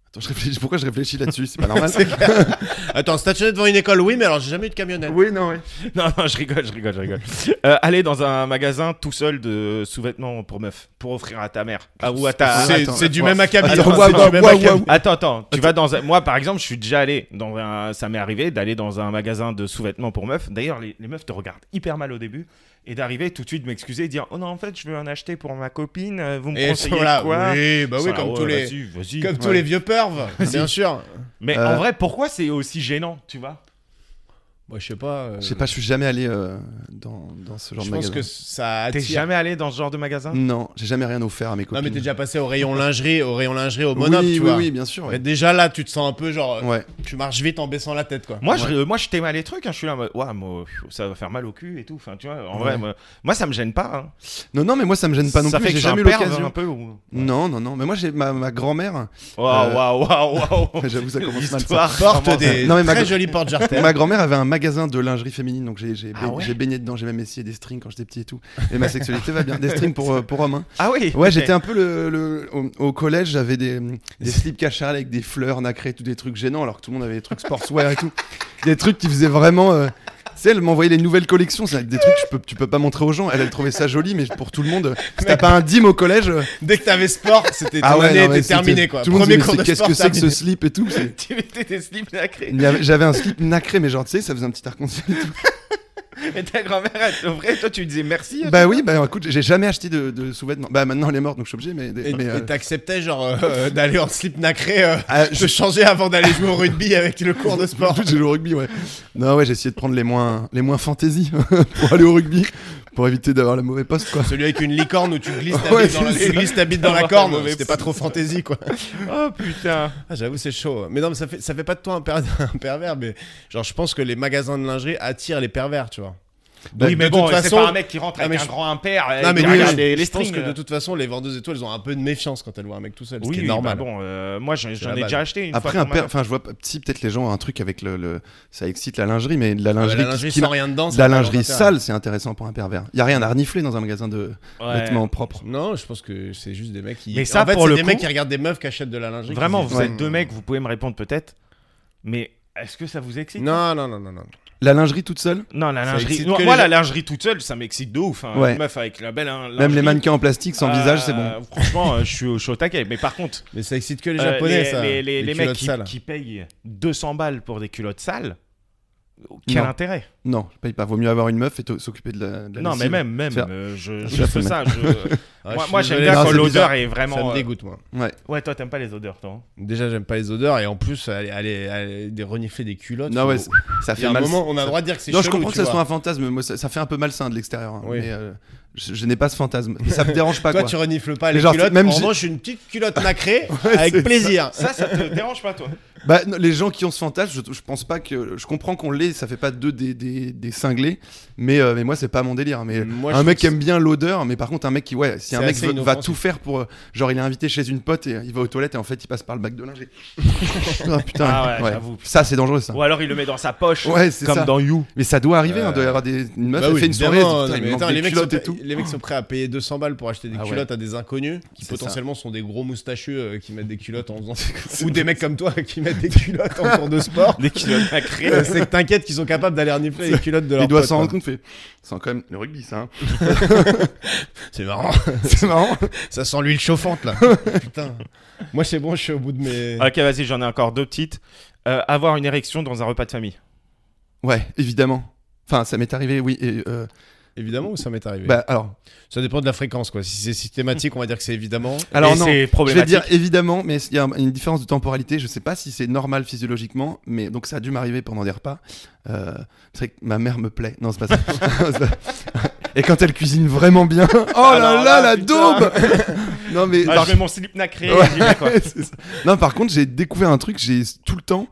Speaker 2: Attends, je réfléchis. Pourquoi je réfléchis là-dessus C'est pas normal.
Speaker 4: C'est clair. Attends, stationné devant une école, oui, mais alors j'ai jamais eu de camionnette.
Speaker 2: oui, non, oui.
Speaker 3: Non, non, je rigole, je rigole, je rigole. Euh, aller dans un magasin tout seul de sous-vêtements pour meufs, pour offrir à ta mère. Ah, ou à ta.
Speaker 4: C'est
Speaker 2: attends,
Speaker 4: c'est du
Speaker 2: attends,
Speaker 4: même acabit.
Speaker 2: attends,
Speaker 4: hein,
Speaker 2: waouh,
Speaker 4: c'est du
Speaker 2: waouh,
Speaker 4: même
Speaker 2: waouh,
Speaker 4: acabit.
Speaker 2: waouh.
Speaker 3: Attends, attends, tu vas dans un... Moi, par exemple, je suis déjà allé dans un... Ça m'est arrivé d'aller dans un magasin de sous-vêtements pour meufs. D'ailleurs, les, les meufs te regardent hyper mal au début. Et d'arriver tout de suite m'excuser et dire « Oh non, en fait, je veux en acheter pour ma copine. euh, Vous me
Speaker 4: Et ils
Speaker 3: conseillez
Speaker 4: sont là.
Speaker 3: quoi
Speaker 4: Oui, bah oui,
Speaker 3: Ils sont là,
Speaker 4: comme
Speaker 3: Ouais,
Speaker 4: tous les.
Speaker 3: vas-y, vas-y.
Speaker 4: Comme tous
Speaker 2: Ouais. Ah,
Speaker 4: les vieux pervs, bien sûr.
Speaker 3: Mais en
Speaker 2: Euh.
Speaker 3: vrai, pourquoi c'est aussi gênant, tu vois
Speaker 4: Moi, je sais pas. euh,
Speaker 2: Je sais pas, je suis jamais allé euh, dans, dans ce genre
Speaker 4: Je
Speaker 2: de
Speaker 4: pense
Speaker 2: magasin.
Speaker 4: que ça
Speaker 3: T'es
Speaker 4: attire.
Speaker 3: jamais allé dans ce genre de magasin
Speaker 2: Non, j'ai jamais rien offert à mes
Speaker 4: Non,
Speaker 2: copines.
Speaker 4: mais t'es déjà passé au rayon lingerie, au rayon lingerie, au
Speaker 2: Oui,
Speaker 4: monop,
Speaker 2: oui,
Speaker 4: tu vois.
Speaker 2: oui, bien sûr.
Speaker 4: Mais
Speaker 2: Ouais.
Speaker 4: déjà là, tu te sens un peu genre, euh,
Speaker 2: Ouais.
Speaker 4: tu marches vite en baissant la tête, quoi.
Speaker 3: Moi, je, euh, moi, je t'aime les trucs. hein. Je suis là, en mode, Ouah, moi, pfiou, ça va faire mal au cul et tout. Enfin, tu vois, en vrai,
Speaker 2: Ouais.
Speaker 3: moi, moi, ça me gêne pas. hein.
Speaker 2: Non, non, mais moi ça me gêne pas non
Speaker 3: ça
Speaker 2: plus.
Speaker 3: fait que je suis
Speaker 2: J'ai
Speaker 3: un
Speaker 2: jamais eu
Speaker 3: pervers,
Speaker 2: l'occasion.
Speaker 3: un peu. ou-
Speaker 2: Non, non, non. Mais moi, j'ai ma, ma grand-mère.
Speaker 3: Waouh,
Speaker 2: Euh,
Speaker 3: waouh, waouh, waouh.
Speaker 2: J'avoue, ça commence mal. ça.
Speaker 3: L'histoire
Speaker 4: Porte
Speaker 3: commence-
Speaker 4: des
Speaker 2: Non, mais ma-
Speaker 4: très jolies portes jartelles.
Speaker 2: Ma grand-mère avait un magasin de lingerie féminine, donc j'ai j'ai
Speaker 3: Ah
Speaker 2: baigné-
Speaker 3: ouais
Speaker 2: j'ai baigné dedans. J'ai même essayé des strings quand j'étais petit et tout. Et ma sexualité va bien. Des strings pour, euh, pour hommes. hein.
Speaker 3: Ah oui
Speaker 2: Ouais, j'étais un peu le, le- au, au collège, j'avais des, mm, des slips cachés avec des fleurs nacrées, tout des trucs gênants, alors que tout le monde avait des trucs sportswear et tout. Des trucs qui faisaient vraiment. euh, Tu sais, elle m'envoyait les nouvelles collections, c'est des trucs que tu peux, tu peux pas montrer aux gens. Elle, elle trouvait ça joli, mais pour tout le monde, euh, si t'as pas un dîme au collège. euh,
Speaker 4: Dès que t'avais sport, c'était ton
Speaker 2: Ah ouais,
Speaker 4: année
Speaker 2: non, mais
Speaker 4: était
Speaker 2: c'était-
Speaker 4: terminée, quoi.
Speaker 2: Tout le monde
Speaker 4: Premier
Speaker 2: disait,
Speaker 4: cours de
Speaker 2: mais c'est- qu'est-ce
Speaker 4: sport
Speaker 2: que c'est que ce
Speaker 4: terminé.
Speaker 2: slip et tout. c'est-
Speaker 3: Tu mettais des slips nacrés.
Speaker 2: Il y avait- J'avais un slip nacré, mais genre, tu sais, ça faisait un petit arc-en-ciel.
Speaker 3: Et ta grand-mère, elle t'offrait, toi, tu lui disais merci. hein.
Speaker 2: Bah oui, bah écoute, j'ai jamais acheté de, de sous-vêtements. Bah maintenant, elle est morte, donc je suis obligé, mais.
Speaker 4: Et
Speaker 2: mais, euh,
Speaker 4: et t'acceptais genre euh, euh, d'aller en slip nacré, euh,
Speaker 2: ah, je-
Speaker 4: te changer avant d'aller jouer au rugby avec le cours de sport.
Speaker 2: J'ai joué au rugby, ouais. Non, ouais, j'ai essayé de prendre les moins, les moins fantasy pour aller au rugby, pour éviter d'avoir le mauvais poste, quoi.
Speaker 4: Celui avec une licorne où tu glisses ta bite
Speaker 2: Ouais,
Speaker 4: dans, la,
Speaker 2: c'est
Speaker 4: tu
Speaker 2: ça.
Speaker 4: glisses ta bite dans la
Speaker 3: Avoir un
Speaker 4: corne,
Speaker 3: mauvais
Speaker 4: c'était pas trop fantaisie quoi.
Speaker 3: Oh putain.
Speaker 4: Ah, J'avoue, c'est chaud. Mais non, mais ça fait, ça fait pas de toi un, per- un pervers, mais genre, je pense que les magasins de lingerie attirent les pervers, tu vois.
Speaker 2: Bah,
Speaker 4: Donc,
Speaker 3: oui, mais
Speaker 4: de
Speaker 3: bon,
Speaker 4: toute
Speaker 3: c'est
Speaker 4: façon-
Speaker 3: pas un mec qui rentre
Speaker 4: Ah, mais
Speaker 3: avec un
Speaker 4: je-
Speaker 3: grand impair. euh,
Speaker 4: Non, mais oui,
Speaker 3: regarde
Speaker 4: oui,
Speaker 3: Eh, les, les
Speaker 4: je pense que
Speaker 3: strings, euh.
Speaker 4: de toute façon, les vendeuses et tout, elles ont un peu de méfiance quand elles voient un mec tout seul, ce
Speaker 3: Oui,
Speaker 4: qui est
Speaker 3: oui,
Speaker 4: normal.
Speaker 3: bah bon, euh, moi, j'en
Speaker 4: C'est
Speaker 3: j'en
Speaker 4: la
Speaker 3: ai
Speaker 4: base.
Speaker 3: déjà acheté une
Speaker 2: Après,
Speaker 3: fois.
Speaker 2: un
Speaker 3: pour ma
Speaker 2: père,
Speaker 3: mère.
Speaker 2: enfin, je vois, si peut-être les gens ont un truc avec le, le- ça excite la lingerie, mais de la
Speaker 4: Ah, bah,
Speaker 2: lingerie,
Speaker 4: la
Speaker 2: qui-
Speaker 4: lingerie
Speaker 2: qui-
Speaker 4: sans rien dedans,
Speaker 2: de
Speaker 4: ça
Speaker 2: la
Speaker 4: n'a pas
Speaker 2: lingerie
Speaker 4: grand intérêt.
Speaker 2: sale, c'est intéressant pour un pervers. Y a rien à renifler dans un magasin de
Speaker 3: Ouais.
Speaker 2: vêtements propres.
Speaker 4: Non, je pense que c'est juste des mecs qui.
Speaker 3: Mais ça,
Speaker 4: en fait,
Speaker 3: pour
Speaker 4: c'est
Speaker 3: le
Speaker 4: des mecs
Speaker 3: coup-
Speaker 4: qui regardent des meufs qui achètent de la lingerie.
Speaker 3: Vraiment,
Speaker 4: qui se
Speaker 3: vous
Speaker 4: disent,
Speaker 3: êtes deux mecs, vous pouvez me répondre peut-être. Mais est-ce que ça vous excite
Speaker 4: Non, non, non, non, non.
Speaker 2: La lingerie toute seule,
Speaker 3: Non, la
Speaker 4: Ça
Speaker 3: lingerie.
Speaker 4: excite
Speaker 3: Moi,
Speaker 4: que
Speaker 3: moi,
Speaker 4: les
Speaker 3: la lingerie toute seule, ça m'excite de ouf. hein.
Speaker 2: Ouais.
Speaker 3: Une meuf avec la belle. hein,
Speaker 2: même les
Speaker 3: lingerie,
Speaker 2: mannequins en plastique sans
Speaker 3: euh,
Speaker 2: visage, c'est bon.
Speaker 3: Franchement, euh, je suis au chaud au taquet. Mais par contre,
Speaker 4: Mais ça excite que les
Speaker 3: euh,
Speaker 4: japonais,
Speaker 3: les,
Speaker 4: ça.
Speaker 3: les- les- les mecs
Speaker 4: culottes
Speaker 3: qui,
Speaker 4: sales.
Speaker 3: qui payent 200 balles pour des culottes sales, quel
Speaker 2: Non.
Speaker 3: intérêt
Speaker 2: Non, je paye pas. Vaut mieux avoir une meuf et t- s'occuper de la. de la
Speaker 3: Non, mais
Speaker 2: lessive.
Speaker 3: même, même,
Speaker 2: Faire-
Speaker 3: euh, je,
Speaker 2: Ah,
Speaker 3: je
Speaker 2: c'est la
Speaker 3: fais ça.
Speaker 2: femme.
Speaker 3: je-
Speaker 4: Ah,
Speaker 3: moi,
Speaker 4: je
Speaker 3: moi,
Speaker 4: suis
Speaker 3: j'aime
Speaker 4: désolé,
Speaker 3: bien
Speaker 2: Non,
Speaker 3: quand
Speaker 2: c'est
Speaker 3: l'odeur
Speaker 2: bizarre.
Speaker 3: est vraiment.
Speaker 4: Ça
Speaker 3: euh,
Speaker 4: me dégoûte, moi.
Speaker 2: Ouais.
Speaker 3: Ouais, toi, t'aimes pas les odeurs, toi. hein.
Speaker 4: Déjà, j'aime pas les odeurs, et en plus, aller, aller, aller- des renifler des culottes.
Speaker 2: Non, ouais,
Speaker 4: faut-
Speaker 2: c'est- ça
Speaker 4: Il y
Speaker 2: fait
Speaker 4: a un
Speaker 2: mal.
Speaker 4: moment, on a
Speaker 2: ça-
Speaker 4: le droit de dire que c'est
Speaker 2: Non,
Speaker 4: chelou.
Speaker 2: je comprends que
Speaker 4: tu
Speaker 2: ça
Speaker 4: vois.
Speaker 2: soit un fantasme, moi, ça, ça fait un peu malsain de l'extérieur. hein,
Speaker 4: Oui.
Speaker 2: Mais euh, je, je n'ai pas ce fantasme. Mais ça me dérange pas.
Speaker 4: Toi,
Speaker 2: quoi.
Speaker 4: tu renifles pas
Speaker 2: Mais
Speaker 4: les
Speaker 2: genre,
Speaker 4: culottes.
Speaker 2: même
Speaker 4: en
Speaker 2: j'ai-
Speaker 4: revanche, une petite culotte nacrée
Speaker 2: Ouais,
Speaker 4: avec
Speaker 2: c'est
Speaker 4: plaisir.
Speaker 3: Ça, ça te dérange pas, toi
Speaker 2: Bah, non, les gens qui ont ce fantasme, je, je pense pas que. Je comprends qu'on l'ait, ça fait pas deux des, des, des cinglés, mais, euh, mais moi, c'est pas mon délire. Mais
Speaker 4: Moi, je
Speaker 2: un
Speaker 4: trouve
Speaker 2: mec qui
Speaker 4: que
Speaker 2: aime bien l'odeur, mais par contre, un mec qui. Ouais, si un
Speaker 4: C'est
Speaker 2: mec
Speaker 4: assez
Speaker 2: veut- va
Speaker 4: inoffensif.
Speaker 2: tout faire pour. euh, Genre, il est invité chez une pote et euh, il va aux toilettes et en fait, il passe par le bac de linge. et- ah, putain,
Speaker 3: Ah ouais, j'avoue, putain.
Speaker 2: Ça, c'est dangereux, ça.
Speaker 3: Ou alors il le met dans sa poche,
Speaker 2: Ouais, c'est
Speaker 3: comme
Speaker 2: ça.
Speaker 3: dans You.
Speaker 2: Mais ça doit arriver, hein,
Speaker 4: Euh,
Speaker 2: doit y avoir des, une meuf,
Speaker 4: Bah
Speaker 2: elle
Speaker 4: oui,
Speaker 2: fait une soirée, elle
Speaker 4: évidemment,
Speaker 2: se dit, putain,
Speaker 4: non, mais attends,
Speaker 2: il me manque des
Speaker 4: les, mecs sont
Speaker 2: culottes et
Speaker 4: prêts-
Speaker 2: tout.
Speaker 4: les mecs sont prêts à payer 200 balles pour acheter des
Speaker 2: Ah ouais.
Speaker 4: culottes à des inconnus qui
Speaker 2: C'est ça.
Speaker 4: potentiellement sont des gros moustachus euh, qui mettent des culottes en faisant. Ou des mecs comme toi euh, qui mettent des culottes en cours de sport.
Speaker 3: Dès qu'il le nacré.
Speaker 4: Euh, C'est que t'inquiète qu'ils sont capables d'aller renifler les culottes de leur
Speaker 2: Il doit
Speaker 4: pote,
Speaker 2: s'en
Speaker 4: quoi.
Speaker 2: rendre compte, fait. C'est quand même le rugby, ça. hein.
Speaker 4: C'est marrant,
Speaker 2: C'est marrant.
Speaker 4: ça sent l'huile chauffante là. Putain. Moi c'est bon, je suis au bout de mes.
Speaker 3: Ok, vas-y, j'en ai encore deux petites. Euh, avoir une érection dans un repas de famille.
Speaker 2: Ouais, évidemment. Enfin, ça m'est arrivé, oui. et, euh,
Speaker 4: Évidemment ou ça m'est arrivé
Speaker 2: Bah, alors.
Speaker 4: Ça dépend de la fréquence quoi. Si c'est systématique, on va dire que c'est évidemment.
Speaker 2: Alors,
Speaker 3: Et
Speaker 2: non.
Speaker 3: c'est
Speaker 2: Je vais
Speaker 3: problématique.
Speaker 2: dire évidemment, mais il y a une différence de temporalité. Je sais pas si c'est normal physiologiquement, mais donc ça a dû m'arriver pendant des repas. Euh, c'est vrai que ma mère me plaît. Non, c'est pas ça. C'est pas- Et quand elle cuisine vraiment bien, oh là
Speaker 3: Alors là,
Speaker 2: là, la
Speaker 3: putain.
Speaker 2: daube Non mais
Speaker 3: Ah,
Speaker 2: par-
Speaker 3: je mets mon slip nacré.
Speaker 2: Ouais,
Speaker 3: j'y vais, quoi.
Speaker 2: c'est ça. non, par contre, j'ai découvert un truc. J'ai tout le temps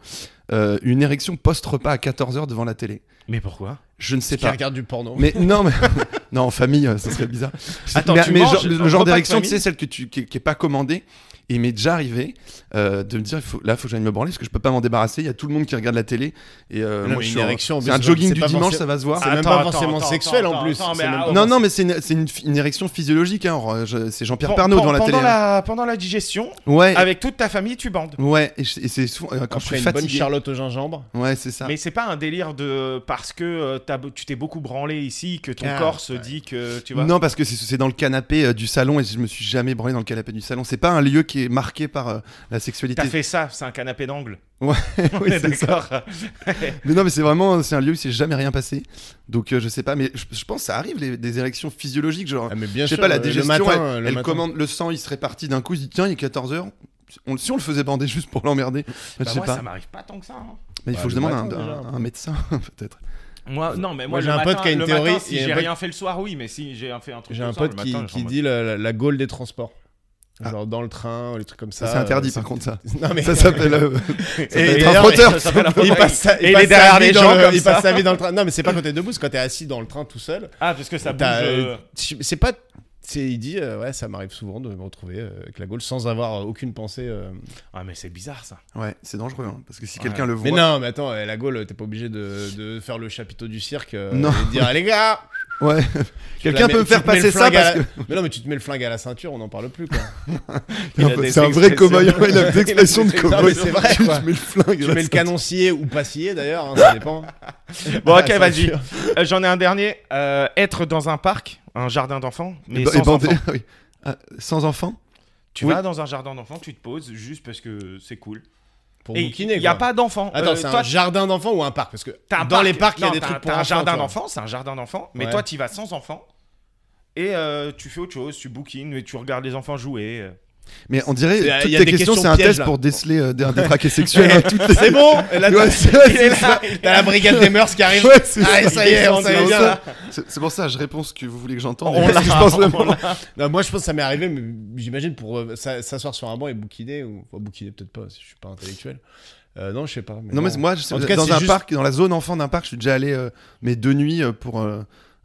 Speaker 2: euh, une érection post-repas à 14 h devant la télé.
Speaker 3: Mais pourquoi
Speaker 2: Je ne sais
Speaker 4: Qui
Speaker 2: pas.
Speaker 4: regarde du porno.
Speaker 2: Mais non, mais non, en famille, euh, ça serait bizarre.
Speaker 3: Attends,
Speaker 2: mais
Speaker 3: tu
Speaker 2: mais
Speaker 3: manges
Speaker 2: genre-
Speaker 3: un
Speaker 2: le
Speaker 3: repas
Speaker 2: genre
Speaker 3: de
Speaker 2: d'érection, tu
Speaker 3: famille
Speaker 2: sais, celle que tu, qui, qui est pas commandée Et il m'est déjà arrivé euh, de me dire, il faut- là, faut que j'aille me branler parce que je peux pas m'en débarrasser. Il y a tout le monde qui regarde la télé. Et euh,
Speaker 4: Non,
Speaker 2: moi,
Speaker 4: mais
Speaker 2: je
Speaker 4: une
Speaker 2: suis en-
Speaker 4: érection, en
Speaker 2: C'est
Speaker 4: plus,
Speaker 2: un
Speaker 4: c'est
Speaker 2: jogging
Speaker 4: pas
Speaker 2: du
Speaker 4: forcément-
Speaker 2: dimanche, ça va se voir.
Speaker 4: c'est même
Speaker 3: Attends,
Speaker 4: pas
Speaker 3: attends,
Speaker 4: forcément
Speaker 3: attends,
Speaker 4: sexuel, en
Speaker 3: attends,
Speaker 4: plus.
Speaker 3: attends,
Speaker 4: C'est
Speaker 3: mais
Speaker 4: même-
Speaker 3: ah,
Speaker 2: Non, non, mais c'est une, c'est une, une érection physiologique. hein. Or, euh, je- C'est Jean-Pierre
Speaker 3: Pen-
Speaker 2: Pernaut
Speaker 3: pen-
Speaker 2: devant la télé.
Speaker 3: pendant
Speaker 2: hein.
Speaker 3: la, pendant la digestion,
Speaker 2: Ouais,
Speaker 3: avec toute ta famille, tu bandes.
Speaker 2: ouais. Et, je- et c'est souvent euh, quand
Speaker 4: Après
Speaker 2: je suis
Speaker 4: une bonne
Speaker 2: fatigué.
Speaker 4: charlotte au gingembre.
Speaker 2: Ouais, c'est ça.
Speaker 3: Mais c'est pas un délire de parce que euh, t'as be- tu t'es beaucoup branlé ici que ton
Speaker 4: Ah,
Speaker 3: corps se
Speaker 4: ouais.
Speaker 3: dit que tu vois.
Speaker 2: Non, parce que c'est- c'est dans le canapé euh, du salon et je me suis jamais branlé dans le canapé du salon. C'est pas un lieu qui est marqué par euh, la sexualité.
Speaker 3: T'as fait ça, c'est un canapé d'angle.
Speaker 2: Oui, c'est ça.
Speaker 3: D'accord.
Speaker 2: Mais non, mais c'est vraiment, c'est un lieu où c'est jamais rien passé. Donc euh, je sais pas, mais je, je pense que ça arrive les- des érections physiologiques, genre.
Speaker 4: Ah, mais bien
Speaker 2: je sais
Speaker 4: sûr,
Speaker 2: pas, la
Speaker 4: le-
Speaker 2: digestion,
Speaker 4: le matin, euh,
Speaker 2: elle,
Speaker 4: le
Speaker 2: elle
Speaker 4: matin.
Speaker 2: commande le sang, il se répartit d'un coup, il se dit tiens, il est 14 h on, si on le faisait bander juste pour l'emmerder,
Speaker 3: Bah,
Speaker 2: je sais
Speaker 3: moi,
Speaker 2: pas.
Speaker 3: ça m'arrive pas tant que ça. hein.
Speaker 2: Mais il
Speaker 4: Bah,
Speaker 2: faut que je
Speaker 4: le
Speaker 2: demande à un,
Speaker 4: matin,
Speaker 2: un-
Speaker 4: déjà, un peu.
Speaker 2: un médecin peut-être.
Speaker 3: Moi, non, mais
Speaker 4: Moi,
Speaker 3: moi,
Speaker 4: j'ai
Speaker 3: le
Speaker 4: un
Speaker 3: matin-
Speaker 4: pote qui a une
Speaker 3: le matin,
Speaker 4: théorie, il
Speaker 3: si
Speaker 4: y a
Speaker 3: j'ai
Speaker 4: un pote-
Speaker 3: rien fait le soir, oui, mais si j'ai un- fait un truc.
Speaker 4: J'ai
Speaker 3: le
Speaker 4: un
Speaker 3: soir,
Speaker 4: pote
Speaker 3: le
Speaker 4: qui,
Speaker 3: matin, je suis
Speaker 4: qui
Speaker 3: en
Speaker 4: dit la, la- la gaule des transports.
Speaker 2: Ah.
Speaker 4: Genre dans le train, les trucs comme ça.
Speaker 2: Ça, c'est interdit
Speaker 4: euh,
Speaker 2: par contre ça.
Speaker 4: Non, mais...
Speaker 2: Ça s'appelle. euh,
Speaker 4: Et-
Speaker 2: être
Speaker 4: et
Speaker 2: un
Speaker 4: d'ailleurs,
Speaker 2: frotteur,
Speaker 4: ça
Speaker 3: ça
Speaker 4: s'appelle un- Il passe sa-
Speaker 3: Et
Speaker 4: il
Speaker 3: il est
Speaker 4: passe
Speaker 3: derrière
Speaker 4: sa vie
Speaker 3: les
Speaker 4: dans
Speaker 3: gens
Speaker 4: le-
Speaker 3: comme
Speaker 4: Il passe
Speaker 3: ça.
Speaker 4: sa vie dans le train. Non, mais c'est pas quand t'es debout, c'est quand t'es assis dans le train tout seul.
Speaker 3: mode- Ah, parce que ça bouge.
Speaker 4: T'as,
Speaker 3: euh,
Speaker 4: euh, tu- C'est pas. c'est- Il dit, euh, ouais, ça m'arrive souvent de me retrouver euh, avec la gaule sans avoir euh, aucune pensée. euh.
Speaker 3: Ah, mais c'est bizarre ça.
Speaker 2: Ouais, c'est dangereux hein, parce que si
Speaker 3: Ouais.
Speaker 2: quelqu'un le
Speaker 4: Mais
Speaker 2: voit.
Speaker 4: non, mais attends, euh, la gaule, t'es pas obligé de, de faire le chapiteau du cirque euh,
Speaker 2: Non.
Speaker 4: et de dire, ah, les gars
Speaker 2: Ouais.
Speaker 4: tu
Speaker 2: Quelqu'un
Speaker 4: la mets-
Speaker 2: peut me
Speaker 4: tu
Speaker 2: faire
Speaker 4: te mets le
Speaker 2: passer ça
Speaker 4: flingue à
Speaker 2: parce
Speaker 4: la- Mais non, mais tu te mets le flingue à la ceinture, on n'en parle plus, quoi.
Speaker 3: Il a
Speaker 2: C'est
Speaker 3: des
Speaker 2: un vrai
Speaker 3: expressions.
Speaker 2: cobaye. ouais, Il a des expressions de
Speaker 4: Non, mais
Speaker 2: cobaye.
Speaker 4: c'est vrai,
Speaker 2: Tu
Speaker 4: quoi.
Speaker 2: te mets le flingue.
Speaker 4: tu mets
Speaker 2: là,
Speaker 4: le
Speaker 2: ça-
Speaker 4: canon scié ou pas scié, d'ailleurs, hein, ça dépend.
Speaker 3: Bon,
Speaker 4: Ah,
Speaker 3: ok,
Speaker 4: la
Speaker 3: vas-y.
Speaker 4: ceinture.
Speaker 3: Euh, J'en ai un dernier. Euh, être dans un parc, un jardin d'enfants, mais
Speaker 2: Et
Speaker 3: sans
Speaker 2: bander-
Speaker 3: enfants.
Speaker 2: oui. Ah, Sans enfant
Speaker 3: Tu
Speaker 2: Oui.
Speaker 3: vas dans un jardin d'enfants, tu te poses juste parce que c'est cool.
Speaker 4: Pour
Speaker 3: Et
Speaker 4: bouquiner,
Speaker 3: Il n'y a
Speaker 4: quoi.
Speaker 3: pas d'enfants.
Speaker 4: Attends,
Speaker 3: Euh,
Speaker 4: c'est
Speaker 3: toi,
Speaker 4: un jardin d'enfants ou un parc Parce que
Speaker 3: t'as un
Speaker 4: dans
Speaker 3: parc.
Speaker 4: les parcs, il y a
Speaker 3: Non,
Speaker 4: des
Speaker 3: t'as-
Speaker 4: trucs pour
Speaker 3: t'as un
Speaker 4: enfants,
Speaker 3: jardin
Speaker 4: tu vois.
Speaker 3: d'enfants, c'est un jardin d'enfants, mais
Speaker 4: Ouais.
Speaker 3: toi, tu vas sans enfants. Et euh, tu fais autre chose, tu bouquines, mais tu regardes les enfants jouer. euh.
Speaker 2: Mais on dirait,
Speaker 4: Il y a-
Speaker 2: toutes
Speaker 4: il y a
Speaker 2: tes
Speaker 4: des
Speaker 2: questions,
Speaker 4: questions
Speaker 2: c'est un
Speaker 4: pièges,
Speaker 2: test
Speaker 4: là.
Speaker 2: pour déceler euh, des, des traquets sexuels. hein, toutes les-
Speaker 4: C'est bon et là,
Speaker 2: Ouais,
Speaker 4: t'as-
Speaker 2: c'est vrai,
Speaker 4: il
Speaker 2: c'est
Speaker 4: est là, T'as la brigade des mœurs qui arrive.
Speaker 2: Ouais, c'est
Speaker 4: Ah,
Speaker 2: ça.
Speaker 4: ça y est, on
Speaker 2: C'est
Speaker 4: savait
Speaker 2: pour
Speaker 4: bien.
Speaker 2: ça- C'est c'est pour ça, je réponds ce que vous voulez que j'entende.
Speaker 4: On
Speaker 2: parce que
Speaker 4: l'a,
Speaker 2: je pense
Speaker 4: on
Speaker 2: vraiment-
Speaker 4: Non, moi, je pense que ça m'est arrivé, mais j'imagine pour euh, s'a- s'asseoir sur un banc et bouquiner, ou enfin, bouquiner peut-être pas, si je suis pas intellectuel. Euh, non, je sais pas. Mais
Speaker 2: Non, mais moi, je sais-
Speaker 4: En tout cas,
Speaker 2: dans
Speaker 4: c'est
Speaker 2: un
Speaker 4: juste-
Speaker 2: parc, dans la zone enfant d'un parc, je suis déjà allé euh, mes deux nuits euh, pour euh,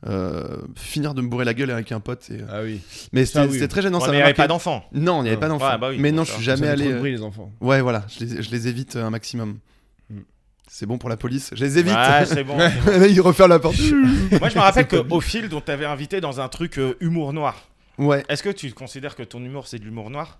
Speaker 2: euh, finir de me bourrer la gueule avec un pote. et, euh,
Speaker 4: Ah oui.
Speaker 2: Mais
Speaker 4: Ça,
Speaker 2: c'était
Speaker 4: oui.
Speaker 2: c'était très gênant.
Speaker 3: Ouais,
Speaker 2: ça
Speaker 3: mais il
Speaker 2: m'a
Speaker 3: n'y avait
Speaker 2: marqué.
Speaker 3: pas d'enfants.
Speaker 2: Non, il n'y avait
Speaker 4: Ah.
Speaker 2: pas d'enfant.
Speaker 3: Ouais, bah oui,
Speaker 2: mais
Speaker 3: bien
Speaker 2: non, je
Speaker 3: sûr.
Speaker 2: suis
Speaker 4: Vous
Speaker 2: jamais
Speaker 4: avez
Speaker 2: allé.
Speaker 4: trop de
Speaker 2: euh,
Speaker 4: bruit, les enfants.
Speaker 2: Ouais, voilà, je les, je les évite euh, un maximum.
Speaker 4: Mm.
Speaker 2: C'est bon pour la police. Je les évite.
Speaker 3: Ouais, c'est bon. c'est bon.
Speaker 2: Là, il referme la porte.
Speaker 3: Moi, je me rappelle qu'au fil, on t'avait invité dans un truc euh, humour noir.
Speaker 2: Ouais.
Speaker 3: Est-ce que tu considères que ton humour, c'est de l'humour noir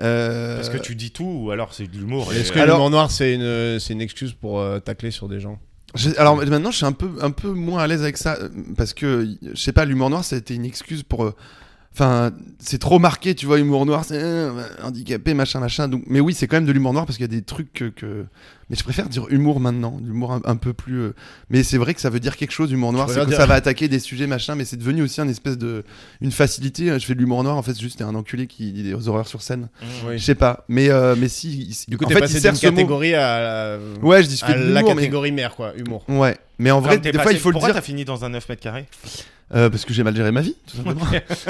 Speaker 2: euh,
Speaker 3: Parce que tu dis tout ou alors c'est de l'humour et-
Speaker 4: Est-ce que
Speaker 2: Alors-
Speaker 4: le noir, c'est une, c'est une excuse pour euh, tacler sur des gens
Speaker 2: Je- alors maintenant, je suis un peu, un peu moins à l'aise avec ça euh, parce que je sais pas, l'humour noir, ça a été une excuse pour. euh, Enfin, c'est trop marqué, tu vois, humour noir, c'est euh, handicapé, machin, machin. Donc, mais oui, c'est quand même de l'humour noir parce qu'il y a des trucs que, que- Mais je préfère dire humour maintenant, l'humour un, un peu plus. euh, Mais c'est vrai que ça veut dire quelque chose, humour noir, c'est
Speaker 4: préfères
Speaker 2: que
Speaker 4: dire-
Speaker 2: ça va attaquer des sujets, machin. Mais c'est devenu aussi un espèce de, une facilité. euh, Je fais de l'humour noir, en fait, c'est juste un enculé qui dit des horreurs sur scène. Je sais pas. Mais, euh, mais si,
Speaker 4: Du coup,
Speaker 2: en
Speaker 4: t'es
Speaker 2: fait,
Speaker 4: passé
Speaker 2: il sert
Speaker 4: d'une
Speaker 2: ce mot.
Speaker 4: catégorie à, la-
Speaker 2: Ouais, je dis je
Speaker 4: à
Speaker 2: fais de
Speaker 4: la
Speaker 2: l'humour, mais-
Speaker 4: catégorie mère, quoi, humour.
Speaker 2: Ouais, mais en vrai,
Speaker 3: Comme t'es
Speaker 2: des fois,
Speaker 3: passé-
Speaker 2: il faut le
Speaker 3: Pourquoi
Speaker 2: dire.
Speaker 3: t'as fini dans un 9 mètres carrés
Speaker 2: Euh, parce que j'ai mal géré ma vie, tout simplement.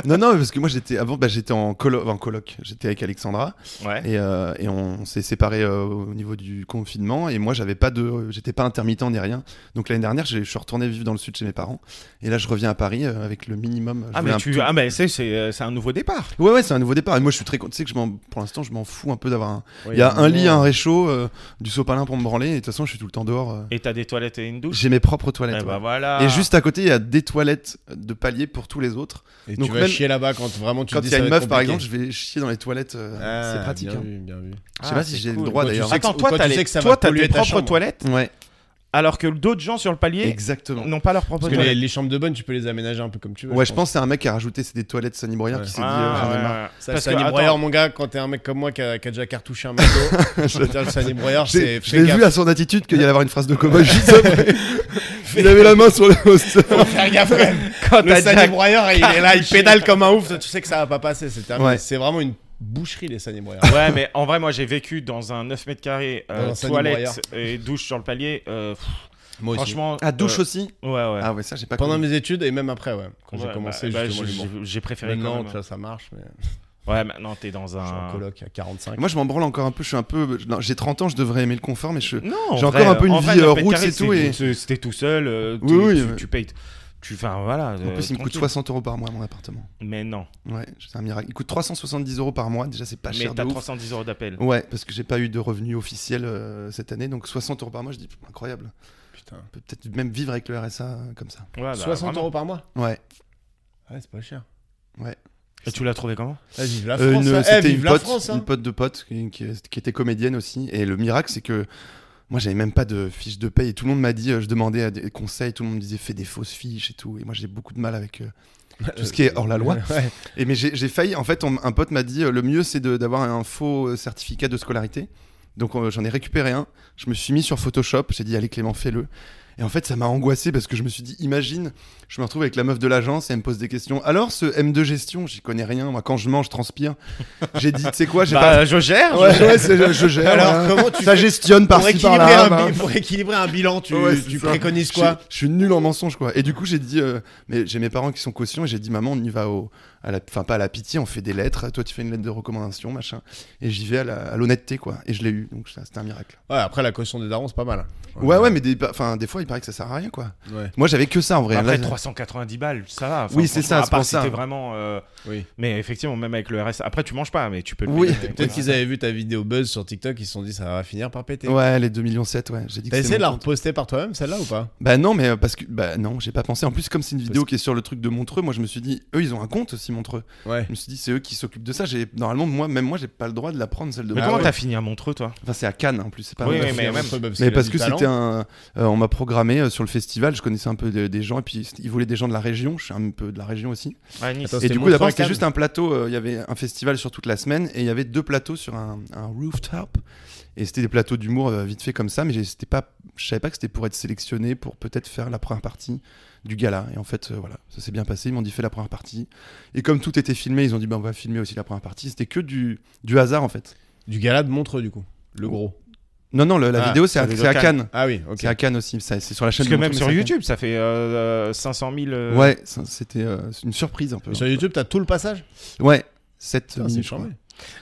Speaker 2: non, non, parce que moi j'étais avant, bah, j'étais en, colo- en coloc, j'étais avec Alexandra
Speaker 3: Ouais.
Speaker 2: et, euh, et on s'est séparés euh, au niveau du confinement et moi j'avais pas de, j'étais pas intermittent ni rien. Donc l'année dernière, j'ai- je suis retourné vivre dans le sud chez mes parents et là je reviens à Paris euh, avec le minimum. Je
Speaker 3: Ah
Speaker 2: voulais
Speaker 3: mais
Speaker 2: un
Speaker 3: tu
Speaker 2: tout-
Speaker 3: ah mais c'est c'est euh, c'est un nouveau départ.
Speaker 2: Ouais, ouais, c'est un nouveau départ et moi je suis très content. Tu sais que je m'en, pour l'instant, je m'en fous un peu d'avoir un.
Speaker 4: Ouais,
Speaker 2: Il y a un
Speaker 4: humour.
Speaker 2: lit, un réchaud, euh, du sopalin pour me branler et de toute façon, je suis tout le temps dehors. euh.
Speaker 3: Et t'as des toilettes et une douche.
Speaker 2: J'ai mes propres
Speaker 3: Eh
Speaker 2: toilettes.
Speaker 3: bah
Speaker 2: ouais.
Speaker 3: voilà.
Speaker 2: Et juste à côté, il y a des toilettes de palier pour tous les autres.
Speaker 4: Et
Speaker 2: Donc
Speaker 4: tu vas
Speaker 2: même-
Speaker 4: chier là-bas quand vraiment tu
Speaker 2: quand
Speaker 4: te
Speaker 2: il
Speaker 4: dis
Speaker 2: y a
Speaker 4: ça
Speaker 2: une
Speaker 4: va
Speaker 2: meuf
Speaker 4: être
Speaker 2: par
Speaker 4: compliqué.
Speaker 2: exemple, je vais chier dans les toilettes. euh,
Speaker 4: Ah,
Speaker 2: c'est pratique.
Speaker 4: Bien
Speaker 2: hein.
Speaker 4: vu, Ah, bien vu.
Speaker 2: Je sais pas si j'ai le droit
Speaker 4: Quand tu
Speaker 2: d'ailleurs. Ah,
Speaker 4: sais que-
Speaker 3: Attends,
Speaker 4: ou
Speaker 3: toi
Speaker 4: quand
Speaker 3: t'as
Speaker 4: tu sais
Speaker 3: les
Speaker 4: que ça va
Speaker 3: toi t'as
Speaker 4: polluer
Speaker 3: tes
Speaker 4: ta
Speaker 3: propres
Speaker 4: chambre.
Speaker 3: toilettes
Speaker 2: Ouais,
Speaker 3: alors que d'autres gens sur le palier
Speaker 2: exactement.
Speaker 3: n'ont pas leurs propres
Speaker 4: Parce que les,
Speaker 3: toilettes.
Speaker 4: les chambres de bonne, tu peux les aménager un peu comme tu veux.
Speaker 2: Ouais, je pense que c'est un mec qui a rajouté c'est des toilettes Sani Bruyère
Speaker 4: Ouais.
Speaker 2: qui s'est dit euh,
Speaker 3: Ah,
Speaker 2: j'en ai
Speaker 3: ouais,
Speaker 2: marre.
Speaker 3: ouais.
Speaker 4: Ça, le
Speaker 3: Parce que,
Speaker 4: Sani
Speaker 3: attends,
Speaker 4: Breuer, mon gars, quand t'es un mec comme moi qui a, qui a déjà cartouché un marteau, je veux dire, le Sani Breuer, c'est. fais
Speaker 2: J'ai- Je l'ai
Speaker 4: gaffe.
Speaker 2: vu à son attitude qu'il y allait avoir une phrase de cowboy juste après. Il avait la main sur le poster.
Speaker 4: Faut faire gaffe quand même.
Speaker 3: quand
Speaker 4: Le
Speaker 3: t'as déjà-
Speaker 4: Sani Breuer, il est là, il pédale comme un ouf. Tu sais que ça va pas passer. C'est terminé.
Speaker 2: Ouais.
Speaker 4: C'est vraiment une boucherie, les Sani Breuer.
Speaker 3: Ouais, mais en vrai, moi j'ai vécu dans un 9 mètres carrés, euh,
Speaker 4: Dans un Sani
Speaker 3: toilette et douche sur le palier. euh, pff,
Speaker 4: Moi aussi.
Speaker 3: franchement.
Speaker 2: Ah, douche
Speaker 3: euh,
Speaker 2: aussi
Speaker 3: Ouais, ouais.
Speaker 2: Ah, ouais, ça j'ai pas
Speaker 4: Pendant
Speaker 2: connu.
Speaker 4: mes études et même après, ouais. Quand j'ai
Speaker 3: Ouais,
Speaker 4: commencé
Speaker 3: bah, bah,
Speaker 4: justement
Speaker 3: j'ai-
Speaker 4: l'humour.
Speaker 3: J'ai préféré quand
Speaker 4: Maintenant,
Speaker 3: même. hein.
Speaker 4: tu vois, ça marche. Mais
Speaker 3: Ouais, maintenant t'es dans
Speaker 4: je suis en
Speaker 3: un.
Speaker 4: coloc à 45.
Speaker 3: ah,
Speaker 2: Moi, je m'en branle encore un peu. Je suis un peu. non, J'ai 30 ans, je devrais aimer le confort, mais je.
Speaker 3: Non, en
Speaker 2: J'ai encore
Speaker 3: vrai,
Speaker 2: un peu une
Speaker 3: en vrai,
Speaker 2: vie,
Speaker 3: le
Speaker 2: euh,
Speaker 3: mètre
Speaker 2: route,
Speaker 3: carré,
Speaker 2: c'est tout, et-
Speaker 3: C'était tout seul, euh,
Speaker 2: Oui,
Speaker 3: tu,
Speaker 2: oui,
Speaker 3: tu-
Speaker 2: ouais.
Speaker 3: tu payes. Tu, enfin, voilà. euh,
Speaker 2: En
Speaker 4: Euh,
Speaker 2: plus, il me coûte 60 euros par mois mon appartement.
Speaker 3: Mais non.
Speaker 2: Ouais, c'est un miracle. Il coûte 370 euros par mois. Déjà, c'est pas
Speaker 3: Mais
Speaker 2: cher de
Speaker 3: t'as
Speaker 2: ouf.
Speaker 3: 310 euros d'appel.
Speaker 2: Ouais, parce que j'ai pas eu de revenus officiels euh, cette année, donc 60 euros par mois, je dis pff, incroyable.
Speaker 4: Putain.
Speaker 2: On peut peut-être même vivre avec le RSA euh, comme ça.
Speaker 3: Ouais, ah, bah,
Speaker 4: 60
Speaker 3: vraiment.
Speaker 4: euros par mois
Speaker 2: Ouais.
Speaker 4: Ouais, c'est pas cher.
Speaker 3: Et tu l'as trouvé comment
Speaker 4: Ah, vive la
Speaker 2: Euh,
Speaker 4: France,
Speaker 2: une-
Speaker 4: hein. Eh,
Speaker 2: C'était
Speaker 4: vive
Speaker 2: une,
Speaker 4: la
Speaker 2: pote,
Speaker 4: France, hein.
Speaker 2: une pote de pote qui, qui- qui était comédienne aussi. Et le miracle, c'est que moi, j'avais même pas de fiche de paye. Et tout le monde m'a dit, euh, je demandais à des conseils, tout le monde me disait fais des fausses fiches et tout. Et moi, j'ai beaucoup de mal avec euh, tout ce qui est hors la loi.
Speaker 4: Ouais.
Speaker 2: Et mais j'ai j'ai failli. En fait, on- un pote m'a dit euh, le mieux, c'est de- d'avoir un faux euh, certificat de scolarité. Donc euh, j'en ai récupéré un. Je me suis mis sur Photoshop. J'ai dit allez Clément, fais-le. Et en fait, ça m'a angoissé parce que je me suis dit imagine, je me retrouve avec la meuf de l'agence et elle me pose des questions. Alors ce M2 gestion, j'y connais rien. Moi, quand je mange, je transpire. J'ai dit tu sais quoi, j'ai
Speaker 3: Bah, je gère.
Speaker 2: pas.
Speaker 3: je-
Speaker 2: euh, Ouais, ouais, c'est- je, je gère.
Speaker 4: Alors,
Speaker 2: voilà.
Speaker 4: comment tu
Speaker 2: ça
Speaker 4: fais
Speaker 2: gestionne
Speaker 4: pour,
Speaker 2: par-ci
Speaker 4: équilibrer
Speaker 2: par-là.
Speaker 4: un bi-
Speaker 2: bah.
Speaker 4: pour équilibrer un bilan, tu,
Speaker 2: Ouais, c'est
Speaker 4: tu
Speaker 2: ça.
Speaker 4: préconises
Speaker 2: Je suis-
Speaker 4: quoi
Speaker 2: je, suis nul en mensonge quoi. Et du coup j'ai dit, euh, mais j'ai mes parents qui sont cautions et j'ai dit maman on y va au, à la, enfin pas à la pitié, on fait des lettres. Toi tu fais une lettre de recommandation machin. Et j'y vais à la- à l'honnêteté quoi. Et je l'ai eu donc ça, c'était un miracle.
Speaker 4: Ouais, après la caution des darons, c'est pas mal.
Speaker 2: Ouais ouais, mais des, bah, enfin des fois il paraît que ça sert à rien quoi.
Speaker 4: Ouais.
Speaker 2: Moi j'avais que ça en vrai.
Speaker 3: Après
Speaker 2: Là,
Speaker 3: 390 balles, ça va. Enfin,
Speaker 2: Oui, c'est
Speaker 3: franchement,
Speaker 2: ça,
Speaker 3: À
Speaker 2: c'est
Speaker 3: part
Speaker 2: pour
Speaker 3: si
Speaker 2: ça.
Speaker 3: t'es vraiment. euh,
Speaker 4: Oui.
Speaker 3: Mais effectivement, même avec le RSA. Après, tu manges pas, mais tu peux. le
Speaker 2: Oui,
Speaker 3: payer,
Speaker 4: Peut-être
Speaker 3: etc.
Speaker 4: qu'ils avaient vu ta vidéo buzz sur TikTok, ils se sont dit ça va finir par péter.
Speaker 2: Ouais les 2 millions 7 ouais. J'ai dit. que
Speaker 4: T'as essayé
Speaker 2: c'était
Speaker 4: de la
Speaker 2: mon compte.
Speaker 4: reposter par toi-même celle-là ou pas
Speaker 2: Bah non mais euh, parce que bah non j'ai pas pensé. En plus comme c'est une vidéo qui est sur le truc de Montreux, moi je me suis dit eux ils ont un compte aussi Montreux.
Speaker 4: Ouais.
Speaker 2: Je me suis dit c'est eux qui s'occupent de ça. J'ai normalement moi même moi j'ai pas le droit de la prendre celle de.
Speaker 3: Mais
Speaker 2: Montreux.
Speaker 3: comment t'as fini à Montreux, toi
Speaker 2: Enfin c'est à Cannes en plus c'est pas.
Speaker 3: Oui,
Speaker 2: mal.
Speaker 3: oui, mais même-
Speaker 4: bah,
Speaker 2: Mais parce que c'était un. euh, on m'a programmé euh, sur le festival, je connaissais un peu de- des gens, et puis c'était- ils voulaient des gens de la région, je suis un peu de la région aussi.
Speaker 3: Ah, Nice.
Speaker 4: Attends,
Speaker 2: Et
Speaker 4: C'était
Speaker 2: du coup,
Speaker 4: Montreux
Speaker 2: d'abord,
Speaker 4: à
Speaker 2: c'était
Speaker 4: Cannes.
Speaker 2: juste un plateau, euh, il y avait un festival sur toute la semaine, et il y avait deux plateaux sur un, un rooftop. Et c'était des plateaux d'humour euh, vite fait comme ça, mais j'ai- c'était pas, je savais pas que c'était pour être sélectionné pour peut-être faire la première partie du gala. Et en fait, euh, voilà, ça s'est bien passé. Ils m'ont dit fais la première partie. Et comme tout était filmé, ils ont dit bah, on va filmer aussi la première partie. C'était que du, du hasard en fait.
Speaker 4: Du gala de Montreux, du coup. Le gros.
Speaker 2: Non, non, le- la
Speaker 4: Ah,
Speaker 2: vidéo c'est à,
Speaker 3: le
Speaker 2: c'est à
Speaker 3: local.
Speaker 2: Cannes.
Speaker 4: Ah oui, ok.
Speaker 2: C'est à Cannes aussi, ça- c'est sur la chaîne
Speaker 3: Parce que
Speaker 2: de
Speaker 3: même
Speaker 2: Montreux,
Speaker 3: sur
Speaker 2: c'est à Cannes.
Speaker 3: YouTube, ça fait euh, 500 000. euh,
Speaker 2: Ouais, ça, c'était euh, c'est une surprise un peu.
Speaker 4: Mais Sur YouTube, t'as tout le passage
Speaker 2: Ouais, 7
Speaker 4: Putain,
Speaker 2: minutes.
Speaker 4: Ah, C'est
Speaker 2: je crois.
Speaker 4: charmé.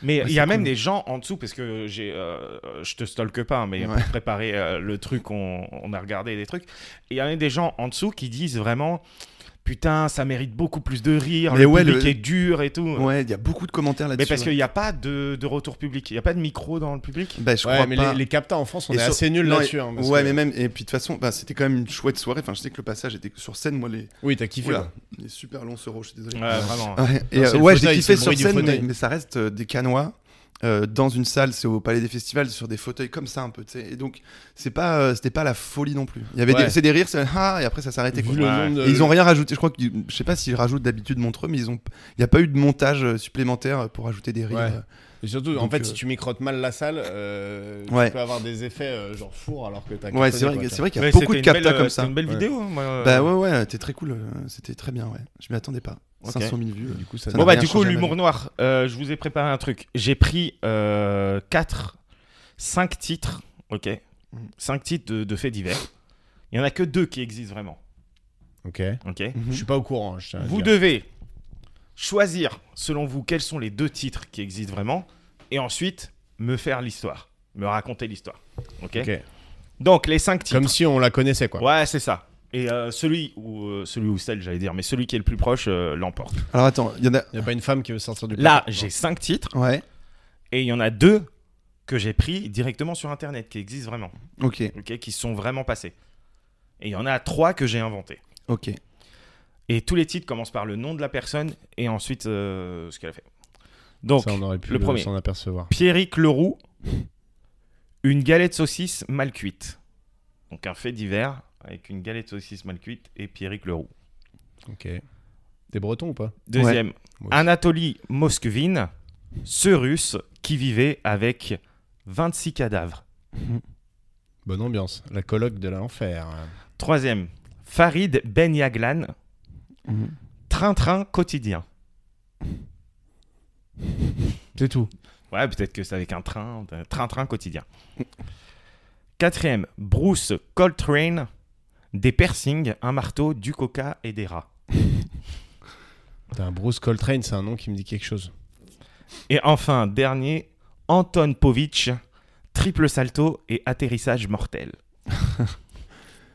Speaker 3: Mais il
Speaker 2: Ouais,
Speaker 3: y a
Speaker 2: c'est
Speaker 3: même
Speaker 2: cool.
Speaker 3: des gens en dessous, parce que j'ai, euh, je te stalke pas, mais
Speaker 2: Ouais.
Speaker 3: pour préparer euh, le truc, on, on a regardé des trucs. Il y a même des gens en dessous qui disent vraiment Putain, ça mérite beaucoup plus de rire,
Speaker 2: Mais
Speaker 3: le
Speaker 2: ouais,
Speaker 3: public
Speaker 2: le-
Speaker 3: est dur et tout.
Speaker 2: Ouais, il y a beaucoup de commentaires
Speaker 3: mais
Speaker 2: là-dessus.
Speaker 3: parce qu'il
Speaker 2: ouais.
Speaker 3: n'y a pas de, de retour public, il n'y a pas de micro dans le public.
Speaker 2: Bah, je
Speaker 4: Ouais,
Speaker 2: crois
Speaker 4: mais
Speaker 2: pas.
Speaker 4: les, les captas en France, on
Speaker 2: Et
Speaker 4: est
Speaker 2: sur-
Speaker 4: assez nuls
Speaker 2: non,
Speaker 4: là-dessus. hein, parce
Speaker 2: ouais,
Speaker 4: que-
Speaker 2: mais même. Et puis de toute façon, bah, c'était quand même une chouette soirée. Enfin, je sais que le passage était sur scène, moi, les.
Speaker 4: Oui, t'as kiffé.
Speaker 2: Oula,
Speaker 4: quoi.
Speaker 2: il est super long ce rôle, je suis désolé.
Speaker 3: Ouais, vraiment.
Speaker 2: Ouais, et,
Speaker 4: Non,
Speaker 2: euh,
Speaker 4: c'est le
Speaker 2: ouais,
Speaker 4: fauteuil,
Speaker 2: j'ai kiffé
Speaker 4: c'est le
Speaker 2: sur
Speaker 4: bruit du
Speaker 2: scène, mais,
Speaker 4: fauteuil.
Speaker 2: mais ça reste euh, des canois euh, dans une salle, c'est au Palais des Festivals, sur des fauteuils comme ça un peu, tu sais. Et donc, c'est pas, euh, c'était pas la folie non plus. Il y avait
Speaker 4: Ouais.
Speaker 2: des, c'est des rires, c'est ah, et après ça s'arrêtait. quoi.
Speaker 4: Vu le
Speaker 3: Ouais.
Speaker 4: nombre de-
Speaker 2: Et ils ont rien rajouté. Je crois que je sais pas s'ils rajoutent d'habitude Montreux, mais ils ont. Il n'y a pas eu de montage euh, supplémentaire pour ajouter des rires.
Speaker 4: Ouais.
Speaker 2: euh.
Speaker 4: Et surtout, en
Speaker 2: Donc,
Speaker 4: fait,
Speaker 2: euh,
Speaker 4: si tu microtes mal la salle, euh,
Speaker 2: Ouais.
Speaker 4: tu peux avoir des effets euh, genre four alors que t'as
Speaker 2: Ouais,
Speaker 4: cartonné,
Speaker 2: c'est vrai,
Speaker 4: quoi,
Speaker 2: c'est
Speaker 4: tu
Speaker 2: vrai qu'il y a
Speaker 3: Ouais,
Speaker 2: beaucoup
Speaker 3: c'était
Speaker 2: de
Speaker 3: une
Speaker 2: capta
Speaker 3: belle, euh,
Speaker 2: comme
Speaker 3: c'était
Speaker 2: ça.
Speaker 3: une belle
Speaker 4: Ouais.
Speaker 3: vidéo. moi, euh,
Speaker 2: Bah ouais, ouais, t'es très cool. euh, C'était très bien, ouais. Je m'y attendais pas.
Speaker 3: Ok.
Speaker 2: 500 000 vues. euh,
Speaker 4: vois. Du coup, ça
Speaker 2: Bon,
Speaker 3: Bon
Speaker 4: n'a
Speaker 3: bah
Speaker 2: rien
Speaker 3: du coup
Speaker 2: changé à ma
Speaker 3: l'humour noir, euh, je vous ai préparé un truc. J'ai pris 4, 5 titres, ok 5 titres de, de faits divers. Il n'y en a que deux qui existent vraiment,
Speaker 4: Ok.
Speaker 3: ok
Speaker 2: Mmh. Mhm.
Speaker 4: Je suis pas au courant. je tiens à
Speaker 3: Vous
Speaker 4: dire.
Speaker 3: devez choisir, selon vous, quels sont les deux titres qui existent vraiment, et ensuite me faire l'histoire, me raconter l'histoire, ok
Speaker 4: Ok.
Speaker 3: Donc les 5 titres.
Speaker 4: Comme si on la connaissait, quoi.
Speaker 3: Ouais, c'est ça. Et euh, celui, ou, euh, celui ou celle, j'allais dire, mais celui qui est le plus proche euh, l'emporte.
Speaker 2: Alors attends, il y en a.
Speaker 4: Y a pas une femme qui veut sortir du
Speaker 3: Là,
Speaker 4: placard, non.
Speaker 3: j'ai 5 titres.
Speaker 2: Ouais,
Speaker 3: Et il y en a deux que j'ai pris directement sur Internet, qui existent vraiment,
Speaker 2: ok,
Speaker 3: ok, qui sont vraiment passés. Et il y en a trois que j'ai inventés.
Speaker 2: ok.
Speaker 3: Et tous les titres commencent par le nom de la personne et ensuite euh, ce qu'elle a fait. Donc,
Speaker 4: Ça, on aurait pu
Speaker 3: le premier.
Speaker 4: s'en apercevoir.
Speaker 3: Pierrick Leroux, une galette saucisse mal cuite. Donc un fait divers avec une galette saucisse mal cuite et Pierrick Leroux.
Speaker 4: Ok. T'es breton ou pas
Speaker 3: Deuxième,
Speaker 4: Moi aussi.
Speaker 3: Anatoly Moscovine, ce russe qui vivait avec 26 cadavres.
Speaker 4: Bonne ambiance. La colloque de l'enfer.
Speaker 3: Troisième, Farid Ben Yaglan,
Speaker 2: Mhm.
Speaker 3: Train-train quotidien.
Speaker 4: C'est tout.
Speaker 3: Ouais, peut-être que c'est avec un train, euh, train-train quotidien. Quatrième, Bruce Coltrane, des piercings, un marteau, du coca et des rats.
Speaker 4: T'as un Bruce Coltrane, c'est un nom qui me dit quelque chose.
Speaker 3: Et enfin, dernier, Anton Povich, triple salto et atterrissage mortel.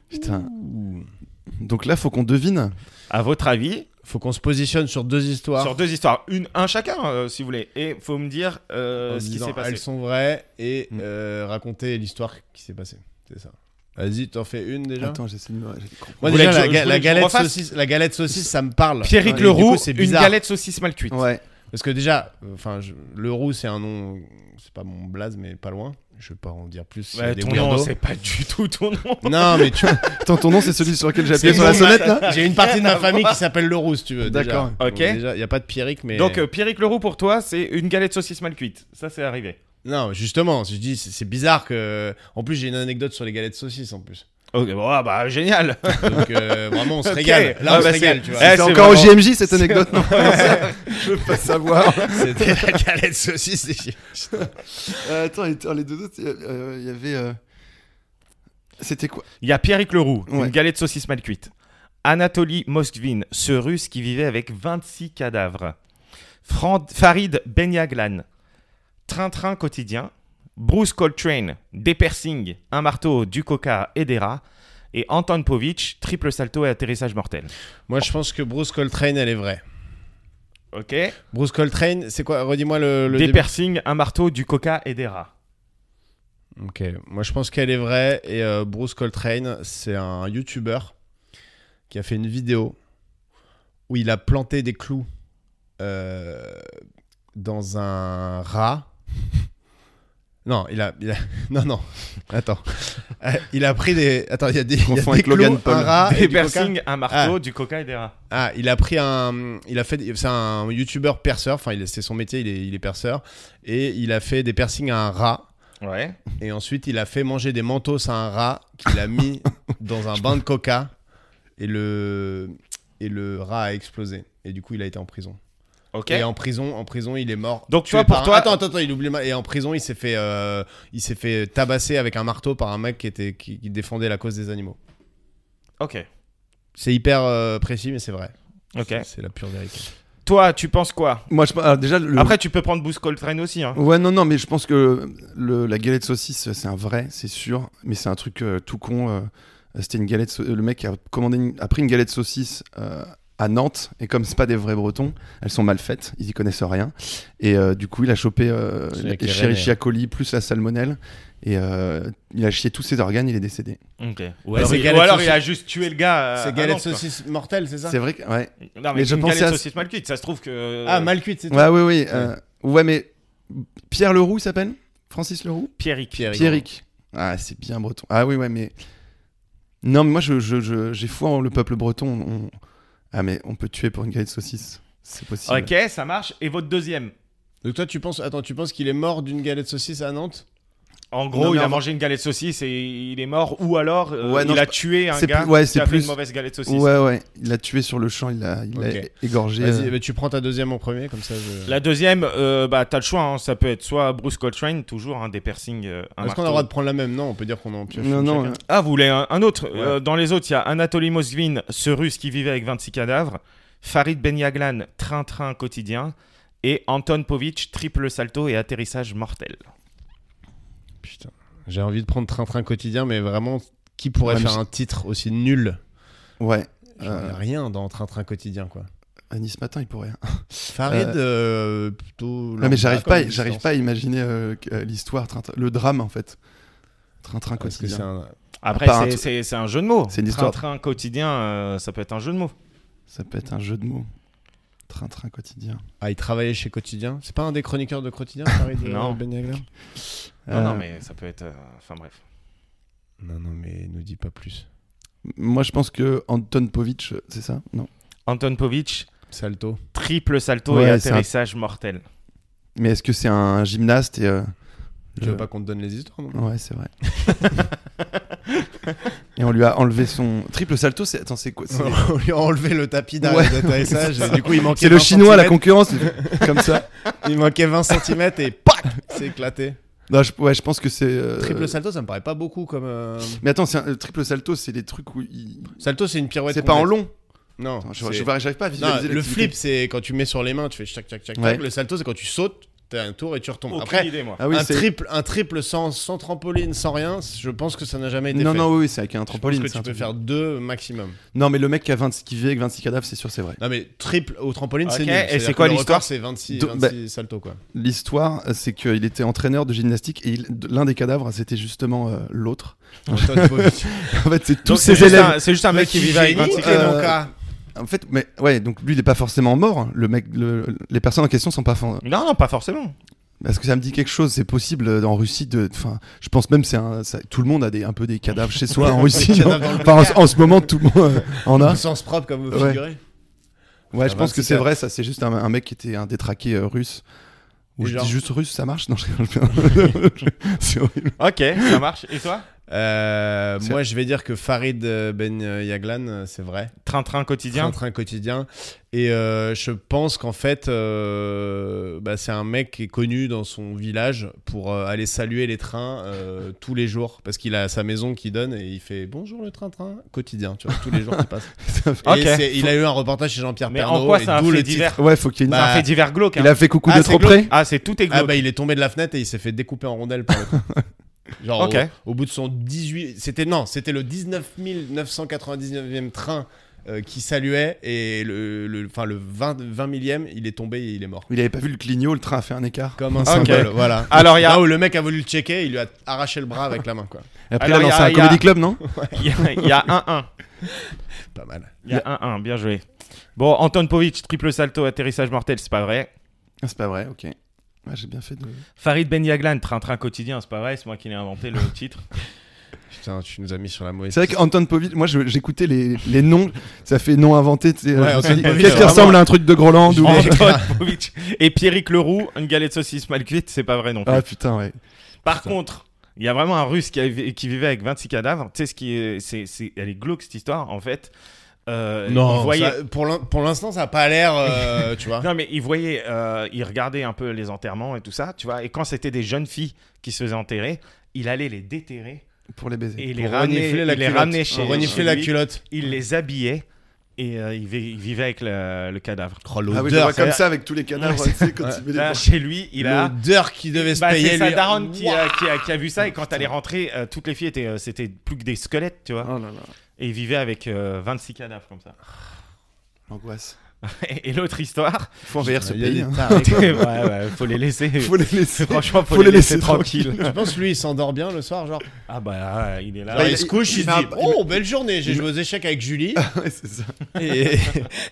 Speaker 2: Putain. Donc là, faut qu'on devine.
Speaker 3: À votre avis,
Speaker 4: Faut qu'on se positionne sur deux histoires.
Speaker 3: sur deux histoires, une, un chacun, euh, si vous voulez. Et faut me dire euh,
Speaker 4: en
Speaker 3: ce qui
Speaker 4: disant,
Speaker 3: s'est passé.
Speaker 4: Elles sont vraies et
Speaker 2: Mm.
Speaker 4: euh, raconter l'histoire qui s'est passée. C'est ça. Vas-y, t'en fais une déjà.
Speaker 2: Attends, j'essaie de me- j'ai-
Speaker 4: Moi
Speaker 3: Vous
Speaker 4: déjà,
Speaker 3: voulez que
Speaker 4: la,
Speaker 3: je-
Speaker 4: ga-
Speaker 3: je-
Speaker 4: la
Speaker 3: je
Speaker 4: galette
Speaker 3: refasse
Speaker 4: saucisse, la galette saucisse, ça me parle.
Speaker 3: Pierrick
Speaker 4: Et du coup,
Speaker 3: Leroux,
Speaker 4: c'est
Speaker 3: une
Speaker 4: bizarre.
Speaker 3: galette saucisse mal cuite.
Speaker 2: Ouais.
Speaker 4: Parce que déjà, euh, enfin, je- Leroux, c'est un nom, c'est pas mon blaze, mais pas loin. Je vais pas en dire plus. s'il y a
Speaker 3: Ouais,
Speaker 4: des
Speaker 3: ton nom,
Speaker 4: weirdos.
Speaker 3: c'est pas du tout ton nom.
Speaker 4: Non, mais tu vois,
Speaker 2: Attends, ton nom, c'est celui sur lequel j'ai appuyé
Speaker 4: C'est
Speaker 2: sur la
Speaker 4: mon-
Speaker 2: sonnette
Speaker 3: Eh,
Speaker 2: là
Speaker 4: j'ai une partie de ma famille qui s'appelle Leroux, si tu veux. déjà.
Speaker 2: D'accord.
Speaker 4: Donc,
Speaker 3: Ok.
Speaker 4: Déjà, il y a pas de Pierrick, mais.
Speaker 3: Donc, euh, Pierrick Leroux, pour toi, c'est une galette saucisse mal cuite. Ça, c'est arrivé.
Speaker 4: Non, justement, je dis, c'est c'est bizarre que. En plus, j'ai une anecdote sur les galettes saucisses en plus.
Speaker 3: Ok, bon, ah, bah, génial.
Speaker 4: Donc euh, vraiment, on se
Speaker 3: Ok.
Speaker 4: régale. Là,
Speaker 3: Ah,
Speaker 4: on
Speaker 3: bah,
Speaker 4: se régale, tu vois.
Speaker 3: Eh,
Speaker 2: C'est
Speaker 3: c'est
Speaker 2: encore au
Speaker 3: vraiment-
Speaker 2: GMJ cette anecdote, non Je veux pas savoir.
Speaker 4: C'était la galette saucisse. des chiens.
Speaker 2: Euh, attends, et- attends, les deux autres, il y a- euh, il y avait. euh, C'était quoi
Speaker 3: Il y a Pierrick Leroux,
Speaker 2: Ouais.
Speaker 3: une galette saucisse mal cuite. Anatoly Moskvin, ce russe qui vivait avec 26 cadavres. Fran- Farid Benyaglan, Train-Train quotidien. Bruce Coltrane, Des Persing, Un marteau, Du coca et des rats. Et Anton Povich, triple salto et atterrissage mortel.
Speaker 4: Moi, je pense que Bruce Coltrane, elle est vraie.
Speaker 3: Ok
Speaker 4: Bruce Coltrane, c'est quoi Redis-moi le, le
Speaker 3: Des
Speaker 4: début.
Speaker 3: Persing, Un marteau, Du coca et des rats.
Speaker 4: Ok. Moi, je pense qu'elle est vraie. Et euh, Bruce Coltrane, c'est un YouTuber qui a fait une vidéo où il a planté des clous euh, dans un rat. Non, il a, il a- non, non. Attends, Euh, il a pris des. Attends, il y a des, il y a
Speaker 2: Confond
Speaker 4: des
Speaker 2: avec
Speaker 4: clous,
Speaker 2: Logan Paul.
Speaker 4: un rat Ah, et
Speaker 3: des
Speaker 4: du coca.
Speaker 3: Persing, Un marteau, Du coca et des rats.
Speaker 4: Ah, il a pris un. Il a fait. C'est un youtubeur perceur. Enfin, il est- c'est son métier. Il est, il est perceur. Et il a fait des piercings à un rat.
Speaker 3: Ouais.
Speaker 4: Et ensuite, il a fait manger des mentos à un rat qu'il a mis dans un bain de coca. Et le et le rat a explosé. Et du coup, il a été en prison.
Speaker 3: Ok.
Speaker 4: Et en prison, en prison, il est mort.
Speaker 3: Donc,
Speaker 4: tué
Speaker 3: toi, pour
Speaker 4: par un-
Speaker 3: toi-
Speaker 4: Attends, attends, attends, il oublie. ma- Et en prison, il s'est fait. euh, Il s'est fait tabasser avec un marteau par un mec qui était qui, qui défendait la cause des animaux.
Speaker 3: Ok.
Speaker 4: C'est hyper euh, précis, mais c'est vrai.
Speaker 3: Ok.
Speaker 4: C'est- C'est la pure vérité.
Speaker 3: Toi, tu penses quoi
Speaker 2: Moi, je... alors, déjà, le...
Speaker 3: Après, tu peux prendre Bruce Coltrane aussi. Hein.
Speaker 2: Ouais, non, non, mais je pense que le- la galette saucisse, c'est un vrai, c'est sûr, mais c'est un truc euh, tout con. euh, C'était une galette. sau- Le mec a, commandé une- a pris une galette saucisse euh, à Nantes, et comme c'est pas des vrais Bretons, elles sont mal faites, ils y connaissent rien. Et euh, du coup, il a chopé euh,
Speaker 4: Celui avec les
Speaker 2: Escherichia coli plus la salmonelle, et euh, il a chié tous ses organes, il est décédé.
Speaker 3: Ok. Ou
Speaker 4: Bah,
Speaker 3: alors,
Speaker 4: c'est
Speaker 3: il,
Speaker 4: galette
Speaker 3: ou alors
Speaker 4: saucisse.
Speaker 3: il a juste tué le gars. euh,
Speaker 4: C'est
Speaker 3: à
Speaker 4: galette
Speaker 3: Nantes, quoi.
Speaker 4: saucisse mortelle, c'est ça
Speaker 2: C'est vrai que. Ouais,
Speaker 3: Non, mais,
Speaker 2: Mais je
Speaker 3: je une
Speaker 2: pensais
Speaker 3: galette
Speaker 2: à-
Speaker 3: saucisse mal cuite. Ça se trouve que.
Speaker 4: Ah, mal cuite, c'est
Speaker 2: ouais, ouais, ouais. euh, ouais, mais Pierre Leroux il s'appelle Francis Leroux
Speaker 3: Pierrick.
Speaker 4: Pierrick.
Speaker 2: Pierrick. Ah, c'est bien breton. Ah oui, ouais, mais. Non, mais moi, je, je- je- j'ai foi en le peuple breton. On- Ah, mais on peut tuer pour une galette de saucisse. C'est possible.
Speaker 3: Ok, ça marche. Et votre deuxième
Speaker 4: Donc toi, tu penses, attends, tu penses qu'il est mort d'une galette saucisse à Nantes
Speaker 3: En gros,
Speaker 2: Non, mais
Speaker 3: il a
Speaker 2: en-
Speaker 3: mangé une galette saucisse et il est mort. Ou alors, euh,
Speaker 2: Ouais, non,
Speaker 3: il a
Speaker 2: je-
Speaker 3: tué un
Speaker 2: c'est
Speaker 3: gars
Speaker 2: plus- ouais,
Speaker 3: qui
Speaker 2: c'est
Speaker 3: a fait
Speaker 2: plus-
Speaker 3: une mauvaise galette saucisse.
Speaker 2: Ouais, ouais. Il l'a tué sur le champ, il l'a, il l'a
Speaker 4: Ok.
Speaker 2: égorgé.
Speaker 4: Vas-y,
Speaker 2: euh.
Speaker 4: mais tu prends ta deuxième en premier, comme ça. Je...
Speaker 3: La deuxième, euh, bah, t'as le choix. hein. Ça peut être soit Bruce Coltrane, toujours hein, des piercings. euh, un
Speaker 4: Est-ce qu'on a le
Speaker 3: marteau.
Speaker 4: droit de prendre la même Non, on peut dire qu'on en pioche.
Speaker 2: Non,
Speaker 4: une
Speaker 2: non.
Speaker 4: chacun.
Speaker 2: euh,
Speaker 3: Ah, vous voulez un, un autre
Speaker 4: Ouais.
Speaker 3: Euh, Dans les autres, il y a Anatoly Moskvin, ce russe qui vivait avec 26 cadavres, Farid Benyaglan, train-train quotidien, et Anton Povich, triple salto et atterrissage mortel.
Speaker 4: Putain, j'ai envie de prendre train-train quotidien, mais vraiment, qui pourrait
Speaker 2: Ouais, mais
Speaker 4: faire
Speaker 2: c'est-
Speaker 4: un titre aussi nul
Speaker 2: Ouais.
Speaker 4: Genre,
Speaker 2: Euh.
Speaker 4: y a Rien dans train-train quotidien, quoi.
Speaker 2: À Nice matin, il pourrait. Ah,
Speaker 4: Farid, euh, plutôt.
Speaker 2: mais j'arrive
Speaker 4: lambda
Speaker 2: pas,
Speaker 4: comme
Speaker 2: j'arrive
Speaker 4: distance.
Speaker 2: pas à imaginer euh, que- euh, l'histoire, train- train- le drame en fait. Train-train
Speaker 4: Parce que c'est
Speaker 2: quotidien.
Speaker 4: un.
Speaker 3: Après,
Speaker 2: À part un
Speaker 3: c'est-
Speaker 2: tr-
Speaker 3: c'est c'est un jeu de mots.
Speaker 2: C'est une histoire.
Speaker 3: Train-train quotidien, euh, ça peut être un jeu de mots.
Speaker 2: Ça peut être un jeu de mots. Train-train quotidien.
Speaker 4: Ah, il travaillait chez Quotidien. C'est pas un des chroniqueurs de Quotidien, Farid euh,
Speaker 3: Non.
Speaker 4: Ben Yagler
Speaker 3: Non, non,
Speaker 2: Euh,
Speaker 3: mais ça peut être. euh, Enfin, bref.
Speaker 4: Non, non, mais nous dis pas plus.
Speaker 2: Moi, je pense que Anton Povich, euh, c'est ça Non.
Speaker 3: Anton Povich,
Speaker 4: Salto.
Speaker 3: triple salto
Speaker 2: Ouais,
Speaker 3: et
Speaker 2: c'est un-
Speaker 3: atterrissage mortel.
Speaker 2: Mais est-ce que c'est un gymnaste et. euh,
Speaker 4: Tu
Speaker 2: le-
Speaker 4: veux pas qu'on te donne les histoires, non
Speaker 2: Ouais, c'est vrai. et on lui a enlevé son triple salto. C'est attends, c'est quoi C'est,
Speaker 4: on lui a enlevé le tapis d'arrêt
Speaker 2: Ouais.
Speaker 4: d'atterrissage et du coup il manquait
Speaker 2: c'est le
Speaker 4: 20
Speaker 2: chinois la
Speaker 4: centimètres.
Speaker 2: concurrence, comme ça.
Speaker 4: il manquait 20 cm et pac c'est éclaté
Speaker 2: Non, je, ouais, je pense que c'est euh,
Speaker 4: triple salto ça me paraît pas beaucoup comme euh,
Speaker 2: Mais attends, c'est un- le triple salto, c'est des trucs où il-
Speaker 4: salto c'est une pirouette
Speaker 2: c'est pas en
Speaker 4: complète.
Speaker 2: long.
Speaker 4: non
Speaker 2: Attends, je,
Speaker 4: c'est-
Speaker 2: je- j'arrive pas à
Speaker 4: Non,
Speaker 2: visualiser.
Speaker 4: le
Speaker 2: l'activité.
Speaker 4: flip c'est quand tu mets sur les mains tu fais tac tac tac
Speaker 2: Ouais.
Speaker 4: tac le salto c'est quand tu sautes T'as un tour et tu retombes.
Speaker 3: Aucune
Speaker 4: Après,
Speaker 3: idée, moi.
Speaker 2: Ah oui,
Speaker 4: un,
Speaker 2: c'est-
Speaker 4: triple, un triple sans, sans trampoline, sans rien, je pense que ça n'a jamais été
Speaker 2: Non,
Speaker 4: fait.
Speaker 2: non, oui, oui, c'est avec un
Speaker 4: je pense
Speaker 2: trampoline.
Speaker 4: que
Speaker 2: c'est
Speaker 4: tu
Speaker 2: un
Speaker 4: peux
Speaker 2: truc.
Speaker 4: faire deux maximum.
Speaker 2: Non, mais le mec qui, a 20 qui vit avec 26 cadavres, c'est sûr, c'est vrai.
Speaker 4: Non mais triple au trampoline, c'est
Speaker 3: Ok,
Speaker 4: nul.
Speaker 3: et
Speaker 4: C'est-à-dire
Speaker 3: c'est quoi
Speaker 4: que le
Speaker 3: l'histoire
Speaker 4: record, C'est 26,
Speaker 2: Do-
Speaker 4: 26
Speaker 2: bah-
Speaker 4: saltos quoi.
Speaker 2: L'histoire, euh, c'est qu'il était entraîneur de gymnastique et il- l'un des cadavres, c'était justement euh, l'autre.
Speaker 4: Antoine Popovic.
Speaker 2: En fait, c'est tous
Speaker 3: Donc, c'est
Speaker 2: ses
Speaker 3: juste
Speaker 2: élèves.
Speaker 3: un- C'est juste un mec qui vivait avec
Speaker 4: Génie,
Speaker 3: 26
Speaker 2: euh,
Speaker 3: kilos.
Speaker 4: mon cas.
Speaker 2: En fait, mais ouais, donc lui, il est pas forcément mort. hein. Le mec, le- les personnes en question sont pas. fan-
Speaker 3: Non, non, pas forcément.
Speaker 2: Parce que ça me dit quelque chose. C'est possible euh, en Russie de. Enfin, je pense même c'est un. ça- tout le monde a des un peu des cadavres chez soi en Russie.
Speaker 4: cadavres dans le
Speaker 2: Enfin, en, en ce moment, tout le monde euh, en a.
Speaker 4: Au sens propre comme vous
Speaker 2: Ouais.
Speaker 4: figurez.
Speaker 2: Ouais, je
Speaker 4: Ça
Speaker 2: pense
Speaker 4: va,
Speaker 2: que
Speaker 4: c'est
Speaker 2: c'est
Speaker 4: ça.
Speaker 2: vrai. Ça, c'est juste un, un mec qui était un détraqué euh, russe. Ou
Speaker 4: Et
Speaker 2: je
Speaker 4: genre-
Speaker 2: dis juste russe, ça marche Non, je rigole. c'est horrible.
Speaker 3: Ok, ça marche. Et toi
Speaker 4: Euh,
Speaker 2: C'est-
Speaker 4: moi, je vais dire que Farid euh, Ben euh, Yaglan, euh, c'est vrai.
Speaker 3: Train-train quotidien.
Speaker 4: Un train quotidien. Et euh, je pense qu'en fait, euh, bah, c'est un mec qui est connu dans son village pour euh, aller saluer les trains euh, tous les jours. Parce qu'il a sa maison qui donne et il fait bonjour le train-train quotidien, tu vois, tous les jours qui passent.
Speaker 2: Ça fait-
Speaker 4: Et
Speaker 3: Ok.
Speaker 4: c'est- il a eu un reportage chez Jean-Pierre
Speaker 3: Mais
Speaker 4: Pernaut.
Speaker 3: en quoi
Speaker 4: et
Speaker 3: c'est un
Speaker 4: d'où le
Speaker 3: fait
Speaker 4: titre.
Speaker 3: divers
Speaker 2: Ouais, faut qu'il y ait une.
Speaker 3: C'est un
Speaker 4: Bah,
Speaker 3: fait divers glauque. hein.
Speaker 2: il a fait coucou
Speaker 4: Ah,
Speaker 2: de
Speaker 4: c'est
Speaker 2: trop
Speaker 4: glauque.
Speaker 2: près.
Speaker 3: Ah, c'est tout est
Speaker 4: Ah
Speaker 3: glauque.
Speaker 4: bah il est tombé de la fenêtre et il s'est fait découper en rondelles par le coup. Genre
Speaker 3: Ok.
Speaker 4: au, au bout de son 18 c'était non, c'était le 19 999e train euh, qui saluait et le le- enfin le, 20 20 millième, il est tombé et il est mort.
Speaker 2: Il avait pas vu le clignot. Le train a fait un écart.
Speaker 4: Comme un
Speaker 3: Ok.
Speaker 4: symbole, voilà.
Speaker 3: Alors, il y a-
Speaker 4: Là où le mec a voulu le checker, il lui a arraché le bras avec la main quoi.
Speaker 2: Et après,
Speaker 3: Alors,
Speaker 2: il
Speaker 3: il
Speaker 2: a
Speaker 3: y
Speaker 2: lancé
Speaker 3: a-
Speaker 2: un
Speaker 3: il y a-
Speaker 2: comedy club, non
Speaker 3: Il y a- il y a 1-1.
Speaker 4: Pas mal.
Speaker 3: Il y a 1-1, bien joué. Bon, Anton Povic, triple salto, atterrissage mortel, c'est pas vrai.
Speaker 2: Ah, C'est pas vrai. Ok. Ouais, J'ai bien fait de.
Speaker 3: Farid Ben Yaglan, train-train quotidien, c'est pas vrai, c'est moi qui l'ai inventé le titre.
Speaker 4: Putain, tu nous as mis sur la mauvaise
Speaker 2: C'est vrai qu'Anton Povich, moi je- j'écoutais les, les noms, ça fait nom inventé. tu sais,
Speaker 4: Ouais,
Speaker 2: je me suis
Speaker 4: Anton
Speaker 2: dit,
Speaker 4: Povich,
Speaker 2: Qu'est-ce qui
Speaker 4: vraiment.
Speaker 2: ressemble à un truc de Groland ou...
Speaker 3: Anton Povic et Pierrick Leroux, une galette saucisse mal cuite, c'est pas vrai non plus.
Speaker 2: Ah putain, ouais.
Speaker 3: Par contre, il y a vraiment un russe qui, avait- qui vivait avec 26 cadavres. Tu sais ce qui est, c'est, c'est- elle est glauque cette histoire en fait. Euh, il
Speaker 4: Non,
Speaker 3: voyait-
Speaker 4: ça- pour l'in- pour l'instant ça a pas l'air euh, tu
Speaker 2: Hein?
Speaker 4: vois.
Speaker 3: Non mais il voyait, euh, il regardait un peu les enterrements et tout ça, tu vois. Et quand c'était des jeunes filles qui se faisaient enterrer, il allait les déterrer
Speaker 2: Pour les baisers. Ah
Speaker 3: et les
Speaker 4: Pour
Speaker 3: ramener,
Speaker 4: renifler la
Speaker 3: il les
Speaker 4: culotte.
Speaker 3: ramenait chez,
Speaker 4: renifler
Speaker 3: chez
Speaker 4: la
Speaker 3: lui.
Speaker 4: culotte.
Speaker 3: il les habillait et euh, il, vi- il vivait avec le, le cadavre.
Speaker 4: Oh,
Speaker 2: Ah oui, je le vois
Speaker 4: l'odeur,
Speaker 2: comme ça avec tous les cadavres, tu sais, quand
Speaker 4: Ouais.
Speaker 2: il met des-
Speaker 3: Là, chez lui, il a.
Speaker 4: l'odeur qui devait se
Speaker 3: Bah,
Speaker 4: payer
Speaker 3: c'est sa
Speaker 4: lui.
Speaker 3: daronne qui, a, qui a- qui a vu ça et quand elle est rentrée, euh, toutes les filles étaient, euh, c'était plus que des squelettes, tu vois.
Speaker 4: Hein?
Speaker 2: Oh là là,
Speaker 3: Et il vivait avec euh, 26 cadavres comme ça.
Speaker 2: l'angoisse.
Speaker 3: Et, et l'autre histoire,
Speaker 2: Faut envahir ce
Speaker 4: Il y a
Speaker 2: pays.
Speaker 4: des
Speaker 2: hein.
Speaker 4: tarés, quoi.
Speaker 3: ouais, ouais, faut les laisser.
Speaker 2: Faut les laisser.
Speaker 3: Franchement, faut,
Speaker 2: faut
Speaker 3: les
Speaker 2: les
Speaker 3: laisser,
Speaker 2: laisser
Speaker 3: tranquilles.
Speaker 4: Je pense lui il s'endort bien le soir genre.
Speaker 3: ah bah ouais, il est là.
Speaker 4: Genre,
Speaker 2: Bah,
Speaker 4: il,
Speaker 2: il-
Speaker 4: se couche, il,
Speaker 2: il
Speaker 4: se
Speaker 2: met un-
Speaker 4: dit
Speaker 2: il met-
Speaker 4: "Oh, belle journée, j'ai joué aux échecs avec Julie"
Speaker 2: Ouais, c'est ça.
Speaker 4: et,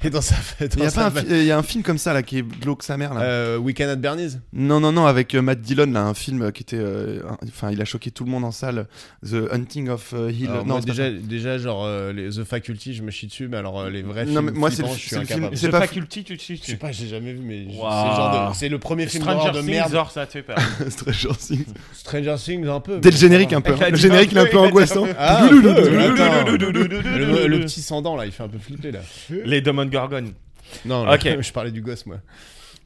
Speaker 4: et dans sa fête.
Speaker 2: Il y, a pas un fi- il y a un film comme ça là qui est glauque sa mère là.
Speaker 4: Weekend at Bernie's.
Speaker 2: Non non non avec euh, Matt Dillon là un film euh, qui était euh, un- enfin il a choqué tout le monde en salle The Hunting of euh, Hill.
Speaker 4: Alors,
Speaker 2: non
Speaker 4: moi,
Speaker 2: c'est
Speaker 4: déjà
Speaker 2: pas
Speaker 4: déjà genre euh, les The Faculty, je me chie dessus mais alors euh, les vrais
Speaker 2: Non,
Speaker 4: films
Speaker 2: mais moi, c'est
Speaker 4: flippants,
Speaker 2: le-
Speaker 4: je suis
Speaker 2: c'est le film-
Speaker 4: incapable.
Speaker 2: c'est
Speaker 3: C'est
Speaker 2: pas-
Speaker 3: pas culti, tu tu-
Speaker 4: Je sais
Speaker 3: tu-
Speaker 4: pas, j'ai jamais vu mais je- c'est le
Speaker 3: Waouh.
Speaker 4: genre de- c'est le premier film d'horreur
Speaker 3: Stranger
Speaker 4: de
Speaker 3: Things,
Speaker 2: hein.
Speaker 4: merde.
Speaker 3: genre, ça te fait peur.
Speaker 2: ça. Stranger Things.
Speaker 4: Stranger Things un peu.
Speaker 2: Dès
Speaker 4: mais
Speaker 2: le
Speaker 4: ça
Speaker 2: générique
Speaker 4: va.
Speaker 2: un peu.
Speaker 3: Elle a
Speaker 2: hein. Le
Speaker 3: dit
Speaker 2: générique il est un
Speaker 3: peu,
Speaker 2: peu
Speaker 3: il a dit
Speaker 2: angoissant.
Speaker 4: Ah, un peu, attends. le, le
Speaker 3: Le
Speaker 4: petit sans dents là, il fait un peu flipper là.
Speaker 3: Les Demon Gorgon.
Speaker 4: Non, là,
Speaker 3: Ok.
Speaker 4: je parlais du gosse moi.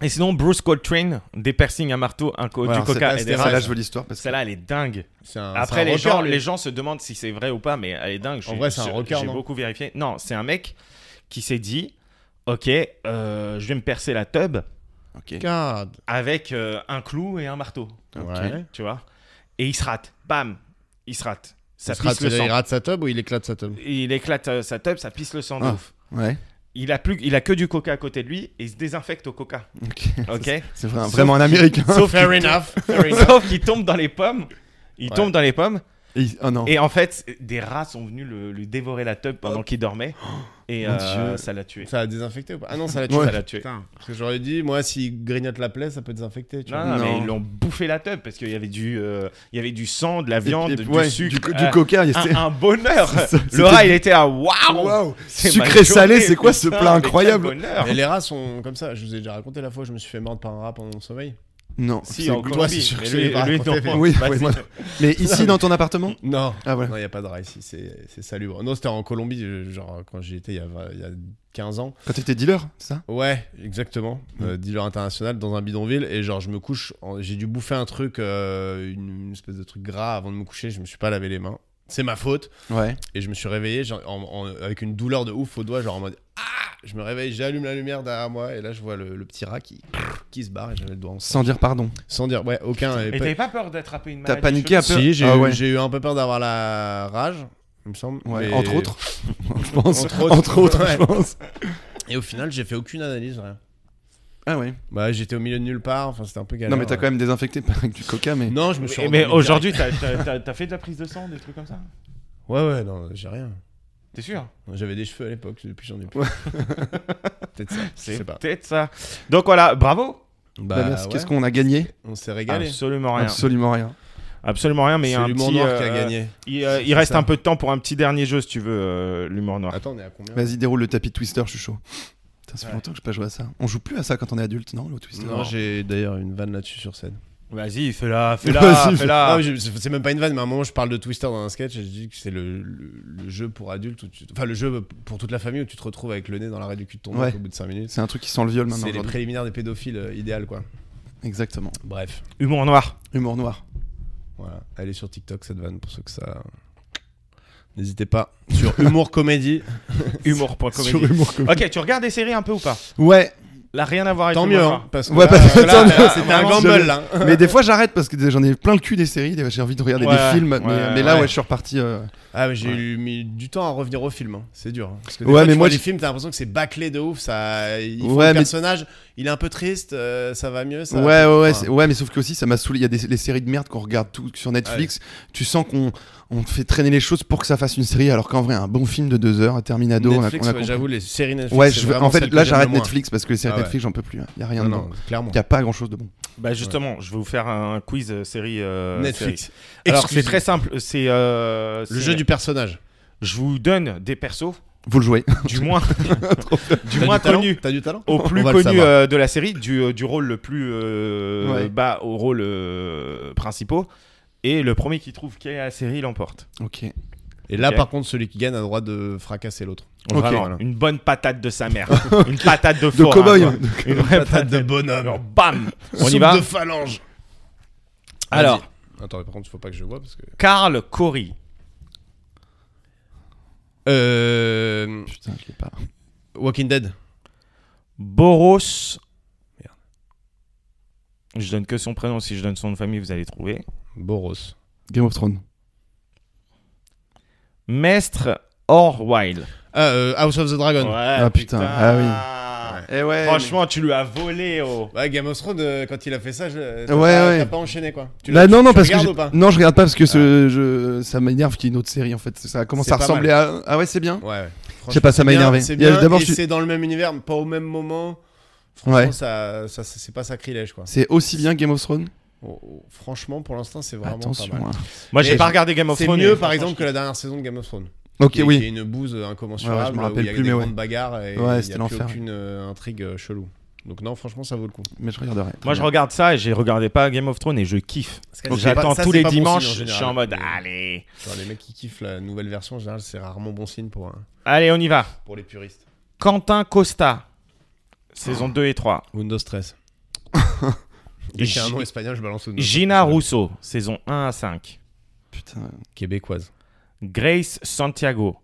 Speaker 3: Et sinon, Bruce Coltrane, des piercings à marteau, un co-
Speaker 2: Ouais,
Speaker 3: du
Speaker 2: alors,
Speaker 3: coca
Speaker 4: c'est pas-
Speaker 3: et des
Speaker 4: c'est
Speaker 2: Ah, Là
Speaker 3: rails.
Speaker 2: je veux l'histoire parce que
Speaker 3: Celle-là, elle est dingue.
Speaker 4: Ah, C'est un- c'est
Speaker 3: Après,
Speaker 4: un
Speaker 3: les
Speaker 4: record,
Speaker 3: gens,
Speaker 4: lui.
Speaker 3: les gens se demandent si c'est vrai ou pas, mais elle est dingue.
Speaker 4: En
Speaker 3: je-
Speaker 4: vrai, c'est un
Speaker 3: je-
Speaker 4: record,
Speaker 3: J'ai
Speaker 4: non
Speaker 3: beaucoup vérifié. Non, c'est un mec qui s'est dit Ok, euh, je vais me percer la tub
Speaker 2: OK.
Speaker 4: God.
Speaker 3: avec euh, un clou et un marteau.
Speaker 4: Ouais.
Speaker 3: Tu vois Et il se rate. Bam Il se rate. Ça
Speaker 4: Il se
Speaker 3: pisse
Speaker 4: rate-
Speaker 3: le sang.
Speaker 4: Il rate sa tub ou il éclate sa tub
Speaker 3: Il éclate euh, sa tub, ça pisse le sang de
Speaker 2: Ah.
Speaker 3: ouf.
Speaker 2: Ouais.
Speaker 3: Il a, plus, il a que du coca à côté de lui et il se désinfecte au coca.
Speaker 2: OK.
Speaker 3: Ok
Speaker 2: C'est vra- vraiment un américain.
Speaker 3: Sauf
Speaker 4: Fair
Speaker 3: qu'il
Speaker 4: enough.
Speaker 3: tombe- sauf qu'il tombe dans les pommes. Il
Speaker 4: Ouais.
Speaker 3: tombe dans les pommes.
Speaker 2: Et il- oh non.
Speaker 3: Et en fait, des rats sont venus le- lui dévorer la teub pendant qu'il dormait. Et
Speaker 2: mon
Speaker 3: euh,
Speaker 2: Dieu.
Speaker 3: ça l'a tué.
Speaker 4: Ça a désinfecté ou pas Ah non, ça l'a tué.
Speaker 3: Ça
Speaker 2: Ouais.
Speaker 3: l'a tué.
Speaker 4: Putain, parce que j'aurais dit, moi, s'il grignote la plaie, ça peut désinfecter. Tu
Speaker 3: Non,
Speaker 4: vois.
Speaker 3: non, mais
Speaker 2: Non.
Speaker 3: ils l'ont bouffé la teub parce qu'il y avait du, euh, il y avait du sang, de la
Speaker 2: Et-
Speaker 3: viande,
Speaker 2: et-
Speaker 3: du
Speaker 2: ouais,
Speaker 3: sucre,
Speaker 2: du, co-
Speaker 3: euh,
Speaker 2: du coca, il était-
Speaker 3: un, un bonheur.
Speaker 2: C'est ça,
Speaker 3: le
Speaker 2: c'était-
Speaker 3: rat, il était là, waouh.
Speaker 2: Waouh.
Speaker 3: c'est
Speaker 2: Sucré
Speaker 3: ma journée,
Speaker 2: salé, c'est quoi ce
Speaker 3: putain,
Speaker 2: plat
Speaker 3: mais quel
Speaker 2: incroyable
Speaker 3: bonheur.
Speaker 4: Et les rats sont comme ça. Je vous ai déjà raconté la fois où je me suis fait mordre par un rat pendant mon sommeil.
Speaker 2: Non.
Speaker 3: Si,
Speaker 2: c'est-
Speaker 3: en
Speaker 4: toi,
Speaker 3: Colombie,
Speaker 4: c'est sûr que
Speaker 3: mais
Speaker 4: je l'ai pas
Speaker 3: lui, lui,
Speaker 4: raconté,
Speaker 3: non. Bah,
Speaker 2: mais- Oui,
Speaker 3: Vas-y.
Speaker 2: oui, moi- Mais
Speaker 3: Ah,
Speaker 2: ici dans ton appartement
Speaker 4: Non.
Speaker 2: Ah voilà.
Speaker 4: Non, il n'y a pas de rat ici, c'est c'est salubre. Non, c'était en Colombie, euh, genre quand j'y étais il y a, vingt- il y a 15 ans.
Speaker 2: Quand t'étais dealer, c'est ça
Speaker 4: Ouais, exactement. Euh, dealer international dans un bidonville. Et genre, je me couche, en- j'ai dû bouffer un truc, euh, une, une espèce de truc gras avant de me coucher, je me suis pas lavé les mains. C'est ma faute.
Speaker 2: Ouais.
Speaker 4: Et je me suis réveillé genre, en- en- avec une douleur de ouf au doigt, genre en mode Ah Je me réveille, j'allume la lumière derrière moi et là je vois le, le petit rat qui, qui se barre et j'avais le doigt en sang.
Speaker 2: Sans dire pardon.
Speaker 4: Sans dire, ouais, aucun. euh,
Speaker 3: Et t'avais pas peur d'attraper une
Speaker 2: T'as
Speaker 3: maladie
Speaker 2: paniqué un peu
Speaker 4: Si, j'ai
Speaker 2: Ah
Speaker 4: eu,
Speaker 2: ouais.
Speaker 4: j'ai eu un peu peur d'avoir la rage, il me semble.
Speaker 2: Ouais,
Speaker 4: mais-
Speaker 2: Entre autres, je pense.
Speaker 4: Entre autres,
Speaker 2: Entre autres,
Speaker 4: ouais.
Speaker 2: je pense.
Speaker 4: Et au final, j'ai fait aucune analyse, rien.
Speaker 2: Ah ouais.
Speaker 4: Bah, j'étais au milieu de nulle part, enfin, c'était un peu galère.
Speaker 2: Non, mais t'as quand même désinfecté par- avec du coca, mais.
Speaker 4: Non, je me suis
Speaker 3: chaude. Mais
Speaker 4: rendormi
Speaker 3: aujourd'hui, t'as- t'as t'as- t'as fait de la prise de sang, des trucs comme ça
Speaker 4: direct. Ouais, ouais, non, j'ai rien.
Speaker 3: T'es sûr
Speaker 4: J'avais des cheveux à l'époque, depuis j'en ai plus. Peut-être ça, je sais
Speaker 3: C'est
Speaker 4: pas.
Speaker 3: peut-être ça. Donc voilà, bravo
Speaker 4: Bah,
Speaker 2: Bah, merci.
Speaker 4: ouais,
Speaker 2: Qu'est-ce qu'on Ah, a gagné
Speaker 4: On s'est régalé.
Speaker 3: Absolument rien.
Speaker 2: Absolument rien.
Speaker 3: Absolument rien, mais il y
Speaker 4: C'est
Speaker 3: a un
Speaker 4: l'humour
Speaker 3: petit.
Speaker 4: noir qui a
Speaker 3: euh,
Speaker 4: gagné.
Speaker 3: Il, euh, il
Speaker 4: C'est
Speaker 3: reste
Speaker 4: ça.
Speaker 3: un peu de temps pour un petit dernier jeu, si tu veux, euh, l'humour noir.
Speaker 4: Attends, on est à combien
Speaker 2: Vas-y, déroule le tapis Twister, je suis chaud. Putain, ça fait
Speaker 4: Euh, Ouais.
Speaker 2: longtemps que j'ai pas joué à ça. On joue plus à ça quand on est adulte, non, le Twister
Speaker 4: Non, j'ai d'ailleurs une vanne là-dessus sur scène.
Speaker 3: Vas-y, fais-la, fais-la,
Speaker 2: Vas-y,
Speaker 4: Ah,
Speaker 3: fais-la.
Speaker 4: mais je- c'est c'est même pas une vanne, mais à un moment je parle de Twister dans un sketch et je dis que c'est le, le- le jeu pour adultes, où tu- enfin le jeu pour toute la famille où tu te retrouves avec le nez dans l'arrêt du cul de ton
Speaker 2: Ouais.
Speaker 4: oncle au bout de 5 minutes.
Speaker 2: C'est un truc qui sent le viol maintenant.
Speaker 4: C'est les
Speaker 2: aujourd'hui.
Speaker 4: préliminaires des pédophiles euh, idéal quoi.
Speaker 2: Exactement.
Speaker 4: Bref,
Speaker 3: Humour noir.
Speaker 2: Humour noir.
Speaker 4: voilà. Elle est sur TikTok cette vanne pour ceux que ça. N'hésitez pas sur Humour Comédie.
Speaker 3: Humour.comédie.
Speaker 2: Humour Comédie.
Speaker 3: Ok, tu regardes des séries un peu ou pas
Speaker 2: Ouais,
Speaker 3: Là, rien à voir avec
Speaker 4: Tant
Speaker 3: Humour
Speaker 4: mieux,
Speaker 3: noir.
Speaker 4: hein, parce que
Speaker 2: Ouais,
Speaker 4: là,
Speaker 2: parce que
Speaker 4: là, là,
Speaker 2: tant mieux.
Speaker 4: c'était un
Speaker 2: Vraiment.
Speaker 4: gamble là.
Speaker 2: mais des fois j'arrête parce que j'en ai plein le cul des séries. des- J'ai envie de regarder
Speaker 3: Ouais.
Speaker 2: des films, mais,
Speaker 3: Ouais,
Speaker 2: mais là,
Speaker 4: ouais.
Speaker 2: ouais, je suis reparti. euh,
Speaker 4: Ah, mais j'ai
Speaker 2: Ouais.
Speaker 4: eu mis du temps à revenir au film. hein. C'est dur. hein. Parce que des
Speaker 2: Ouais,
Speaker 4: fois, tu
Speaker 2: mais
Speaker 4: vois
Speaker 2: moi,
Speaker 4: les
Speaker 2: j'ai-
Speaker 4: films, t'as l'impression que c'est bâclé de ouf. Ça, il faut
Speaker 2: Ouais,
Speaker 4: le
Speaker 2: mais-
Speaker 4: personnage, il est un peu triste, euh, ça va mieux. Ça
Speaker 2: Ouais,
Speaker 4: va
Speaker 2: ouais,
Speaker 4: mieux.
Speaker 2: ouais,
Speaker 4: Enfin,
Speaker 2: c'est- ouais, mais sauf que aussi, ça m'a saoulé. Il y a des les séries de merde qu'on regarde tout sur Netflix. Tu sens qu'on on te fait traîner les choses pour que ça fasse une série, alors qu'en vrai, un bon film de deux heures, Terminado, on a-
Speaker 4: Netflix,
Speaker 2: on a,
Speaker 4: ouais,
Speaker 2: compris.
Speaker 4: j'avoue, les séries Netflix.
Speaker 2: Ouais,
Speaker 4: c'est
Speaker 2: je veux-
Speaker 4: vraiment
Speaker 2: en fait,
Speaker 4: celles que
Speaker 2: là,
Speaker 4: j'aime
Speaker 2: j'arrête
Speaker 4: le moins.
Speaker 2: Netflix parce que les séries
Speaker 4: Ah ouais.
Speaker 2: Netflix, j'en peux plus. hein. Il y a rien
Speaker 4: Non,
Speaker 2: de
Speaker 4: non,
Speaker 2: bon.
Speaker 4: clairement.
Speaker 2: Il y a pas grand chose de bon.
Speaker 3: Bah justement, je vais vous faire un quiz euh, série. euh, série.
Speaker 4: Netflix.
Speaker 3: Alors c'est
Speaker 4: Exclusif.
Speaker 3: très simple, c'est euh,
Speaker 4: Le
Speaker 3: c'est-
Speaker 4: jeu du personnage.
Speaker 3: Je vous donne des persos,
Speaker 2: Vous le jouez.
Speaker 3: du moins, du
Speaker 4: T'as
Speaker 3: moins
Speaker 4: talent
Speaker 3: connus,
Speaker 4: T'as du talent
Speaker 3: au plus
Speaker 4: On va le
Speaker 3: connu
Speaker 4: savoir.
Speaker 3: euh, de la série, du, euh, du rôle le plus euh,
Speaker 2: Ouais.
Speaker 3: bas au rôle euh, principaux, et le premier qui trouve quelle est la série l'emporte.
Speaker 2: ok.
Speaker 4: Et là,
Speaker 3: Ok.
Speaker 4: par contre, celui qui gagne a le droit de fracasser l'autre.
Speaker 2: Ok.
Speaker 3: Vraiment,
Speaker 4: Voilà.
Speaker 3: une bonne patate de sa mère, une patate de
Speaker 2: De
Speaker 3: fort.
Speaker 2: cowboy.
Speaker 3: hein, quoi. une vraie patate,
Speaker 4: de
Speaker 3: Alors
Speaker 4: bonhomme.
Speaker 3: bam, on y
Speaker 4: Soupe
Speaker 3: va.
Speaker 4: de phalange.
Speaker 3: Alors,
Speaker 4: Vas-y. Attends, par contre, faut pas que je vois parce que.
Speaker 3: Carl Cory,
Speaker 4: Euh.
Speaker 2: Putain, je l'ai pas.
Speaker 4: Walking Dead.
Speaker 3: Boros.
Speaker 4: Merde.
Speaker 3: Je donne que son prénom, si je donne son nom de famille, vous allez trouver.
Speaker 4: Boros.
Speaker 2: Game of Thrones.
Speaker 3: Mestre Orwell.
Speaker 4: Ah, euh, House of the Dragon.
Speaker 3: ah
Speaker 2: putain.
Speaker 3: Ah
Speaker 4: oui.
Speaker 2: Eh ouais.
Speaker 3: Franchement, tu lui as volé, oh.
Speaker 4: Ouais, Game of Thrones, euh, quand il a fait ça, je, euh,
Speaker 2: Ouais,
Speaker 4: pas,
Speaker 2: ouais.
Speaker 4: t'as pas enchaîné quoi. Tu
Speaker 2: Là,
Speaker 4: l'as-
Speaker 2: Bah non, non,
Speaker 4: tu
Speaker 2: parce que
Speaker 4: regardes
Speaker 2: j'ai-
Speaker 4: ou pas Ah.
Speaker 2: non, je regarde pas parce que ce jeu, ça m'énerve qu'il y ait une autre série en fait. Ça commence
Speaker 4: C'est
Speaker 2: à
Speaker 4: pas
Speaker 2: ressembler à. Ah ouais, c'est bien.
Speaker 4: Ouais, ouais.
Speaker 2: Je sais pas, ça m'a
Speaker 4: Bien,
Speaker 2: énervé.
Speaker 4: C'est
Speaker 2: Il y a-
Speaker 4: bien,
Speaker 2: D'abord,
Speaker 4: et
Speaker 2: je suis-
Speaker 4: c'est dans le même univers, mais pas au même moment. Franchement,
Speaker 2: ouais.
Speaker 4: ça, ça, c'est c'est pas sacrilège quoi.
Speaker 2: C'est aussi bien Game of Thrones.
Speaker 4: Oh, oh, franchement, pour l'instant, c'est vraiment
Speaker 2: Attention.
Speaker 4: pas mal.
Speaker 2: hein.
Speaker 3: Moi,
Speaker 4: Mais
Speaker 3: j'ai pas regardé Game of
Speaker 4: C'est
Speaker 3: Thrones.
Speaker 4: mieux
Speaker 3: et
Speaker 4: par exemple que
Speaker 3: franchement,
Speaker 4: la dernière saison de Game of Thrones.
Speaker 2: Ok,
Speaker 4: qui est- qui est
Speaker 2: oui.
Speaker 4: une bouse euh,
Speaker 2: Ouais, ouais,
Speaker 4: incommensurable.
Speaker 2: je me
Speaker 4: où
Speaker 2: rappelle
Speaker 4: il y a
Speaker 2: plus,
Speaker 4: des
Speaker 2: mais ouais.
Speaker 4: grandes bagarres et
Speaker 2: Ouais,
Speaker 4: il n'y
Speaker 2: c'était
Speaker 4: a plus
Speaker 2: l'enfer.
Speaker 4: aucune euh, intrigue euh, chelou. Donc non, franchement, ça vaut le coup.
Speaker 2: Mais je regarderai.
Speaker 3: Moi, je regarde ça et j'ai regardé pas Game of Thrones et je kiffe.
Speaker 4: Ok.
Speaker 3: J'attends
Speaker 4: Ça,
Speaker 3: tous
Speaker 4: c'est
Speaker 3: les
Speaker 4: pas bon
Speaker 3: dimanches.
Speaker 4: signe, en
Speaker 3: je suis
Speaker 4: général.
Speaker 3: en mode,
Speaker 4: Mais-
Speaker 3: allez,
Speaker 4: Genre, les mecs qui kiffent la nouvelle version, en général, c'est rarement bon signe pour, euh, un-
Speaker 3: allez, on y va.
Speaker 4: pour les puristes.
Speaker 3: Quentin Costa, saison 2 et 3.
Speaker 4: Windows 13.
Speaker 3: Et
Speaker 4: Dès qu'il y a un
Speaker 3: Gi-
Speaker 4: nom espagnol, je balance Windows.
Speaker 3: Gina Rousseau, saison 1 à 5.
Speaker 2: Putain.
Speaker 4: Québécoise.
Speaker 3: Grace Santiago.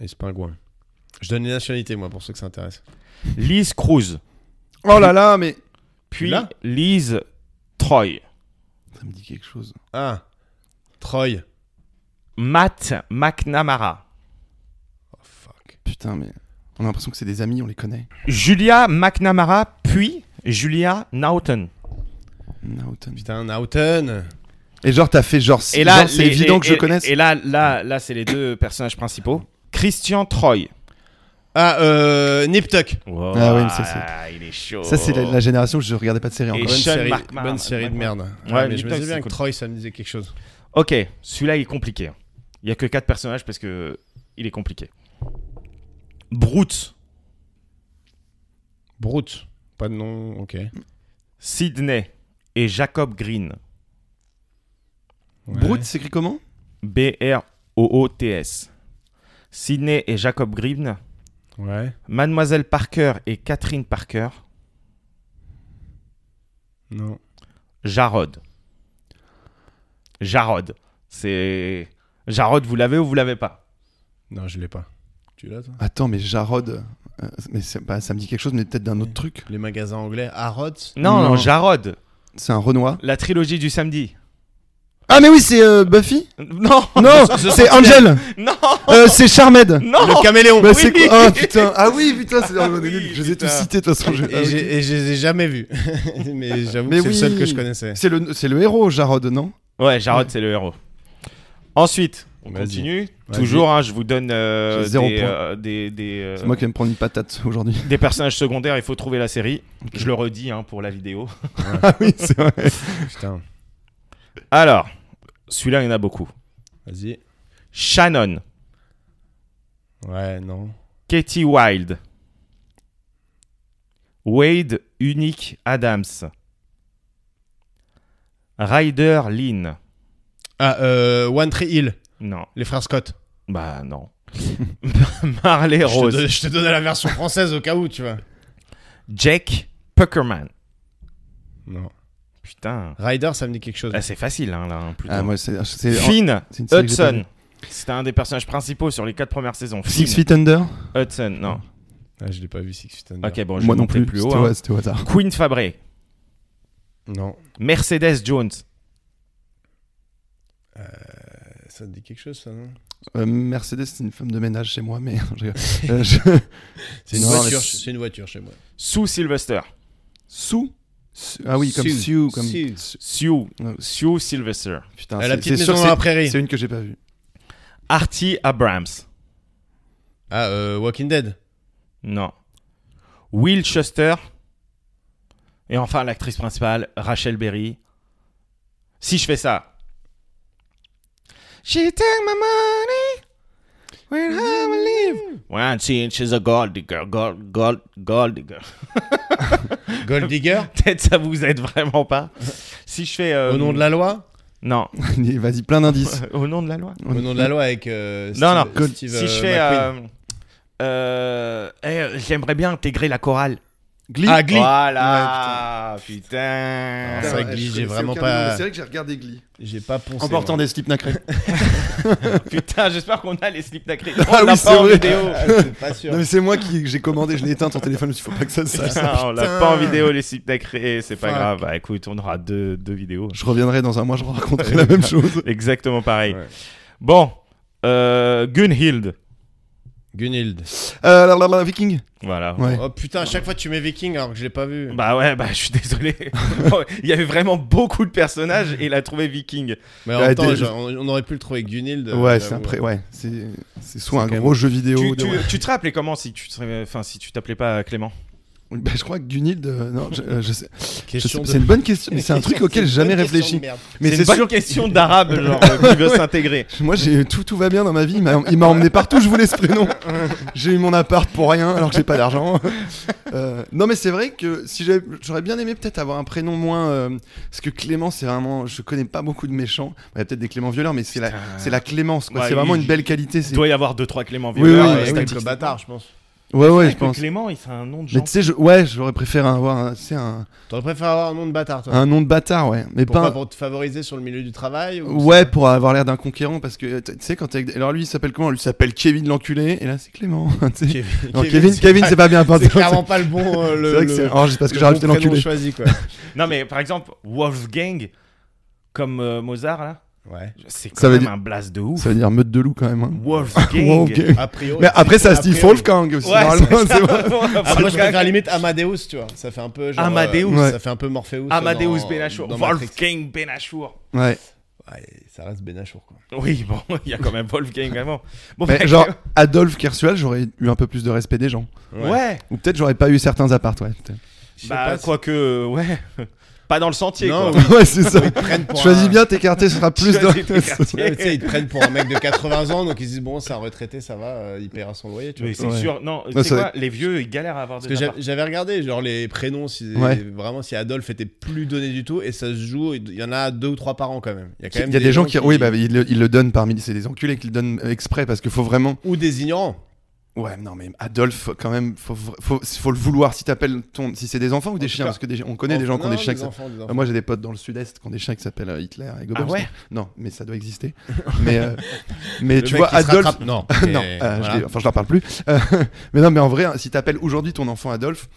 Speaker 4: Et c'est pingouin. Je donne les nationalités, moi, pour ceux que ça intéresse.
Speaker 3: Lise Cruz.
Speaker 2: Oh là là, mais.
Speaker 3: Puis
Speaker 4: l'as
Speaker 3: Lise Troy.
Speaker 2: Ça me dit quelque chose.
Speaker 4: Ah Troy.
Speaker 3: Matt McNamara.
Speaker 4: Oh fuck.
Speaker 2: Putain, mais. On a l'impression que c'est des amis, on les connaît.
Speaker 3: Julia McNamara, puis Julia Naughton.
Speaker 2: Naughton.
Speaker 4: Putain, Naughton
Speaker 2: Et genre, t'as fait genre.
Speaker 3: Et là,
Speaker 2: genre, c'est
Speaker 3: les-
Speaker 2: évident
Speaker 3: et-
Speaker 2: que je
Speaker 3: et-
Speaker 2: connaisse.
Speaker 3: Et là, là, là, c'est les deux personnages principaux. Christian Troy.
Speaker 4: Ah, euh. Nip Tuck.
Speaker 2: Ah oui, ça, c'est-
Speaker 3: Ah, il est chaud.
Speaker 2: Ça, c'est la,
Speaker 4: Oh.
Speaker 2: la génération où je regardais pas de série encore.
Speaker 3: Et Sean
Speaker 4: série,
Speaker 3: McMahon.
Speaker 4: bonne série de merde. Ouais, mais
Speaker 3: Nip
Speaker 4: je me
Speaker 3: Tuck,
Speaker 4: disais bien
Speaker 3: c'est
Speaker 4: que
Speaker 3: cool.
Speaker 4: Troy, ça me disait quelque chose.
Speaker 3: Ok, celui-là, il est compliqué. Il y a que quatre personnages parce que il est compliqué. Brute,
Speaker 4: Brute. Pas de nom, ok.
Speaker 3: Sydney et Jacob Green.
Speaker 4: Ouais.
Speaker 2: Brute, c'est écrit comment
Speaker 3: B-R-O-O-T-S. Sydney et Jacob Green.
Speaker 4: Ouais.
Speaker 3: Mademoiselle Parker et Catherine Parker.
Speaker 4: Non.
Speaker 3: Jarod. Jarod. C'est. Jarod, vous l'avez ou vous l'avez pas
Speaker 4: Non, je l'ai pas. Tu l'as, toi
Speaker 2: Attends, mais Jarod, euh, mais c'est- bah, ça me dit quelque chose, mais peut-être d'un autre truc.
Speaker 4: Les magasins anglais. Harrods
Speaker 3: Non,
Speaker 2: Non.
Speaker 3: non, Jarod,
Speaker 2: C'est un Renoir.
Speaker 3: la trilogie du samedi.
Speaker 2: Ah, mais oui, c'est euh, Buffy
Speaker 3: Non,
Speaker 2: Non, c'est Angel
Speaker 3: non,
Speaker 2: Euh, C'est Charmed
Speaker 3: non.
Speaker 4: Le caméléon
Speaker 2: Bah,
Speaker 3: Oui.
Speaker 2: c'est quoi Ah putain Ah oui, putain, c'est dans le
Speaker 3: Ah oui,
Speaker 2: Je les ai tous
Speaker 3: putain.
Speaker 2: cités de toute façon. je- ah,
Speaker 4: Et
Speaker 2: ok.
Speaker 4: j'ai- et je les ai jamais vus. Mais j'avoue que
Speaker 2: Mais
Speaker 4: c'est le
Speaker 2: oui.
Speaker 4: seul que je connaissais.
Speaker 2: C'est le, c'est le héros, Jarod, non
Speaker 3: Ouais, Jarod, c'est le héros. Ensuite, on
Speaker 4: Vas-y.
Speaker 3: continue.
Speaker 4: Vas-y.
Speaker 3: Toujours, hein, je vous donne euh,
Speaker 2: J'ai zéro
Speaker 3: des,
Speaker 2: point.
Speaker 3: euh, des, des, euh,
Speaker 2: C'est moi qui vais me prendre une patate aujourd'hui.
Speaker 3: des personnages secondaires. Il faut trouver la série. Je le redis hein, pour la vidéo.
Speaker 2: Ah oui, c'est vrai.
Speaker 4: Putain.
Speaker 3: Alors, celui-là, il y en a beaucoup.
Speaker 4: Vas-y.
Speaker 3: Shannon,
Speaker 4: Ouais, non.
Speaker 3: Katie Wilde, Wade Unique Adams, Ryder Lynn.
Speaker 4: Ah, euh, One Tree Hill,
Speaker 3: Non,
Speaker 4: les frères Scott.
Speaker 3: bah non. Marley
Speaker 4: Je te,
Speaker 3: Rose,
Speaker 4: don- je te donnais la version française au cas où, tu vois.
Speaker 3: Jake Puckerman.
Speaker 4: Non.
Speaker 3: Putain,
Speaker 4: Ryder, ça me dit quelque chose.
Speaker 3: Ah, c'est facile hein, là. hein, plutôt.
Speaker 2: Ah, moi, c'est. c'est-
Speaker 3: Finn
Speaker 2: c'est une série que j'ai pas
Speaker 3: Hudson.
Speaker 2: vue.
Speaker 3: C'était un des personnages principaux sur les quatre premières saisons. Finn
Speaker 2: Six Feet Under
Speaker 3: Hudson, non.
Speaker 4: Ah, je l'ai pas vu, Six Feet Under.
Speaker 3: Ok, bon, je
Speaker 2: Moi
Speaker 3: vais
Speaker 2: non
Speaker 3: monter
Speaker 2: plus.
Speaker 3: plus haut.
Speaker 2: C'était
Speaker 3: hein.
Speaker 2: ouais, c'était au hasard.
Speaker 3: Queen Fabré,
Speaker 4: Non.
Speaker 3: Mercedes Jones,
Speaker 4: Ça te dit quelque chose, ça, non
Speaker 2: Euh, Mercedes, c'est une femme de ménage chez moi, mais. je rigole. Euh, je-
Speaker 4: C'est une,
Speaker 2: Non,
Speaker 4: voiture,
Speaker 2: mais-
Speaker 4: c'est une voiture chez moi.
Speaker 3: Sue Sylvester,
Speaker 2: Sue Su- Ah oui, comme
Speaker 4: Sue.
Speaker 2: Sue. Comme...
Speaker 4: Sue.
Speaker 2: Su-
Speaker 3: Sue,
Speaker 2: Ouais.
Speaker 3: Sue Sylvester,
Speaker 2: Putain,
Speaker 4: Ah, la
Speaker 2: c'est-
Speaker 4: petite
Speaker 2: c'est sûr,
Speaker 4: maison dans
Speaker 2: c'est-
Speaker 4: la prairie.
Speaker 2: C'est une que j'ai pas vue.
Speaker 3: Artie Abrams,
Speaker 4: Ah, euh, Walking Dead.
Speaker 3: non, Will Shuster, et enfin l'actrice principale, Rachel Berry. Si je fais ça. She take my money when I leave. When she, she's a gold digger, gold, gold, gold digger.
Speaker 4: Gold Digger,
Speaker 3: Peut-être ça vous aide vraiment pas. Si je fais. euh,
Speaker 4: au nom de la loi.
Speaker 3: Non.
Speaker 2: Vas-y, plein d'indices.
Speaker 3: Au nom de la loi.
Speaker 4: Au nom de la loi avec euh, Steve,
Speaker 3: Non, non.
Speaker 4: Steve,
Speaker 3: si
Speaker 4: euh,
Speaker 3: je fais.
Speaker 4: McQueen.
Speaker 3: euh, euh, eh, J'aimerais bien intégrer la chorale.
Speaker 2: Glee.
Speaker 4: Ah, Glee.
Speaker 3: Voilà. putain.
Speaker 4: Alors, c'est vrai que Glee,
Speaker 2: je
Speaker 4: j'ai
Speaker 2: connaissais
Speaker 4: vraiment
Speaker 2: aucun
Speaker 4: pas-
Speaker 2: des noms, mais C'est vrai que j'ai regardé Glee.
Speaker 4: J'ai pas pensé.
Speaker 2: En portant des slips nacrés.
Speaker 3: Putain, j'espère qu'on a les slips d'acré.
Speaker 2: Ah
Speaker 3: On l'a
Speaker 2: oui, c'est
Speaker 3: pas en
Speaker 2: vrai.
Speaker 3: vidéo.
Speaker 4: Ah, c'est pas sûr.
Speaker 2: Non, mais c'est moi qui j'ai commandé, je l'ai éteint ton téléphone, il faut pas que ça se sache.
Speaker 3: Putain, on l'a
Speaker 4: putain.
Speaker 3: pas en vidéo les slips d'acré. C'est pas
Speaker 4: Fuck.
Speaker 3: grave. Bah écoute, on aura deux, deux vidéos.
Speaker 2: Je reviendrai dans un mois, je raconterai la même chose.
Speaker 3: Exactement pareil.
Speaker 4: Ouais.
Speaker 3: Bon. Euh, Gunhild.
Speaker 4: Gunhild.
Speaker 2: Euh, la, la, la, Viking
Speaker 3: Voilà.
Speaker 2: Ouais.
Speaker 4: Oh putain, à chaque fois tu mets Viking alors que je l'ai pas vu.
Speaker 3: Bah ouais, bah je suis désolé. Il y avait vraiment beaucoup de personnages et il a trouvé Viking.
Speaker 4: mais en
Speaker 2: bah,
Speaker 4: même temps,
Speaker 2: des-
Speaker 4: je- on, on aurait pu le trouver avec Gunhild. euh,
Speaker 2: Ouais, c'est
Speaker 4: j'avoue.
Speaker 2: après, ouais. C'est c'est soit un
Speaker 4: C'est quand
Speaker 2: gros jeu vidéo.
Speaker 3: Tu,
Speaker 2: de-
Speaker 3: tu- tu te rappelais comment si tu te serais- enfin si tu t'appelais pas Clément
Speaker 2: Bah, je crois que Gunhild. euh, non, je, euh, je sais. je sais-
Speaker 4: Question de-
Speaker 2: C'est une bonne question, mais c'est un truc auquel j'ai jamais
Speaker 4: Bonne question
Speaker 2: réfléchi.
Speaker 4: de merde.
Speaker 2: Mais c'est
Speaker 3: pas
Speaker 2: sûr.
Speaker 3: une question d'arabe genre euh, qui veut s'intégrer.
Speaker 2: Moi, j'ai tout, tout va bien dans ma vie. Il m'a il m'a emmené partout. où Je voulais ce prénom. J'ai eu mon appart pour rien, alors que j'ai pas d'argent. Euh, non, mais c'est vrai que si j'avais- j'aurais bien aimé peut-être avoir un prénom moins. euh, parce que Clément, c'est vraiment. Je connais pas beaucoup de méchants. Il y a peut-être des Clément violeurs, mais c'est la,
Speaker 3: Putain.
Speaker 2: c'est la clémence. quoi.
Speaker 3: Ouais,
Speaker 2: c'est vraiment
Speaker 3: il-
Speaker 2: une belle qualité. c'est-
Speaker 3: Il doit y avoir deux trois Clément
Speaker 2: Oui,
Speaker 3: Villard,
Speaker 2: oui,
Speaker 3: euh,
Speaker 2: oui,
Speaker 4: c'est
Speaker 3: Clément-
Speaker 4: avec le bâtard, je pense.
Speaker 2: Ouais, ouais,
Speaker 3: Avec
Speaker 2: je
Speaker 3: le
Speaker 2: pense.
Speaker 3: Clément, il c'est un nom de
Speaker 2: Mais
Speaker 3: genre.
Speaker 2: tu sais, je- ouais, j'aurais préféré avoir un, tu sais, un,
Speaker 4: T'aurais préféré avoir un nom de bâtard, toi.
Speaker 2: un nom de bâtard, ouais. Mais
Speaker 4: Pourquoi
Speaker 2: pas. un-
Speaker 4: Pour te favoriser sur le milieu du travail ou-
Speaker 2: Ouais, pour avoir l'air d'un conquérant, parce que tu sais, quand t'es avec- Alors lui, il s'appelle comment Lui, il s'appelle Kevin l'enculé, et là, c'est Clément. tu sais.
Speaker 4: Kevin,
Speaker 2: Non, Kevin, Kevin, c'est
Speaker 4: c'est
Speaker 2: pas bien,
Speaker 4: pas-
Speaker 2: pardon.
Speaker 4: c'est clairement pas le bon. euh,
Speaker 2: C'est
Speaker 4: le-
Speaker 2: vrai que
Speaker 4: le-
Speaker 2: c'est. Oh, c'est parce que
Speaker 4: le
Speaker 2: j'ai
Speaker 4: bon
Speaker 2: rajouté
Speaker 4: prénom
Speaker 2: l'enculé.
Speaker 4: choisi, quoi.
Speaker 3: Non mais par exemple Wolfgang comme euh, Mozart là,
Speaker 4: Ouais.
Speaker 3: c'est quand
Speaker 2: Ça veut
Speaker 3: même
Speaker 2: dire-
Speaker 3: un blast de ouf.
Speaker 2: Ça veut dire meute de loup quand même. hein.
Speaker 3: Wolfgang.
Speaker 2: Wolfgang.
Speaker 4: A priori.
Speaker 2: Mais après, ça
Speaker 4: a
Speaker 2: se dit
Speaker 4: priori.
Speaker 2: Wolfgang aussi,
Speaker 3: Ouais,
Speaker 2: normalement.
Speaker 3: c'est
Speaker 2: c'est
Speaker 3: ça.
Speaker 2: vrai.
Speaker 4: Ah, moi, je préfère à la
Speaker 3: Wolfgang.
Speaker 4: limite Amadeus, tu vois. Ça fait un peu genre. euh,
Speaker 3: Amadeus.
Speaker 2: Ouais.
Speaker 4: Ça fait un peu Morpheus. euh,
Speaker 3: Amadeus
Speaker 4: dans-
Speaker 3: Benachour.
Speaker 4: dans Matrix.
Speaker 3: Wolfgang Benachour.
Speaker 2: Ouais.
Speaker 4: Ouais, ça reste Benachour, quoi.
Speaker 3: Oui, bon, il y a quand même Wolfgang avant. Bon, bah,
Speaker 2: Mais genre, Adolphe Kersual, j'aurais eu un peu plus de respect des gens.
Speaker 3: ouais.
Speaker 2: Ou peut-être j'aurais pas eu certains apparts, ouais. peut-être.
Speaker 4: Je sais
Speaker 3: Bah,
Speaker 4: pas si-
Speaker 3: quoique, euh, ouais. Pas dans le sentier,
Speaker 4: Non,
Speaker 3: quoi.
Speaker 4: oui.
Speaker 2: ouais, c'est ça.
Speaker 4: Ils te prennent pour
Speaker 2: Choisis
Speaker 4: un-
Speaker 2: bien tes quartiers, ce sera plus dans.
Speaker 3: Choisis tes quartiers.
Speaker 4: Ouais, mais tu sais, ils te prennent pour un mec de 80 ans, donc ils se disent bon, c'est un retraité, ça va, euh, il paiera son loyer, tu vois.
Speaker 3: Mais c'est
Speaker 2: Ouais.
Speaker 3: sûr, non, tu
Speaker 2: Non,
Speaker 3: sais
Speaker 2: ça-
Speaker 3: quoi, les vieux, ils galèrent à avoir
Speaker 4: Parce que
Speaker 3: des
Speaker 4: j'a-
Speaker 3: apparts.
Speaker 4: j'avais regardé, genre les prénoms, si,
Speaker 2: Ouais.
Speaker 4: vraiment si Adolphe était plus donné du tout, et ça se joue, il y en a deux ou trois par an quand même. Il y a, quand même
Speaker 2: Il y a des, gens qui. Oui, bah, ils le, ils le donnent parmi. C'est des enculés qu'ils le donnent exprès parce qu'il faut vraiment.
Speaker 4: Ou des ignorants.
Speaker 2: Ouais, non, mais Adolphe, quand même, faut, faut, faut, faut le vouloir. Si t'appelles ton. Si c'est des enfants ou des
Speaker 4: tout
Speaker 2: chiens,
Speaker 4: cas,
Speaker 2: parce que des- on connaît des gens qui ont
Speaker 4: Non,
Speaker 2: des chiens. qui s'appellent-
Speaker 4: enfants, des
Speaker 2: Euh,
Speaker 4: enfants.
Speaker 2: Moi, j'ai des potes dans le sud-est qui ont des chiens qui s'appellent euh, Hitler et Goebbels.
Speaker 4: Ah
Speaker 3: ouais
Speaker 2: Non, mais ça doit exister. mais euh, mais
Speaker 4: Le
Speaker 2: tu
Speaker 4: mec
Speaker 2: vois,
Speaker 4: qui se
Speaker 2: Adolphe.
Speaker 4: rattrape- Non,
Speaker 2: non,
Speaker 4: mais
Speaker 2: euh, je
Speaker 4: voilà.
Speaker 2: l'ai- enfin je leur parle plus. Euh, mais non, mais en vrai, hein, si t'appelles aujourd'hui ton enfant Adolphe,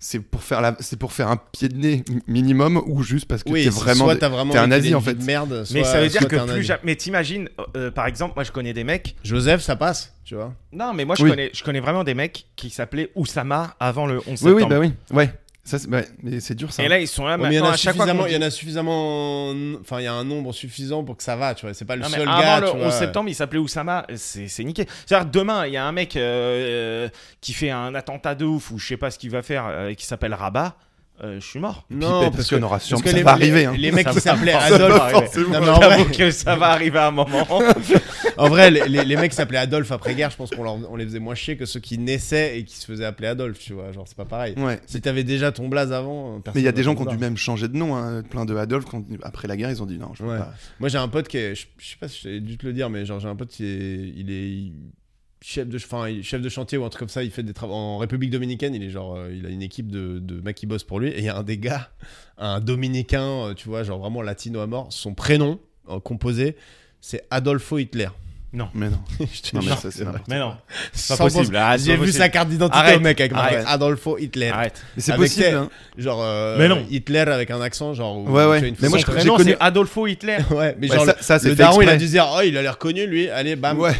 Speaker 2: c'est pour faire la, c'est pour faire un pied de nez mi- minimum ou juste parce que
Speaker 4: Oui,
Speaker 2: t'es
Speaker 4: c'est
Speaker 2: vraiment.
Speaker 4: soit
Speaker 2: des-
Speaker 4: t'as vraiment
Speaker 2: t'es un
Speaker 4: été
Speaker 2: nazi,
Speaker 4: des
Speaker 2: en
Speaker 4: vies de
Speaker 2: fait.
Speaker 4: Merde, soit,
Speaker 3: Mais ça veut dire
Speaker 4: soit
Speaker 3: que
Speaker 4: t'es un
Speaker 3: plus
Speaker 4: nazi.
Speaker 3: jamais. Mais t'imagines, euh, par exemple, moi je connais des mecs.
Speaker 4: Joseph, ça passe, tu vois.
Speaker 3: Non, mais moi je,
Speaker 2: Oui.
Speaker 3: connais, je connais vraiment des mecs qui s'appelaient Oussama avant le 11 septembre.
Speaker 2: Oui, oui, bah oui, ouais. Ça, c'est- ouais, mais c'est dur ça.
Speaker 3: Et là ils sont là
Speaker 4: Ouais, mais il y en
Speaker 3: maintenant
Speaker 4: a
Speaker 3: à chaque fois. qu'on
Speaker 4: suffisamment,
Speaker 3: dit-
Speaker 4: il y en a suffisamment, enfin il y a un nombre suffisant pour que ça va, tu vois. C'est pas le
Speaker 3: Non, mais
Speaker 4: seul
Speaker 3: avant
Speaker 4: gars.
Speaker 3: le
Speaker 4: tu vois.
Speaker 3: 11 septembre, il s'appelait Oussama, c'est c'est niqué. C'est-à-dire, demain, il y a un mec euh, euh, qui fait un attentat de ouf, ou je sais pas ce qu'il va faire, euh, et qui s'appelle Rabat, euh, je suis mort.
Speaker 2: Puis,
Speaker 4: Non,
Speaker 2: parce,
Speaker 4: parce
Speaker 2: qu'on
Speaker 4: que
Speaker 2: aura sûrement
Speaker 4: que
Speaker 2: ça
Speaker 4: les-
Speaker 2: va arriver.
Speaker 4: les-
Speaker 2: hein.
Speaker 4: les mecs
Speaker 3: Ça
Speaker 4: qui
Speaker 3: va
Speaker 4: s'appelaient
Speaker 2: forcément
Speaker 4: Adolphe. arriver.
Speaker 2: forcément.
Speaker 4: Non, mais Oh, en
Speaker 3: J'avoue
Speaker 4: vrai-
Speaker 3: que ça va arriver à un moment.
Speaker 4: En vrai, les, les- les mecs qui s'appelaient Adolphe après-guerre, je pense qu'on leur- on les faisait moins chier que ceux qui naissaient et qui se faisaient appeler Adolphe, tu vois. Genre, c'est pas pareil.
Speaker 2: Ouais.
Speaker 4: Si t'avais déjà ton blaze avant, personne
Speaker 2: Mais il y a
Speaker 4: va
Speaker 2: des gens qui ont
Speaker 4: t'en
Speaker 2: dû
Speaker 4: vouloir.
Speaker 2: même changer de nom, hein. plein de Adolphe, qui ont- après la guerre, ils ont dit non, je veux
Speaker 4: Ouais.
Speaker 2: pas.
Speaker 4: Moi, j'ai un pote qui est. Je, je sais pas si j'ai dû te le dire, mais genre, j'ai un pote qui est. Il est chef de, enfin, il- chef de chantier ou un truc comme ça. Il fait des travaux. En République Dominicaine, il est genre. euh, il a une équipe de, de mecs qui bossent pour lui. Et il y a un des gars, un dominicain, euh, tu vois, genre vraiment latino à mort. Son prénom euh, composé, c'est Adolfo Hitler.
Speaker 2: Mais non,
Speaker 4: je te
Speaker 2: non mais
Speaker 4: jure,
Speaker 2: ça, c'est
Speaker 4: vrai.
Speaker 2: n'importe
Speaker 3: mais non, c'est pas
Speaker 4: Sans
Speaker 3: possible. Ah, c'est
Speaker 4: J'ai
Speaker 3: pas
Speaker 4: vu
Speaker 3: possible.
Speaker 4: sa carte d'identité
Speaker 3: Arrête,
Speaker 4: au mec avec marqué
Speaker 3: arrête.
Speaker 4: Adolfo Hitler.
Speaker 3: Arrête.
Speaker 2: Mais c'est
Speaker 4: Avec
Speaker 2: possible.
Speaker 4: tes-
Speaker 2: hein.
Speaker 4: Genre euh,
Speaker 3: Mais non.
Speaker 4: Hitler avec un accent genre où
Speaker 2: Ouais, ouais.
Speaker 4: tu as une
Speaker 2: Mais moi,
Speaker 4: façon-
Speaker 2: je-
Speaker 3: Prénom,
Speaker 2: connu-
Speaker 3: c'est Adolfo Hitler.
Speaker 4: Ouais, mais
Speaker 2: Ouais,
Speaker 4: genre
Speaker 2: ça- ça, c'est
Speaker 4: le
Speaker 2: fait
Speaker 4: daron il a
Speaker 2: exprès.
Speaker 4: dû se dire oh il a l'air connu lui allez bam
Speaker 2: Ouais.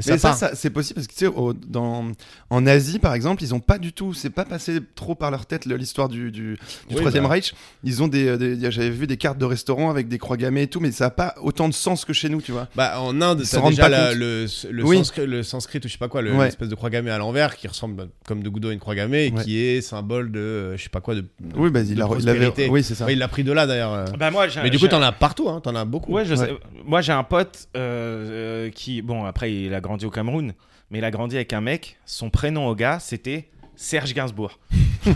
Speaker 4: ça
Speaker 2: Mais ça,
Speaker 4: part.
Speaker 2: ça, c'est possible parce que tu sais, au- dans, en Asie par exemple, ils ont pas du tout, c'est pas passé trop par leur tête le- l'histoire du, du, du
Speaker 4: Oui,
Speaker 2: Troisième
Speaker 4: bah.
Speaker 2: Reich. Ils ont des, des- j'avais vu des cartes de restaurants avec des croix gammées et tout, mais ça a pas autant de sens que chez nous, tu vois.
Speaker 4: Bah, en Inde,
Speaker 2: Ils s'en
Speaker 4: t'as
Speaker 2: rendent
Speaker 4: déjà
Speaker 2: pas
Speaker 4: la-
Speaker 2: compte.
Speaker 4: le, le,
Speaker 2: Oui.
Speaker 4: sanskrit, le sanskrit ou je sais pas quoi, le-
Speaker 2: Ouais.
Speaker 4: l'espèce de croix gammée à l'envers qui ressemble bah, comme de Goudo à une croix gammée et
Speaker 2: Ouais.
Speaker 4: qui est symbole de euh, je sais pas quoi de. de-
Speaker 2: Oui, bah,
Speaker 4: de
Speaker 2: il, a- il
Speaker 4: prospérité.
Speaker 2: avait, oui, c'est ça.
Speaker 4: Ouais, il l'a pris de là d'ailleurs. euh.
Speaker 3: Bah, moi, j'ai-
Speaker 4: Mais du coup
Speaker 3: j'ai-
Speaker 4: t'en as partout, hein, t'en as beaucoup.
Speaker 3: Ouais, je
Speaker 2: Ouais.
Speaker 3: sais. Moi, j'ai un pote euh, euh, qui, bon, après, il a grandi au Cameroun, mais il a grandi avec un mec. Son prénom au gars, c'était Serge Gainsbourg.
Speaker 2: Ça,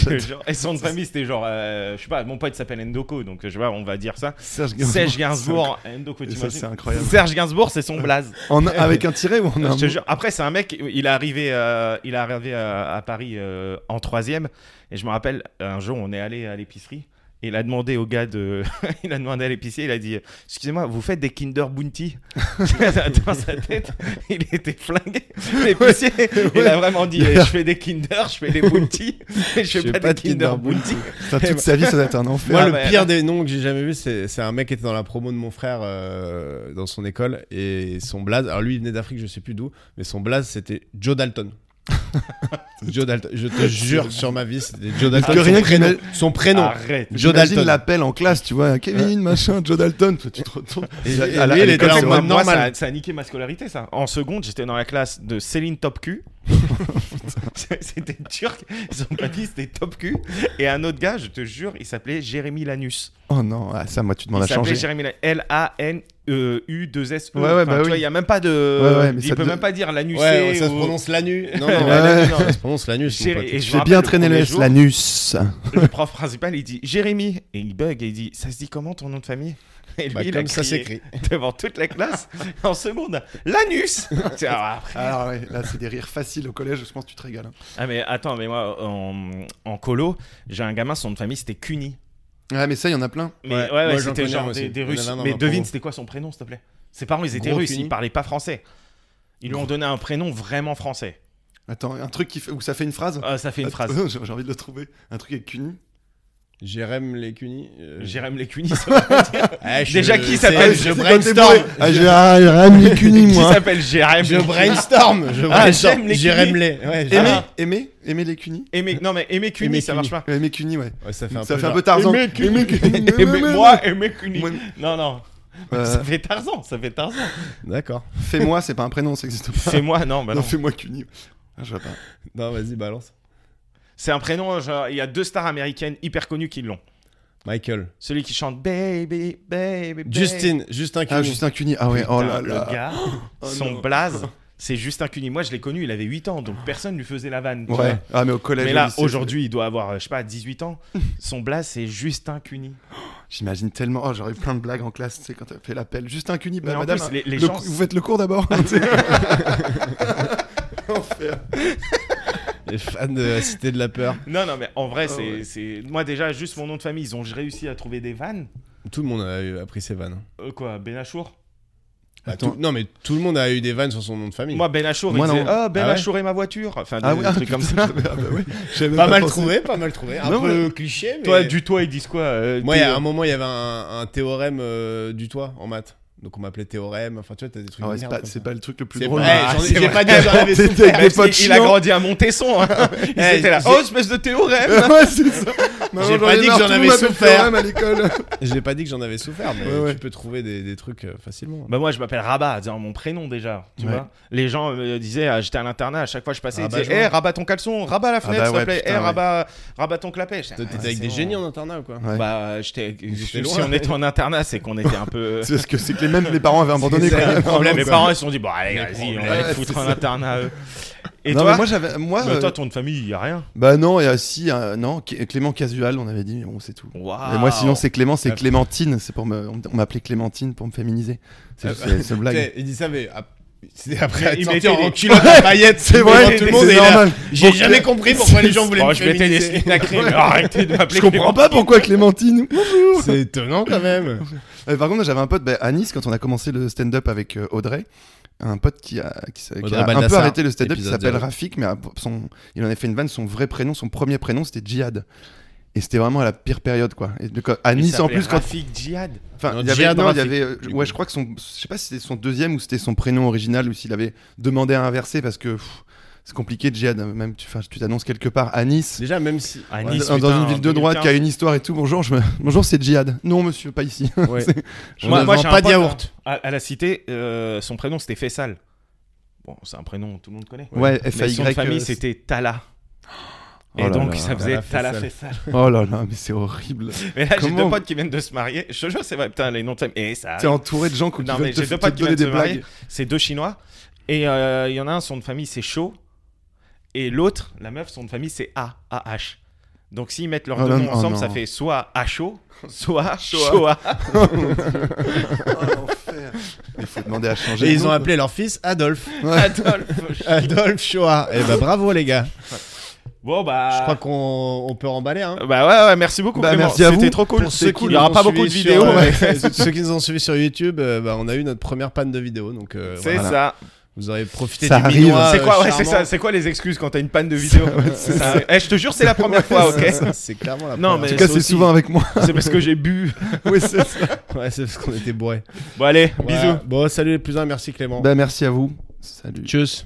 Speaker 3: Parce que,
Speaker 2: ça-
Speaker 3: genre, et son nom de famille, c'était genre, euh, je sais pas, mon pote s'appelle Ndoko, donc euh, je sais pas, on va dire ça.
Speaker 2: Serge Gainsbourg.
Speaker 3: Serge Gainsbourg, Ndoko,
Speaker 2: Et ça, c'est
Speaker 3: t'imagines
Speaker 2: incroyable.
Speaker 3: Serge Gainsbourg, c'est son blaze.
Speaker 2: En- avec un tiret ou en un
Speaker 3: Je te
Speaker 2: mot
Speaker 3: jure. Après, c'est un mec, il est arrivé, euh, il est arrivé à, à Paris euh, en troisième. Et je me rappelle, un jour, on est allé à l'épicerie. Et il a demandé au gars de. il a demandé à l'épicier, il a dit Excusez-moi, vous faites des Kinder Bounty Dans sa tête, il était flingué. L'épicier, il a vraiment dit eh, Je fais des Kinder, je fais des Bounty, mais je fais pas, des Kinder, Bounty.
Speaker 2: Putain, toute sa vie, ça doit être un enfer.
Speaker 4: Moi,
Speaker 3: Ah,
Speaker 4: le
Speaker 3: bah,
Speaker 4: pire des noms que j'ai jamais vu, c'est c'est un mec qui était dans la promo de mon frère euh, dans son école et son blaze. Alors lui, il venait d'Afrique, je sais plus d'où, mais son blaze c'était Joe Dalton. Joe Dalton, je te jure sur ma vie, c'était Joe Dalton.
Speaker 2: que
Speaker 4: son,
Speaker 2: rien que Ah,
Speaker 4: prénom,
Speaker 2: j'imagine-
Speaker 4: son
Speaker 3: Eh
Speaker 4: prénom.
Speaker 3: Arrête.
Speaker 4: Joe
Speaker 2: J'imagine
Speaker 4: Dalton.
Speaker 2: l'appel en classe, tu vois, Kevin, machin, Joe Dalton, toi, tu te retournes.
Speaker 4: Et-
Speaker 2: À
Speaker 4: et
Speaker 2: la- à
Speaker 4: lui, il était
Speaker 2: l'école,
Speaker 4: là en
Speaker 2: c'est
Speaker 3: Moi,
Speaker 4: mode
Speaker 2: vraiment-
Speaker 3: moi, ça,
Speaker 4: normal.
Speaker 3: a- ça a niqué ma scolarité, ça. En seconde, j'étais dans la classe de Céline Top Q. c'était turc. Ils ont pas dit c'était Top Q. Et un autre gars, je te jure, il s'appelait Jérémy Lanus.
Speaker 2: Oh non, ah, ça, moi, tu demandes
Speaker 3: il
Speaker 2: à
Speaker 3: s'appelait
Speaker 2: changer.
Speaker 3: Jérémy Lanus. L-A-N-U-2-S-E.
Speaker 2: Ouais, ouais, bah
Speaker 3: E. tu
Speaker 2: oui.
Speaker 3: vois, il y a même pas de.
Speaker 2: Ouais, ouais, mais
Speaker 3: il
Speaker 2: ça
Speaker 3: peut
Speaker 2: te-
Speaker 3: même pas dire Lanus.
Speaker 4: Ouais, ça se prononce l'anu. Non, non,
Speaker 2: Ouais.
Speaker 4: non, ça se prononce l'anus. mon pote.
Speaker 2: J'ai bien traîné le S, l'anus.
Speaker 3: Le prof principal, il dit Jérémy. Et il bug et il dit Ça se dit comment ton nom de famille Et lui,
Speaker 4: Bah,
Speaker 3: il a
Speaker 4: comme ça
Speaker 3: crié
Speaker 4: s'écrit.
Speaker 3: devant toute la classe en seconde Lanus C'est- ah, après-
Speaker 2: Alors ouais, là c'est des rires faciles au collège, je pense que tu te régales. hein.
Speaker 3: Ah mais attends, mais moi en, en colo, j'ai un gamin, son nom de famille c'était Cuny.
Speaker 2: Ouais, Ah, mais ça il y en a plein.
Speaker 3: Mais
Speaker 4: Ouais,
Speaker 3: ouais,
Speaker 4: moi,
Speaker 3: ouais,
Speaker 4: j'en
Speaker 3: c'était
Speaker 4: connais un
Speaker 3: genre
Speaker 4: aussi.
Speaker 3: des, des
Speaker 4: Il y en
Speaker 3: Russes.
Speaker 4: avait un dans
Speaker 3: Mais
Speaker 4: ma
Speaker 3: devine
Speaker 4: promo.
Speaker 3: c'était quoi son prénom s'il te plaît Ses parents ils étaient
Speaker 4: Gros
Speaker 3: russes,
Speaker 4: Cuny.
Speaker 3: ils parlaient pas français. Ils lui ont donné un prénom vraiment français.
Speaker 2: Attends, un truc qui fait... où ça fait une phrase
Speaker 3: Euh, ça fait une phrase.
Speaker 2: Attends, J'ai j'ai envie de le trouver. Un truc avec Cuny.
Speaker 4: Jérém Lécuni. euh,
Speaker 3: Jérém les Cuny, ça veut dire-
Speaker 4: Ah, je-
Speaker 3: Déjà, qui
Speaker 4: c'est-
Speaker 3: s'appelle-
Speaker 4: Je
Speaker 2: C'est quand
Speaker 4: brainstorm.
Speaker 2: t'es bourré. Ah, j'ai ah, j'ai ramené Cuny
Speaker 3: qui
Speaker 2: moi.
Speaker 3: s'appelle Jérém.
Speaker 4: Je
Speaker 3: les Cuny.
Speaker 4: brainstorm. Je
Speaker 3: Ah, j'aime
Speaker 4: brainstorm.
Speaker 3: les
Speaker 4: Jérém
Speaker 3: Cuny.
Speaker 4: Lé. Ouais,
Speaker 2: Aimé,
Speaker 4: j'aime.
Speaker 3: Ah.
Speaker 2: aimé, aimé les Cuny.
Speaker 3: Aimé- non mais Aimé Cuny,
Speaker 4: Aimé
Speaker 3: ça
Speaker 4: Cuny.
Speaker 3: marche pas.
Speaker 2: Aimé Cuny, ouais.
Speaker 4: Ouais, ça fait un
Speaker 2: ça
Speaker 4: peu
Speaker 2: fait un
Speaker 4: genre-
Speaker 2: peu Tarzan.
Speaker 3: Aimé Cuny.
Speaker 2: Aimé Cuny.
Speaker 3: Aimé- moi Aimé Cuny.
Speaker 2: Moi-
Speaker 3: Non non.
Speaker 2: Euh,
Speaker 3: Ça fait Tarzan, ça fait Tarzan.
Speaker 4: D'accord.
Speaker 2: Fais-moi, c'est pas un prénom, ça existe pas.
Speaker 3: C'est moi non, bah
Speaker 2: non,
Speaker 3: non.
Speaker 2: fais-moi Cuny. Ah, je vois pas.
Speaker 4: Non, vas-y, balance.
Speaker 3: C'est un prénom genre il y a deux stars américaines hyper connues qui l'ont.
Speaker 4: Michael.
Speaker 3: Celui qui chante Baby, Baby, baby.
Speaker 4: Justin, Justin
Speaker 2: Ah,
Speaker 4: Cuny.
Speaker 2: Justin Cuny. Ah ouais, oh là
Speaker 3: Putain,
Speaker 2: là.
Speaker 3: Le gars,
Speaker 2: Oh
Speaker 3: son
Speaker 2: non.
Speaker 3: blaze, c'est Justin Cuny. Moi, je l'ai connu, il avait 8 ans, donc personne lui faisait la vanne. tu vois.
Speaker 2: Ouais. Ah mais au collège.
Speaker 3: Mais
Speaker 2: au
Speaker 3: là,
Speaker 2: lycée,
Speaker 3: aujourd'hui, il doit avoir, euh, je sais pas, 18 ans. Son blaze, c'est Justin Cuny.
Speaker 2: Bah, J'imagine tellement. Oh, j'aurais eu plein de blagues en classe, tu sais, quand t'as fait l'appel. Juste un cuny, bah,
Speaker 3: Mais en
Speaker 2: madame.
Speaker 4: Ah
Speaker 3: plus, les- les
Speaker 2: le
Speaker 3: gens-
Speaker 2: cou- Vous faites le cours d'abord. Enfer.
Speaker 4: Les fans de la Cité de la Peur.
Speaker 3: Non, non, mais en vrai,
Speaker 2: Ah
Speaker 3: c'est,
Speaker 2: ouais.
Speaker 3: c'est- Moi, déjà, juste mon nom de famille, ils ont réussi à trouver des vannes.
Speaker 4: Tout le monde a, eu- a pris ses vannes. hein.
Speaker 3: Euh, quoi, Benachour
Speaker 4: Bah,
Speaker 2: Attends.
Speaker 4: tout- non, mais tout le monde a eu des vannes sur son nom de famille.
Speaker 3: Moi, Benachour,
Speaker 2: Moi,
Speaker 3: il disait
Speaker 2: non.
Speaker 3: Ah, Benachour
Speaker 4: Benachour
Speaker 3: est ma voiture. Enfin, des,
Speaker 2: Ah oui, ah,
Speaker 3: trucs comme
Speaker 2: putain,
Speaker 3: ça.
Speaker 2: bah, bah oui. J'avais
Speaker 4: pas mal
Speaker 2: pensé.
Speaker 4: trouvé, pas mal trouvé. Un
Speaker 2: Non,
Speaker 4: peu cliché, mais.
Speaker 3: Toi, du toit, ils disent quoi euh,
Speaker 4: Moi,
Speaker 3: t'es-
Speaker 4: à un moment, il y avait un, un théorème euh, du toit en maths. Donc, on m'appelait théorème. Enfin, tu vois, t'as des trucs.
Speaker 2: Ah ouais, c'est
Speaker 4: bizarres,
Speaker 2: pas,
Speaker 4: comme
Speaker 2: c'est
Speaker 4: ça.
Speaker 2: pas le truc le plus
Speaker 4: C'est
Speaker 2: drôle.
Speaker 4: pas- eh,
Speaker 2: Ah,
Speaker 4: j'en ai-
Speaker 2: c'est
Speaker 4: j'ai
Speaker 2: vrai.
Speaker 4: pas dit que j'en avais
Speaker 2: C'était
Speaker 4: souffert,
Speaker 2: avec des
Speaker 4: mais
Speaker 2: potes
Speaker 3: Il a
Speaker 2: chiants.
Speaker 3: grandi à Montesson. Hein. Ils
Speaker 4: Eh,
Speaker 3: étaient là.
Speaker 4: j'ai-
Speaker 3: Oh, espèce de théorème.
Speaker 2: Ouais, c'est ça. Maintenant,
Speaker 4: J'ai
Speaker 2: j'en
Speaker 4: pas
Speaker 2: ai
Speaker 4: dit que
Speaker 2: marre,
Speaker 4: j'en
Speaker 2: tout
Speaker 4: avais
Speaker 2: le monde m'appelle
Speaker 4: souffert.
Speaker 2: Florem à l'école.
Speaker 4: Je l'ai pas dit que j'en avais souffert, mais
Speaker 2: Ouais, ouais.
Speaker 4: tu peux trouver des, des trucs euh, facilement.
Speaker 3: Bah moi je m'appelle Rabat, c'est mon prénom déjà, tu
Speaker 2: Ouais.
Speaker 3: vois. Les gens me disaient, euh, j'étais à l'internat, à chaque fois je passais, ils
Speaker 4: Rabat
Speaker 3: disaient,
Speaker 4: joint.
Speaker 3: Eh, rabat ton caleçon, rabat la fenêtre
Speaker 2: bah
Speaker 3: s'il
Speaker 2: ouais,
Speaker 3: te plaît, Eh,
Speaker 2: putain, ouais.
Speaker 3: rabat, rabat ton clapet. J'étais,
Speaker 4: Toi,
Speaker 3: Ah,
Speaker 4: T'étais avec
Speaker 3: c'est
Speaker 4: des
Speaker 3: bon.
Speaker 4: génies en internat ou quoi
Speaker 2: Ouais.
Speaker 3: Bah euh, j'étais, si
Speaker 4: loin.
Speaker 3: on était en internat c'est qu'on était un peu... euh,
Speaker 2: C'est parce que c'est que les mêmes les parents avaient abandonné.
Speaker 4: C'est
Speaker 2: quoi.
Speaker 4: ça, le
Speaker 2: Normalement,
Speaker 4: problème,
Speaker 3: Mes
Speaker 2: quoi.
Speaker 3: parents ils se sont dit, bon allez vas-y, on
Speaker 4: problèmes.
Speaker 3: va les
Speaker 2: Ouais,
Speaker 3: foutre
Speaker 2: c'est
Speaker 3: en
Speaker 2: ça.
Speaker 3: internat eux. Et
Speaker 2: Non, mais
Speaker 3: toi
Speaker 2: moi j'avais moi
Speaker 3: Mais
Speaker 2: euh,
Speaker 3: toi ton de famille y a rien.
Speaker 2: bah non il y a si euh, non Clé- Clément Casual on avait dit mais bon c'est tout.
Speaker 3: Waouh.
Speaker 2: Et moi sinon c'est Clément c'est
Speaker 4: Ah.
Speaker 2: Clémentine c'est pour me on m'appelait Clémentine pour me féminiser.
Speaker 4: Ah bah.
Speaker 2: C'est c'est- c'est une
Speaker 4: Tu
Speaker 2: blague.
Speaker 4: sais, Il dit ça, mais. ap- C'était après
Speaker 3: il
Speaker 4: être sorti
Speaker 3: mettait
Speaker 4: en
Speaker 3: des-
Speaker 4: culotte à paillettes.
Speaker 2: C'est
Speaker 4: devant
Speaker 2: vrai
Speaker 4: tout le monde,
Speaker 2: c'est
Speaker 4: et il a-
Speaker 2: normal.
Speaker 4: J'ai
Speaker 2: Donc,
Speaker 4: jamais
Speaker 2: euh,
Speaker 4: compris pourquoi les gens voulaient
Speaker 3: Oh,
Speaker 4: me
Speaker 3: je mettais des
Speaker 4: féminiser.
Speaker 3: slings à crème, arrêtez de m'appeler
Speaker 2: Je comprends
Speaker 3: Clément.
Speaker 2: pas pourquoi Clémentine.
Speaker 4: C'est étonnant quand même.
Speaker 2: Euh, par contre, j'avais un pote bah, à Nice quand on a commencé le stand-up avec euh, Audrey. Un pote qui a, qui, s'est- qui
Speaker 4: Audrey
Speaker 2: a un peu
Speaker 4: Baldassar,
Speaker 2: arrêté le stand-up qui
Speaker 4: épisode
Speaker 2: s'appelle
Speaker 4: zéro.
Speaker 2: Rafik, mais à- son, il en a fait une vanne. Son vrai prénom, son premier prénom, c'était Djihad. Et c'était vraiment à la pire période, quoi. Et donc, euh, à
Speaker 3: Il
Speaker 2: Nice, en
Speaker 3: s'appelait
Speaker 2: plus, quand.
Speaker 3: Rafik Djihad.
Speaker 2: Enfin,
Speaker 4: Non,
Speaker 2: il y avait.
Speaker 4: Djihad
Speaker 2: non, il y
Speaker 4: Rafik,
Speaker 2: avait, euh,
Speaker 4: du
Speaker 2: ouais,
Speaker 4: coup.
Speaker 2: je crois que son. Je sais pas si c'était son deuxième ou c'était son prénom original ou s'il avait demandé à inverser parce que. pff, C'est compliqué, Djihad. euh, Même tu enfin, tu t'annonces quelque part à Nice.
Speaker 4: Déjà, même si.
Speaker 3: À
Speaker 2: dans-
Speaker 3: Nice,
Speaker 2: dans
Speaker 3: putain,
Speaker 2: une ville de
Speaker 3: en
Speaker 2: droite qui a
Speaker 3: 2015.
Speaker 2: une histoire et tout. Bonjour, je me- bonjour, c'est Djihad. Non, monsieur, pas ici.
Speaker 4: Ouais.
Speaker 2: Je
Speaker 4: Moi-
Speaker 2: ne
Speaker 4: moi,
Speaker 2: vends
Speaker 4: j'ai un
Speaker 2: pas de
Speaker 4: pote,
Speaker 2: yaourt.
Speaker 3: hein. À, à la cité, euh, son prénom c'était Fessal. Bon, c'est un prénom que tout le monde connaît.
Speaker 2: Ouais,
Speaker 3: Mais
Speaker 2: FAY.
Speaker 3: son de famille
Speaker 2: euh,
Speaker 3: c'était Tala.
Speaker 2: Oh
Speaker 3: Et
Speaker 2: là
Speaker 3: donc
Speaker 2: là.
Speaker 3: ça faisait
Speaker 4: Tala
Speaker 3: Tala Fessal.
Speaker 2: Oh là là, mais c'est horrible.
Speaker 3: Mais là j'ai
Speaker 2: Comment-
Speaker 3: deux potes qui viennent de se marier. Je te jure c'est vrai putain les noms de famille. Et ça.
Speaker 2: T'es entouré de gens qui
Speaker 3: Ah Non,
Speaker 2: veulent
Speaker 3: mais
Speaker 2: te,
Speaker 3: j'ai deux
Speaker 2: te
Speaker 3: potes qui viennent
Speaker 2: donner des
Speaker 3: de se marier.
Speaker 2: blagues.
Speaker 3: C'est deux Chinois. Et euh, il y en a un son de famille c'est Cho. Et l'autre, la meuf, son de famille c'est A A H. Donc s'ils mettent leurs
Speaker 2: Oh
Speaker 3: deux
Speaker 2: non,
Speaker 3: noms
Speaker 2: oh
Speaker 3: ensemble,
Speaker 2: non.
Speaker 3: ça fait soit Acho, soit Shoa.
Speaker 2: Il faut demander à changer.
Speaker 4: Et
Speaker 2: de
Speaker 4: ils
Speaker 2: nom,
Speaker 4: ont
Speaker 2: quoi.
Speaker 4: appelé leur fils Adolphe.
Speaker 3: Adolphe.
Speaker 4: Adolphe Shoah. Eh bah bravo les gars.
Speaker 3: Bon bah.
Speaker 4: Je crois qu'on on peut remballer. Hein.
Speaker 3: Bah ouais, ouais, merci beaucoup.
Speaker 2: Bah,
Speaker 3: Clément.
Speaker 2: merci à vous.
Speaker 3: C'était trop cool.
Speaker 4: Pour ceux qui
Speaker 3: Il y aura
Speaker 4: nous
Speaker 3: pas
Speaker 4: ont
Speaker 3: beaucoup de
Speaker 4: suivis sur,
Speaker 3: vidéos.
Speaker 4: euh,
Speaker 3: mais-
Speaker 4: ceux qui nous ont suivis sur YouTube, euh, bah, on a eu notre première panne de vidéo. Donc euh,
Speaker 3: C'est
Speaker 4: voilà.
Speaker 3: ça.
Speaker 4: vous aurez profité
Speaker 2: Ça
Speaker 4: du
Speaker 2: arrive.
Speaker 4: minois,
Speaker 3: C'est
Speaker 4: euh,
Speaker 3: quoi, ouais, c'est
Speaker 4: charmant.
Speaker 3: ça. C'est quoi les excuses quand t'as une panne de vidéo Ça- Eh, je te jure, c'est la première fois, ok.
Speaker 4: C'est ça, C'est clairement la
Speaker 3: Non,
Speaker 4: première.
Speaker 3: mais-
Speaker 2: En tout cas, c'est
Speaker 3: aussi-
Speaker 2: souvent avec moi.
Speaker 3: C'est parce que j'ai bu.
Speaker 2: oui, c'est ça.
Speaker 4: Ouais, c'est parce qu'on était bourrés.
Speaker 3: Bon allez,
Speaker 4: Voilà.
Speaker 3: bisous. Bah,
Speaker 4: Bon, salut les plus uns, merci Clément.
Speaker 2: Bah, merci à vous. Salut.
Speaker 4: Tchuss.